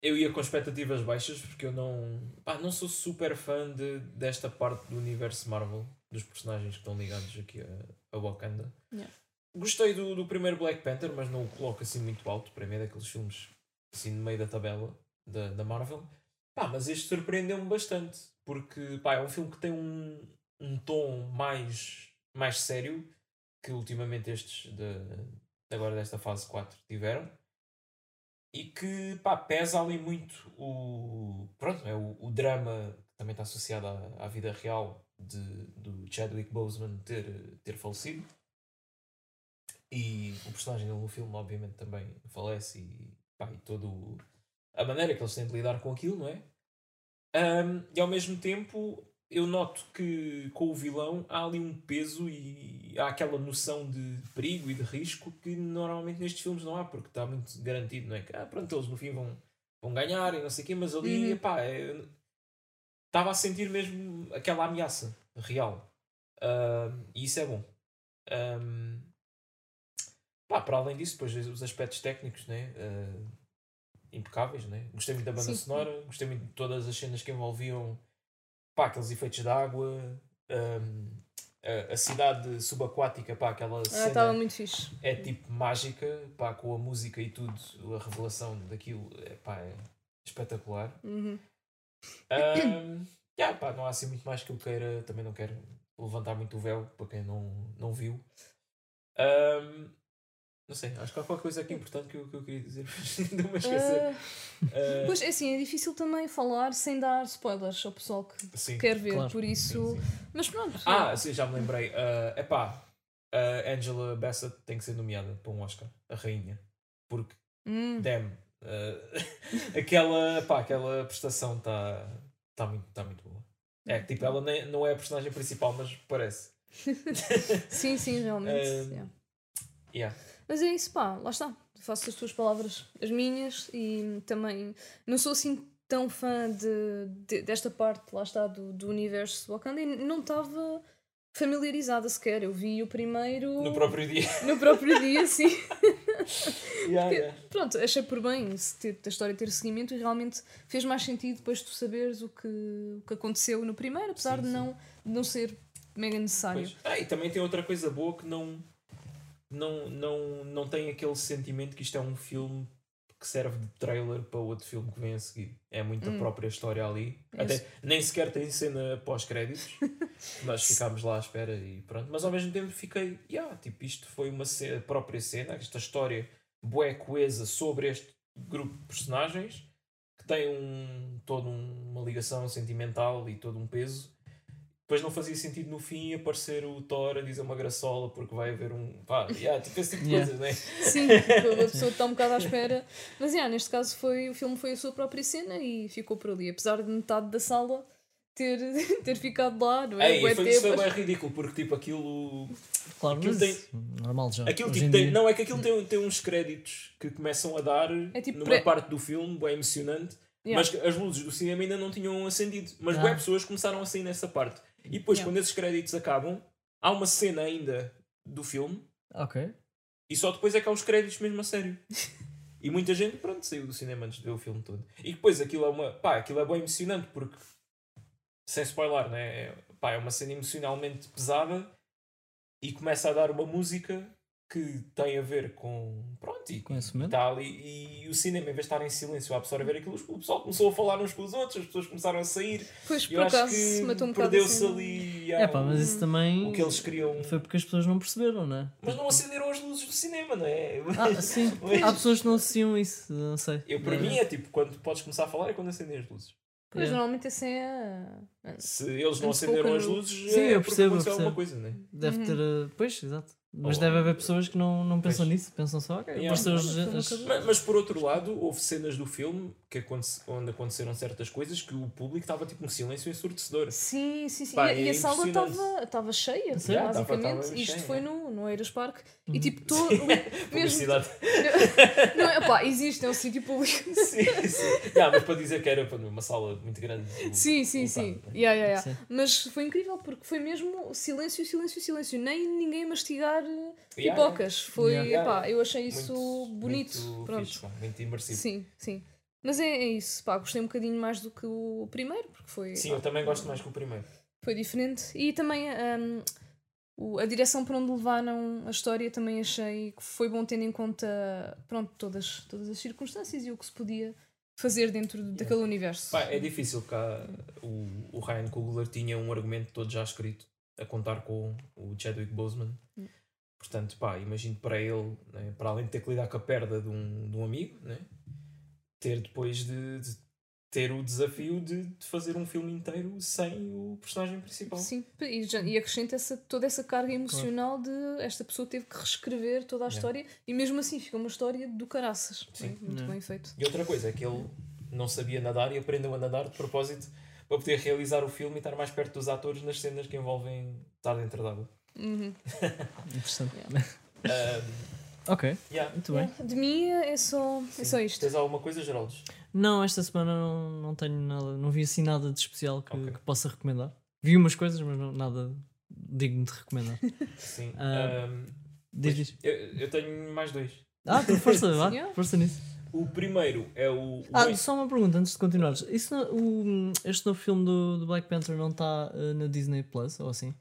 [SPEAKER 3] eu ia com expectativas baixas porque eu não. Pá, não sou super fã de, desta parte do universo Marvel, dos personagens que estão ligados aqui a, a Wakanda.
[SPEAKER 2] Yeah.
[SPEAKER 3] Gostei do, do primeiro Black Panther, mas não o coloco assim muito alto. Para mim é daqueles filmes assim no meio da tabela da, da Marvel. Pá, mas este surpreendeu-me bastante porque pá, é um filme que tem um, um tom mais, mais sério que ultimamente estes de, agora desta fase 4 tiveram e que pá, pesa ali muito o pronto é o, o drama que também está associado à, à vida real de, do Chadwick Boseman ter ter falecido e o personagem dele no filme obviamente também falece e, pá, e todo o- a maneira que eles têm de lidar com aquilo não é Ahm, e ao mesmo tempo eu noto que com o vilão há ali um peso e há aquela noção de perigo e de risco que normalmente nestes filmes não há, porque está muito garantido, não é? Que, ah, pronto, eles no fim vão, vão ganhar e não sei o quê, mas ali,
[SPEAKER 2] Uhum.
[SPEAKER 3] epá, é- estava a sentir mesmo aquela ameaça real. Ah, e isso é bom. Ah, pá, para além disso, depois os aspectos técnicos, né? ah, impecáveis, né? Gostei muito da banda
[SPEAKER 2] Sim.
[SPEAKER 3] sonora, gostei muito de todas as cenas que envolviam pá, aqueles efeitos de água, hum, a, a cidade subaquática, pá, aquela
[SPEAKER 2] Ah,
[SPEAKER 3] cena
[SPEAKER 2] estava muito fixe.
[SPEAKER 3] é tipo mágica, pá, com a música e tudo, a revelação daquilo, é, pá, é espetacular.
[SPEAKER 2] Uhum.
[SPEAKER 3] Hum, yeah, pá, não há assim muito mais que eu queira, também não quero levantar muito o véu para quem não, não viu. Hum, não sei, acho que há qualquer coisa aqui importante que eu, que eu queria dizer, mas ainda me esquecer.
[SPEAKER 2] Ah, pois é assim, é difícil também falar sem dar spoilers ao pessoal que
[SPEAKER 3] Ah, sim,
[SPEAKER 2] quer ver,
[SPEAKER 1] claro.
[SPEAKER 2] por isso.
[SPEAKER 3] sim, sim.
[SPEAKER 2] Mas pronto.
[SPEAKER 3] Ah, sim, já me lembrei. Ah, epá, a Angela Bassett tem que ser nomeada para um Oscar, a rainha. Porque,
[SPEAKER 2] Hum.
[SPEAKER 3] damn, ah, aquela, pá, aquela prestação está tá muito, tá muito boa. É que tipo, ela nem, não é a personagem principal, mas parece.
[SPEAKER 2] Sim, sim, realmente.
[SPEAKER 3] Ah,
[SPEAKER 2] yeah.
[SPEAKER 3] Yeah.
[SPEAKER 2] Mas é isso, pá, lá está. Faço as tuas palavras as minhas e também não sou assim tão fã de, de- desta parte, lá está, do, do universo de Wakanda e não estava familiarizada sequer. Eu vi o primeiro
[SPEAKER 3] No próprio dia.
[SPEAKER 2] no próprio dia, sim.
[SPEAKER 3] Yeah, yeah.
[SPEAKER 2] Pronto, achei por bem se ter, a história ter seguimento e realmente fez mais sentido depois tu saberes o que, o que aconteceu no primeiro, apesar
[SPEAKER 3] Sim,
[SPEAKER 2] de
[SPEAKER 3] sim.
[SPEAKER 2] não, de não ser mega necessário.
[SPEAKER 3] Pois. Ah, e também tem outra coisa boa que não, não, não, não tem aquele sentimento que isto é um filme que serve de trailer para outro filme que vem a seguir. É muito a
[SPEAKER 2] Hum.
[SPEAKER 3] própria história ali.
[SPEAKER 2] É
[SPEAKER 3] Até,
[SPEAKER 2] isso.
[SPEAKER 3] nem sequer tem cena pós-créditos. mas ficámos lá à espera e pronto. Mas ao mesmo tempo fiquei, yeah, tipo, isto foi uma ce- a própria cena, esta história bué coesa sobre este grupo de personagens que tem um, toda um- uma ligação sentimental e todo um peso depois não fazia sentido no fim aparecer o Thor a dizer uma graçola porque vai haver um. pá, yeah, tipo esse tipo de
[SPEAKER 1] Yeah.
[SPEAKER 3] coisas, né?
[SPEAKER 2] Sim, a pessoa está um bocado à espera. Mas yeah, neste caso foi, o filme foi a sua própria cena e ficou por ali. Apesar de metade da sala ter, ter ficado lá, não é?
[SPEAKER 3] Ei,
[SPEAKER 2] Bué
[SPEAKER 3] foi, isso foi
[SPEAKER 2] tempo.
[SPEAKER 3] bem ridículo porque tipo aquilo.
[SPEAKER 1] Claro,
[SPEAKER 3] Aquilo
[SPEAKER 1] mas
[SPEAKER 3] tem-
[SPEAKER 1] normal já.
[SPEAKER 3] aquilo
[SPEAKER 1] hoje
[SPEAKER 3] tipo,
[SPEAKER 1] em
[SPEAKER 3] tem,
[SPEAKER 1] dia.
[SPEAKER 3] não, é que aquilo tem, tem uns créditos que começam a dar
[SPEAKER 2] tipo
[SPEAKER 3] numa
[SPEAKER 2] pré-
[SPEAKER 3] parte do filme, bem emocionante,
[SPEAKER 2] Yeah.
[SPEAKER 3] mas que as luzes do cinema ainda não tinham acendido. Mas
[SPEAKER 1] Ah.
[SPEAKER 3] bué pessoas começaram a sair nessa parte. E depois,
[SPEAKER 2] Yeah.
[SPEAKER 3] quando esses créditos acabam, há uma cena ainda do filme
[SPEAKER 1] Ok.
[SPEAKER 3] E só depois é que há os créditos mesmo a sério. E muita gente, pronto, saiu do cinema antes de ver o filme todo. E depois aquilo é uma. pá, aquilo é bem emocionante porque. sem spoiler, né? É, pá, é uma cena emocionalmente pesada e começa a dar uma música que tem a ver com. pronto, e
[SPEAKER 1] Com esse momento.
[SPEAKER 3] tal. E, e o cinema, em vez de estar em silêncio a absorver aquilo, o pessoal começou a falar uns com os outros, as pessoas começaram a sair.
[SPEAKER 2] Pois
[SPEAKER 3] Eu
[SPEAKER 2] por
[SPEAKER 3] acho
[SPEAKER 2] acaso se
[SPEAKER 3] que
[SPEAKER 2] matou um bocado
[SPEAKER 3] perdeu-se
[SPEAKER 2] assim,
[SPEAKER 3] ali.
[SPEAKER 1] É
[SPEAKER 3] ah,
[SPEAKER 1] pá,
[SPEAKER 3] o-
[SPEAKER 1] mas isso também
[SPEAKER 3] o que eles queriam.
[SPEAKER 1] foi porque as pessoas não perceberam, não é?
[SPEAKER 3] Mas não acenderam as luzes do cinema, não é?
[SPEAKER 1] Ah, sim.
[SPEAKER 3] Pois.
[SPEAKER 1] Há pessoas que não associam isso, não sei.
[SPEAKER 3] Eu, para
[SPEAKER 1] É.
[SPEAKER 3] mim é tipo, quando podes começar a falar é quando acendem as luzes.
[SPEAKER 2] Pois
[SPEAKER 1] É.
[SPEAKER 2] normalmente assim é.
[SPEAKER 3] Se eles não
[SPEAKER 2] Antes
[SPEAKER 3] acenderam
[SPEAKER 2] pouco
[SPEAKER 3] as
[SPEAKER 2] no-
[SPEAKER 3] luzes,
[SPEAKER 1] Sim,
[SPEAKER 3] é
[SPEAKER 1] eu
[SPEAKER 3] porque
[SPEAKER 1] percebo, eu
[SPEAKER 3] aconteceu alguma
[SPEAKER 1] percebo.
[SPEAKER 3] coisa, né?
[SPEAKER 1] Deve ter. uh, Pois, exato. Mas
[SPEAKER 3] Ou-
[SPEAKER 1] deve haver pessoas que não, não pensam
[SPEAKER 3] Oh. Pois.
[SPEAKER 1] nisso, pensam só, ok,
[SPEAKER 3] Yeah.
[SPEAKER 1] apareceu as-
[SPEAKER 2] Olha, foi uma
[SPEAKER 1] as-
[SPEAKER 2] cabeça.
[SPEAKER 3] Mas, mas por outro lado, houve cenas do filme que aconte- onde aconteceram certas coisas que o público estava tipo um silêncio ensurdecedor.
[SPEAKER 2] Sim, sim, sim.
[SPEAKER 3] Pá,
[SPEAKER 2] e, a-
[SPEAKER 3] é
[SPEAKER 2] e a sala
[SPEAKER 3] impressionante.
[SPEAKER 2] estava estava cheia,
[SPEAKER 1] Sim,
[SPEAKER 3] tava- tava
[SPEAKER 2] basicamente.
[SPEAKER 3] bem
[SPEAKER 2] Isto
[SPEAKER 3] cheia. é. Hum.
[SPEAKER 2] foi no, no Eiras Park. E tipo, todo. mesmo.
[SPEAKER 3] Publicidade.
[SPEAKER 2] Não, é pá, existe, é um sítio público.
[SPEAKER 3] sim, sim. Ah, mas para dizer que era para uma sala muito grande.
[SPEAKER 2] Sim, sim, sim.
[SPEAKER 3] Exato.
[SPEAKER 2] Yeah, yeah, yeah.
[SPEAKER 3] é.
[SPEAKER 1] Sim.
[SPEAKER 2] Mas foi incrível porque foi mesmo silêncio, silêncio, silêncio. Nem ninguém mastigar eh,
[SPEAKER 3] Yeah,
[SPEAKER 2] pipocas. Foi,
[SPEAKER 3] Yeah.
[SPEAKER 2] epá, eu achei
[SPEAKER 3] Muito-
[SPEAKER 2] isso bonito.
[SPEAKER 3] muito
[SPEAKER 2] Pronto.
[SPEAKER 3] fixe, pá, muito imersivo. Sim.
[SPEAKER 2] sim, sim. Mas é, é isso, pá, gostei um bocadinho mais do que o primeiro, porque foi,
[SPEAKER 3] eu também gosto mais que o primeiro.
[SPEAKER 2] foi diferente. E também hum, o- a direção para onde levaram a história também achei que foi bom tendo em conta pronto, todas, todas as circunstâncias e o que se podia fazer dentro daquele universo.
[SPEAKER 3] Pá, é difícil que há- o, o Ryan Coogler tinha um argumento todo já escrito a contar com o Chadwick Boseman. Portanto, pá, imagino para ele, né, para além de ter que lidar com a perda de um, de um amigo, né, ter depois de, de ter o desafio de, de fazer um filme inteiro sem o personagem principal.
[SPEAKER 2] Sim, e, já- e acrescenta essa, toda essa carga emocional de esta pessoa teve que reescrever toda a
[SPEAKER 3] Yeah.
[SPEAKER 2] história e mesmo assim fica uma história do caraças.
[SPEAKER 3] Sim.
[SPEAKER 2] Muito
[SPEAKER 1] Yeah.
[SPEAKER 2] bem feito.
[SPEAKER 3] E outra coisa é que ele não sabia nadar e aprendeu a nadar de propósito para poder realizar o filme e estar mais perto dos atores nas cenas que envolvem estar dentro d'água.
[SPEAKER 2] Uhum.
[SPEAKER 1] Interessante.
[SPEAKER 3] Um,
[SPEAKER 1] Ok,
[SPEAKER 3] yeah.
[SPEAKER 1] muito bem.
[SPEAKER 2] De mim é só, é só isto.
[SPEAKER 3] Tens alguma coisa, Geraldes?
[SPEAKER 1] Não, esta semana não, não tenho nada, não vi assim nada de especial que,
[SPEAKER 3] Ok.
[SPEAKER 1] que possa recomendar. Vi umas coisas, mas não, nada digno de recomendar.
[SPEAKER 3] Sim.
[SPEAKER 1] Ah,
[SPEAKER 3] Um,
[SPEAKER 1] Diz, diz.
[SPEAKER 3] eu, eu tenho mais dois.
[SPEAKER 1] Ah, então força, vá,
[SPEAKER 2] Senhor?
[SPEAKER 1] força nisso.
[SPEAKER 3] O primeiro é o. o
[SPEAKER 1] Ah,
[SPEAKER 3] Wen-
[SPEAKER 1] só uma pergunta antes de continuares. Isso não- o, este novo filme do, do Black Panther não está eh, na Disney Plus ou assim?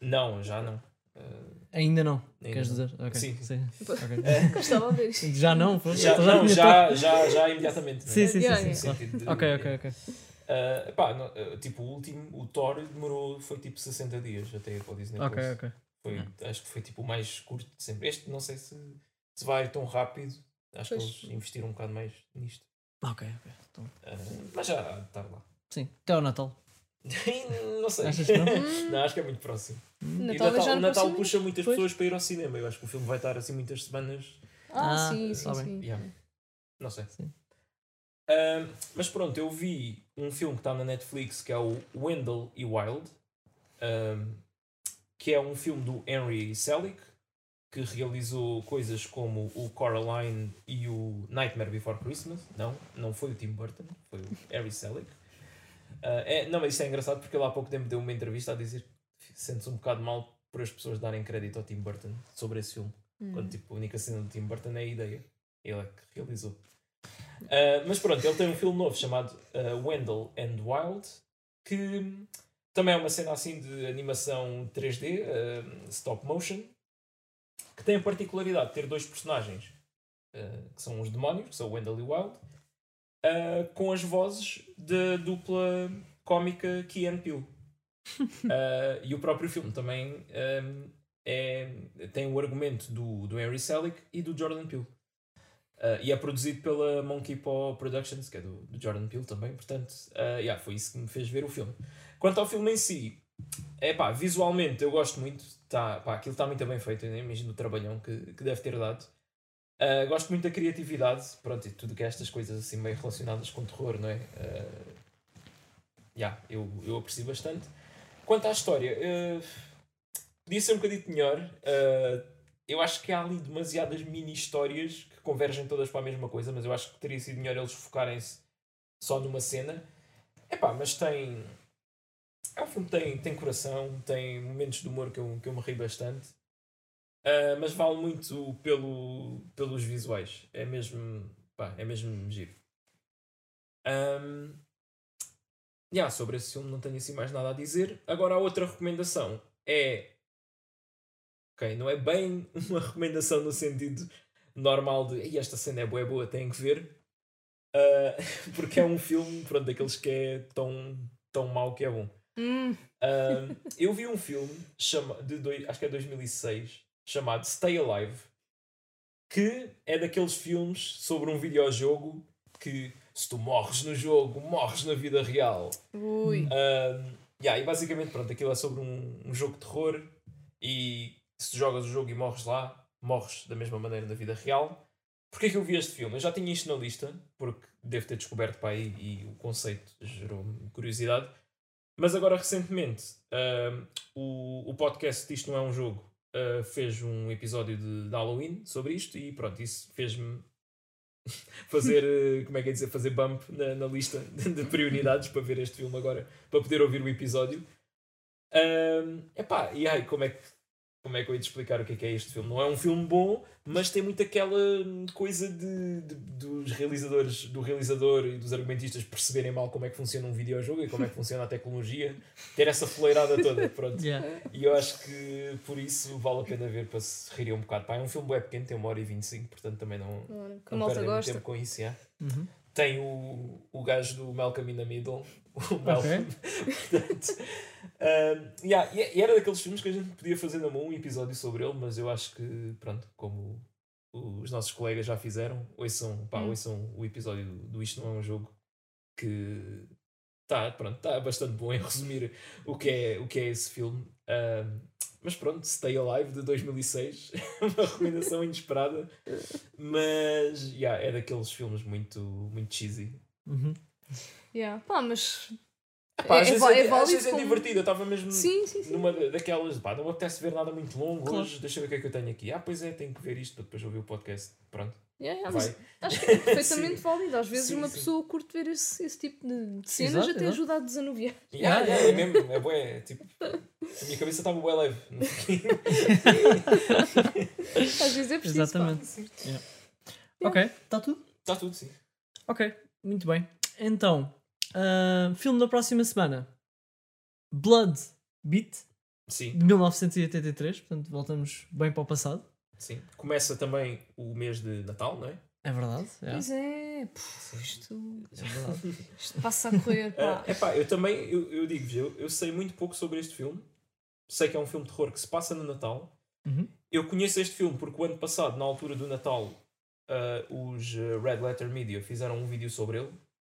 [SPEAKER 3] Não, já não. Ah,
[SPEAKER 1] Ainda não,
[SPEAKER 3] Ainda
[SPEAKER 1] queres
[SPEAKER 3] não.
[SPEAKER 1] dizer? Ok,
[SPEAKER 3] Sim.
[SPEAKER 1] ok.
[SPEAKER 2] Eu Estava a ver isto.
[SPEAKER 1] Já não, força.
[SPEAKER 3] já,
[SPEAKER 1] Toda a
[SPEAKER 3] não,
[SPEAKER 1] minha
[SPEAKER 3] já, já, já imediatamente. né?
[SPEAKER 1] Sim, sim,
[SPEAKER 2] Yeah,
[SPEAKER 1] sim.
[SPEAKER 3] No
[SPEAKER 1] sim.
[SPEAKER 2] yeah.
[SPEAKER 3] sentido de-
[SPEAKER 1] Ok, ok, ok.
[SPEAKER 3] Ah, pá, não, ah, tipo, o último, o Thor demorou, foi tipo 60 dias até ir para o Disney
[SPEAKER 1] Ok,
[SPEAKER 3] Plus.
[SPEAKER 1] ok. Hum.
[SPEAKER 3] Foi- Acho que foi tipo o mais curto de sempre. Este, não sei se, se vai tão rápido. Acho
[SPEAKER 2] Pois.
[SPEAKER 3] que eles investiram um bocado mais nisto.
[SPEAKER 1] Ok, ok. Então,
[SPEAKER 3] Ah, mas já há de estar lá.
[SPEAKER 1] sim, até ao Natal.
[SPEAKER 3] não sei.
[SPEAKER 1] Achas que não?
[SPEAKER 2] Hum.
[SPEAKER 3] Não, acho que é muito próximo. E
[SPEAKER 2] Natal,
[SPEAKER 3] o Natal,
[SPEAKER 2] já
[SPEAKER 3] o
[SPEAKER 2] no
[SPEAKER 3] Natal
[SPEAKER 2] próximo
[SPEAKER 3] puxa muitas
[SPEAKER 1] Pois.
[SPEAKER 3] pessoas para ir ao cinema. Eu acho que o filme vai estar assim muitas semanas.
[SPEAKER 2] mês.
[SPEAKER 1] Ah,
[SPEAKER 2] Ah, sim,
[SPEAKER 1] tá
[SPEAKER 2] sim, sim.
[SPEAKER 3] Yeah. Não sei.
[SPEAKER 1] Sim.
[SPEAKER 3] Ah, mas pronto, eu vi um filme que está na Netflix que é o Wendell e Wild, ah, que é um filme do Henry Selick, que realizou coisas como o Coraline e o Nightmare Before Christmas. Não, não foi o Tim Burton, foi o Henry Selick. Ah, é, não, mas isto é engraçado porque ele há pouco tempo deu uma entrevista a dizer que sente-se um bocado mal por as pessoas darem crédito ao Tim Burton sobre esse filme.
[SPEAKER 2] Hum.
[SPEAKER 3] Quando tipo, a única cena do Tim Burton é a ideia. Ele é que realizou. Ah, mas pronto, ele tem um filme novo chamado ah, Wendell and Wild, que também é uma cena assim de animação 3D, ah, stop motion, que tem a particularidade de ter dois personagens, ah, que são os demónios, que são Wendell e Wild, ah, com as vozes da dupla cómica Key and Peele. Ah, e o próprio filme também ah, é, tem o argumento do, do Henry Selick e do Jordan Peele. Ah, e é produzido pela Monkey Paw Productions, que é do, do Jordan Peele também, portanto, ah, yeah, foi isso que me fez ver o filme. Quanto ao filme em si, é pá, visualmente eu gosto muito, tá, pá, aquilo está muito bem feito, eu nem imagino o trabalhão que, que deve ter dado. Ah, gosto muito da criatividade, pronto, e tudo que é estas coisas assim meio relacionadas com terror, não é? Ah, yeah, eu, eu aprecio bastante. Quanto à história, ah, podia ser um bocadinho melhor. ah, eu acho que há ali demasiadas mini histórias que convergem todas para a mesma coisa, mas eu acho que teria sido melhor eles focarem-se só numa cena. Epá, mas tem. É um filme que tem, tem coração, tem momentos de humor que eu, que eu me ri bastante. Ah, mas vale muito pelo, pelos visuais. É mesmo. Pá, é mesmo giro. Ahm, yeah, sobre esse filme não tenho assim mais nada a dizer. Agora a outra recomendação é Ok, não é bem uma recomendação no sentido normal de "Ei, esta cena é boa, é boa, tem que ver. Ah, porque é um filme, pronto, daqueles que é tão, tão mau que é bom.
[SPEAKER 2] Hum,
[SPEAKER 3] Ah, eu vi um filme chama, de dois, acho que é 2006 chamado Stay Alive que é daqueles filmes sobre um videojogo que se tu morres no jogo, morres na vida real.
[SPEAKER 2] Ui.
[SPEAKER 3] Um, yeah, e basicamente, pronto, aquilo é sobre um, um jogo de terror e se tu jogas o jogo e morres lá, morres da mesma maneira na vida real. Porquê que eu vi este filme? Eu já tinha isto na lista, porque devo ter descoberto para aí e o conceito gerou-me curiosidade. Mas agora, recentemente, um, o, o podcast Isto Não É Um Jogo uh, fez um episódio de, de Halloween sobre isto e pronto, isso fez-me fazer, eh, como é que é dizer, fazer bump na, na lista de prioridades para ver este filme agora, para poder ouvir o episódio. Ahm, epá, e aí, como é que como é que eu ia te explicar o que é que é este filme? Não é um filme bom, mas tem muito aquela hum, coisa de, de- dos realizadores, do realizador e dos argumentistas perceberem mal como é que funciona um videojogo e como é que funciona a tecnologia, ter essa fuleirada toda, pronto.
[SPEAKER 1] Yeah.
[SPEAKER 3] E eu acho que por isso vale a pena ver para se rirem um bocado. Pá, é um filme bem pequeno, tem uma hora e 25, portanto também não,
[SPEAKER 2] Ora, que a
[SPEAKER 3] não
[SPEAKER 2] malta
[SPEAKER 3] perdem muito tempo
[SPEAKER 2] gosta.
[SPEAKER 3] com isso, yeah.
[SPEAKER 1] Uhum.
[SPEAKER 3] Tem o, o gajo do Malcolm in the Middle. O Malcolm.
[SPEAKER 1] Ok.
[SPEAKER 3] Portanto, um, yeah, e, e era daqueles filmes que a gente podia fazer na mão um episódio sobre ele, mas eu acho que, pronto, como os nossos colegas já fizeram, ouçam, pá,
[SPEAKER 2] Hum.
[SPEAKER 3] ouçam o episódio do, do Isto Não É Um Jogo, que está pronto, tá bastante bom em resumir o que é, o que é esse filme. Um, mas pronto, Stay Alive de 2006, uma recomendação inesperada, mas yeah, é daqueles filmes muito, muito cheesy.
[SPEAKER 1] Uhum.
[SPEAKER 2] Yeah. Pá, mas
[SPEAKER 3] Pá,
[SPEAKER 2] É-
[SPEAKER 3] às
[SPEAKER 2] é
[SPEAKER 3] vezes
[SPEAKER 2] va-
[SPEAKER 3] é,
[SPEAKER 2] é
[SPEAKER 3] às
[SPEAKER 2] válido
[SPEAKER 3] vezes é
[SPEAKER 2] como-
[SPEAKER 3] divertido. Eu estava mesmo
[SPEAKER 2] Sim, sim, sim.
[SPEAKER 3] numa da- daquelas. Pá, não me apetece ver nada muito longo
[SPEAKER 1] Claro.
[SPEAKER 3] hoje. Deixa eu ver o que é que eu tenho aqui. Ah, pois é, tenho que ver isto para depois ouvir o podcast. Pronto,
[SPEAKER 2] Yeah, yeah, mas
[SPEAKER 3] vai.
[SPEAKER 2] Acho que é perfeitamente válido. Às vezes
[SPEAKER 3] Sim,
[SPEAKER 2] uma
[SPEAKER 3] sim.
[SPEAKER 2] pessoa curte ver esse, esse tipo de de cenas,
[SPEAKER 1] Exato,
[SPEAKER 2] até
[SPEAKER 1] exato.
[SPEAKER 2] ajuda a desanuviar.
[SPEAKER 1] Yeah,
[SPEAKER 3] Yeah, yeah,
[SPEAKER 1] yeah.
[SPEAKER 3] é mesmo, é bué, é tipo, a minha cabeça estava bué leve. no fim.
[SPEAKER 2] Às vezes é preciso. pá.
[SPEAKER 1] Exatamente. Yeah. Ok, está tudo?
[SPEAKER 3] Está Tá tudo, sim.
[SPEAKER 1] Ok, muito bem. Então, ah, filme da próxima semana: Blood Beat
[SPEAKER 3] Sim,
[SPEAKER 1] de 1983. Portanto, voltamos bem para o passado.
[SPEAKER 3] sim. Começa também o mês de Natal, não é?
[SPEAKER 1] É verdade. yeah,
[SPEAKER 2] Pois é, puf, isto,
[SPEAKER 1] é verdade.
[SPEAKER 2] isto passa a correr. Pá.
[SPEAKER 3] Ah, epá, eu também, eu, eu digo-vos, eu, eu sei muito pouco sobre este filme. Sei que é um filme de terror que se passa no Natal.
[SPEAKER 1] Uhum.
[SPEAKER 3] Eu conheço este filme porque o ano passado, na altura do Natal, ah, os ah, Red Letter Media fizeram um vídeo sobre ele.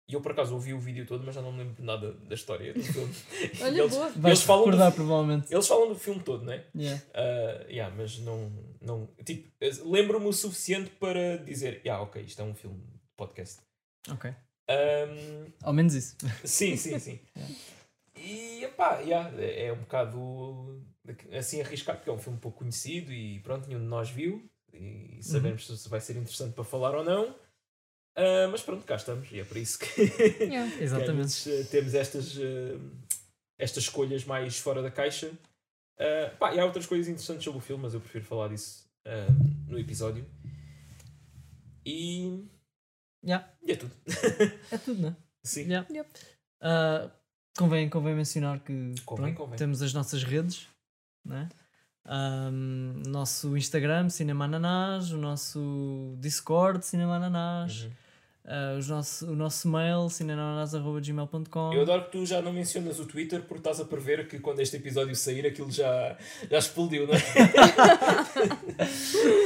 [SPEAKER 3] E eu, por acaso, ouvi o vídeo todo, mas já não me lembro de nada da história do filme. E
[SPEAKER 2] Olha,
[SPEAKER 3] eles,
[SPEAKER 2] boa.
[SPEAKER 1] Vais
[SPEAKER 3] falam do-
[SPEAKER 1] recordar, provavelmente.
[SPEAKER 3] eles falam do filme todo, não é?
[SPEAKER 1] Yeah.
[SPEAKER 3] Ah, yeah, mas não, não tipo, lembro-me o suficiente para dizer, yeah, ok, isto é um filme de podcast.
[SPEAKER 1] Ok,
[SPEAKER 3] Ahm,
[SPEAKER 1] ao menos isso.
[SPEAKER 3] Sim, sim, sim. E pá, é é um bocado assim arriscado, porque é um filme pouco conhecido e pronto, nenhum de nós viu e sabemos se vai ser interessante para falar ou não. Ah, mas pronto, cá estamos e é por isso que, que
[SPEAKER 2] Yeah.
[SPEAKER 1] Exatamente.
[SPEAKER 3] às vezes, eh, temos estas, eh, estas escolhas mais fora da caixa. Ah, pá, e há outras coisas interessantes sobre o filme, mas eu prefiro falar disso ah, no episódio. E,
[SPEAKER 1] Yeah.
[SPEAKER 3] e é tudo.
[SPEAKER 1] É tudo, né?
[SPEAKER 3] Sim.
[SPEAKER 1] Yeah.
[SPEAKER 2] Yep.
[SPEAKER 1] Ah, convém, convém mencionar que
[SPEAKER 3] Convém, convém.
[SPEAKER 1] temos as nossas redes, né? Ah, nosso Instagram, Cinema Ananás, o nosso Discord, Cinema Ananás,
[SPEAKER 3] Uhum.
[SPEAKER 1] ah, os nosso, o nosso mail, cinemananás.gmail.com.
[SPEAKER 3] Eu adoro que tu já não mencionas o Twitter porque estás a prever que quando este episódio sair aquilo já, já explodiu, não é?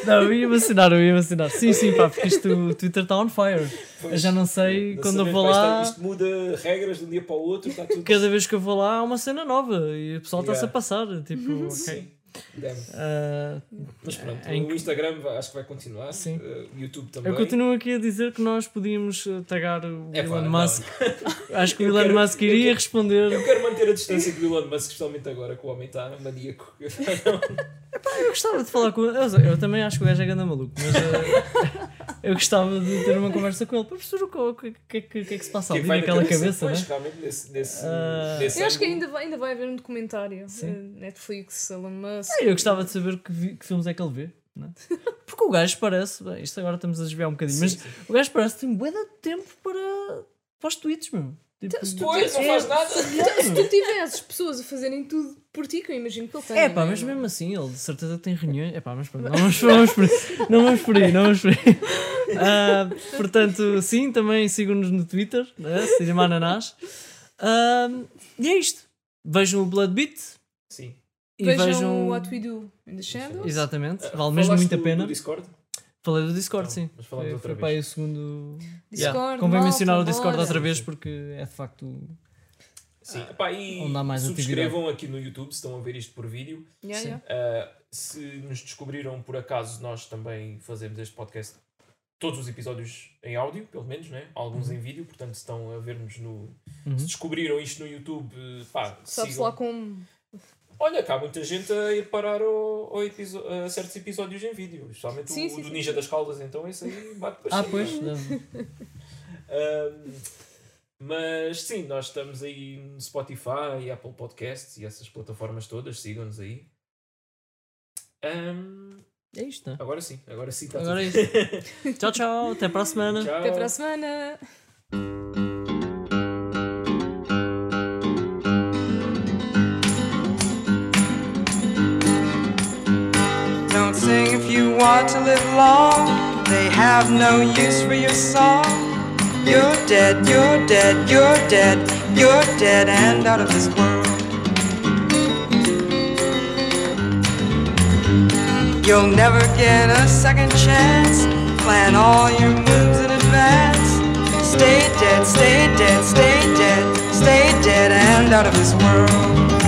[SPEAKER 1] Não, eu ia vacinar, eu ia vacinar. Sim, sim, pá, porque isto, o Twitter está on fire. Eu já não sei,
[SPEAKER 3] Não
[SPEAKER 1] quando eu
[SPEAKER 3] sabemos,
[SPEAKER 1] vou
[SPEAKER 3] pá, isto- tá-
[SPEAKER 1] lá,
[SPEAKER 3] Isto, muda regras de um dia para o outro, está tudo.
[SPEAKER 1] cada vez que eu vou lá há uma cena nova e o pessoal está-se
[SPEAKER 3] Yeah.
[SPEAKER 1] a passar. Tipo, ok.
[SPEAKER 3] assim. Sim. Damn.
[SPEAKER 1] Ah,
[SPEAKER 3] Mas pronto,
[SPEAKER 1] É inc-
[SPEAKER 3] o Instagram vai- acho que vai continuar,
[SPEAKER 1] Sim.
[SPEAKER 3] uh, YouTube também.
[SPEAKER 1] Eu continuo aqui a dizer que nós podíamos eh, tagar o
[SPEAKER 3] É pá,
[SPEAKER 1] Elon
[SPEAKER 3] não.
[SPEAKER 1] Musk. Acho que o
[SPEAKER 3] Eu
[SPEAKER 1] Elon
[SPEAKER 3] quero-
[SPEAKER 1] Musk
[SPEAKER 3] eu
[SPEAKER 1] iria
[SPEAKER 3] quero-
[SPEAKER 1] responder.
[SPEAKER 3] Eu quero manter a distância do Elon Musk, especialmente agora que o homem está maníaco.
[SPEAKER 1] Eu gostava de falar com ele. Eu, eu também acho que o gajo é grande maluco, mas eh, eu gostava de ter uma conversa com ele para perceber o que, o que, o que, o que é que se passa
[SPEAKER 3] O que é
[SPEAKER 1] ali
[SPEAKER 3] que vai
[SPEAKER 1] naquela cabeça,
[SPEAKER 3] pois,
[SPEAKER 1] né?
[SPEAKER 3] realmente, nesse, nesse,
[SPEAKER 1] Ah.
[SPEAKER 3] nesse
[SPEAKER 2] Eu acho que
[SPEAKER 3] ângulo.
[SPEAKER 2] ainda vai, ainda vai haver um documentário.
[SPEAKER 1] Sim.
[SPEAKER 2] eh, Netflix, Elon Musk.
[SPEAKER 1] Ah, Eu gostava de saber que, vi- que filmes é que ele vê. né? Porque o gajo parece, bem, isto agora estamos a desviar um bocadinho,
[SPEAKER 3] Sim,
[SPEAKER 1] mas
[SPEAKER 3] sim.
[SPEAKER 1] o gajo parece que tem bué de tempo para, para os tweets, mesmo. Tipo,
[SPEAKER 3] Pois, não faz nada.
[SPEAKER 2] Se tu tivesses pessoas a fazerem tudo por ti, que eu imagino que ele tenha.
[SPEAKER 1] É pá,
[SPEAKER 2] não
[SPEAKER 1] mas mesmo assim, ele de certeza tem reuniões. É pá, mas pronto, não vamos, vamos por, aí, não vamos por aí, não vamos por aí. Ah, portanto, sim, também sigam-nos no Twitter, né? Cinema Ananás. Ah, e é isto. Vejam o Blood Beat
[SPEAKER 3] Sim.
[SPEAKER 1] e
[SPEAKER 2] Vejam,
[SPEAKER 1] vejam.
[SPEAKER 2] What We Do in the Shadows.
[SPEAKER 1] Exatamente,
[SPEAKER 3] Ah,
[SPEAKER 1] vale mesmo
[SPEAKER 3] falaste
[SPEAKER 1] muito a
[SPEAKER 3] do-
[SPEAKER 1] pena.
[SPEAKER 3] do Discord?
[SPEAKER 1] Falei do Discord,
[SPEAKER 3] Então,
[SPEAKER 1] sim.
[SPEAKER 3] mas falamos
[SPEAKER 1] Foi, foi
[SPEAKER 3] outra vez.
[SPEAKER 1] para aí o segundo.
[SPEAKER 2] Discord,
[SPEAKER 1] Yeah, Convém
[SPEAKER 2] malta,
[SPEAKER 1] mencionar o Discord
[SPEAKER 2] bora.
[SPEAKER 1] outra vez porque é de facto.
[SPEAKER 3] Sim, epá, e
[SPEAKER 1] Ah, Onde há mais
[SPEAKER 3] subscrevam aqui no YouTube se estão a ver isto por vídeo.
[SPEAKER 2] Yeah,
[SPEAKER 1] Sim.
[SPEAKER 2] yeah.
[SPEAKER 3] Uh, se nos descobriram, por acaso, nós também fazemos este podcast, todos os episódios em áudio, pelo menos, né? alguns em vídeo, portanto, se estão a ver-nos no.
[SPEAKER 1] Uhum.
[SPEAKER 3] Se descobriram isto no YouTube, eh, pá,
[SPEAKER 2] Sabe-se
[SPEAKER 3] sigam.
[SPEAKER 2] lá um, como.
[SPEAKER 3] Olha, cá há muita gente a ir parar ao, ao episo- a certos episódios em vídeo, especialmente
[SPEAKER 2] Sim,
[SPEAKER 3] o
[SPEAKER 2] sim,
[SPEAKER 3] do
[SPEAKER 2] sim.
[SPEAKER 3] Ninja das Caldas, então esse aí bate para
[SPEAKER 1] Ah,
[SPEAKER 3] cima.
[SPEAKER 1] pois.
[SPEAKER 3] Ahm, mas sim, nós estamos aí no Spotify e Apple Podcasts e essas plataformas todas, sigam-nos aí. Ahm,
[SPEAKER 1] É isto, né?
[SPEAKER 3] agora sim, agora sim está
[SPEAKER 1] Agora é né?
[SPEAKER 3] tudo.
[SPEAKER 1] isto. Tchau, tchau. Até para a semana.
[SPEAKER 3] Tchau.
[SPEAKER 2] Até para a semana.
[SPEAKER 4] Don't sing if you want to live long. They have no use for your song. You're dead, you're dead, you're dead, you're dead and out of this world. You'll never get a second chance. Plan all your moves in advance. Stay dead, stay dead, stay dead, stay dead and out of this world.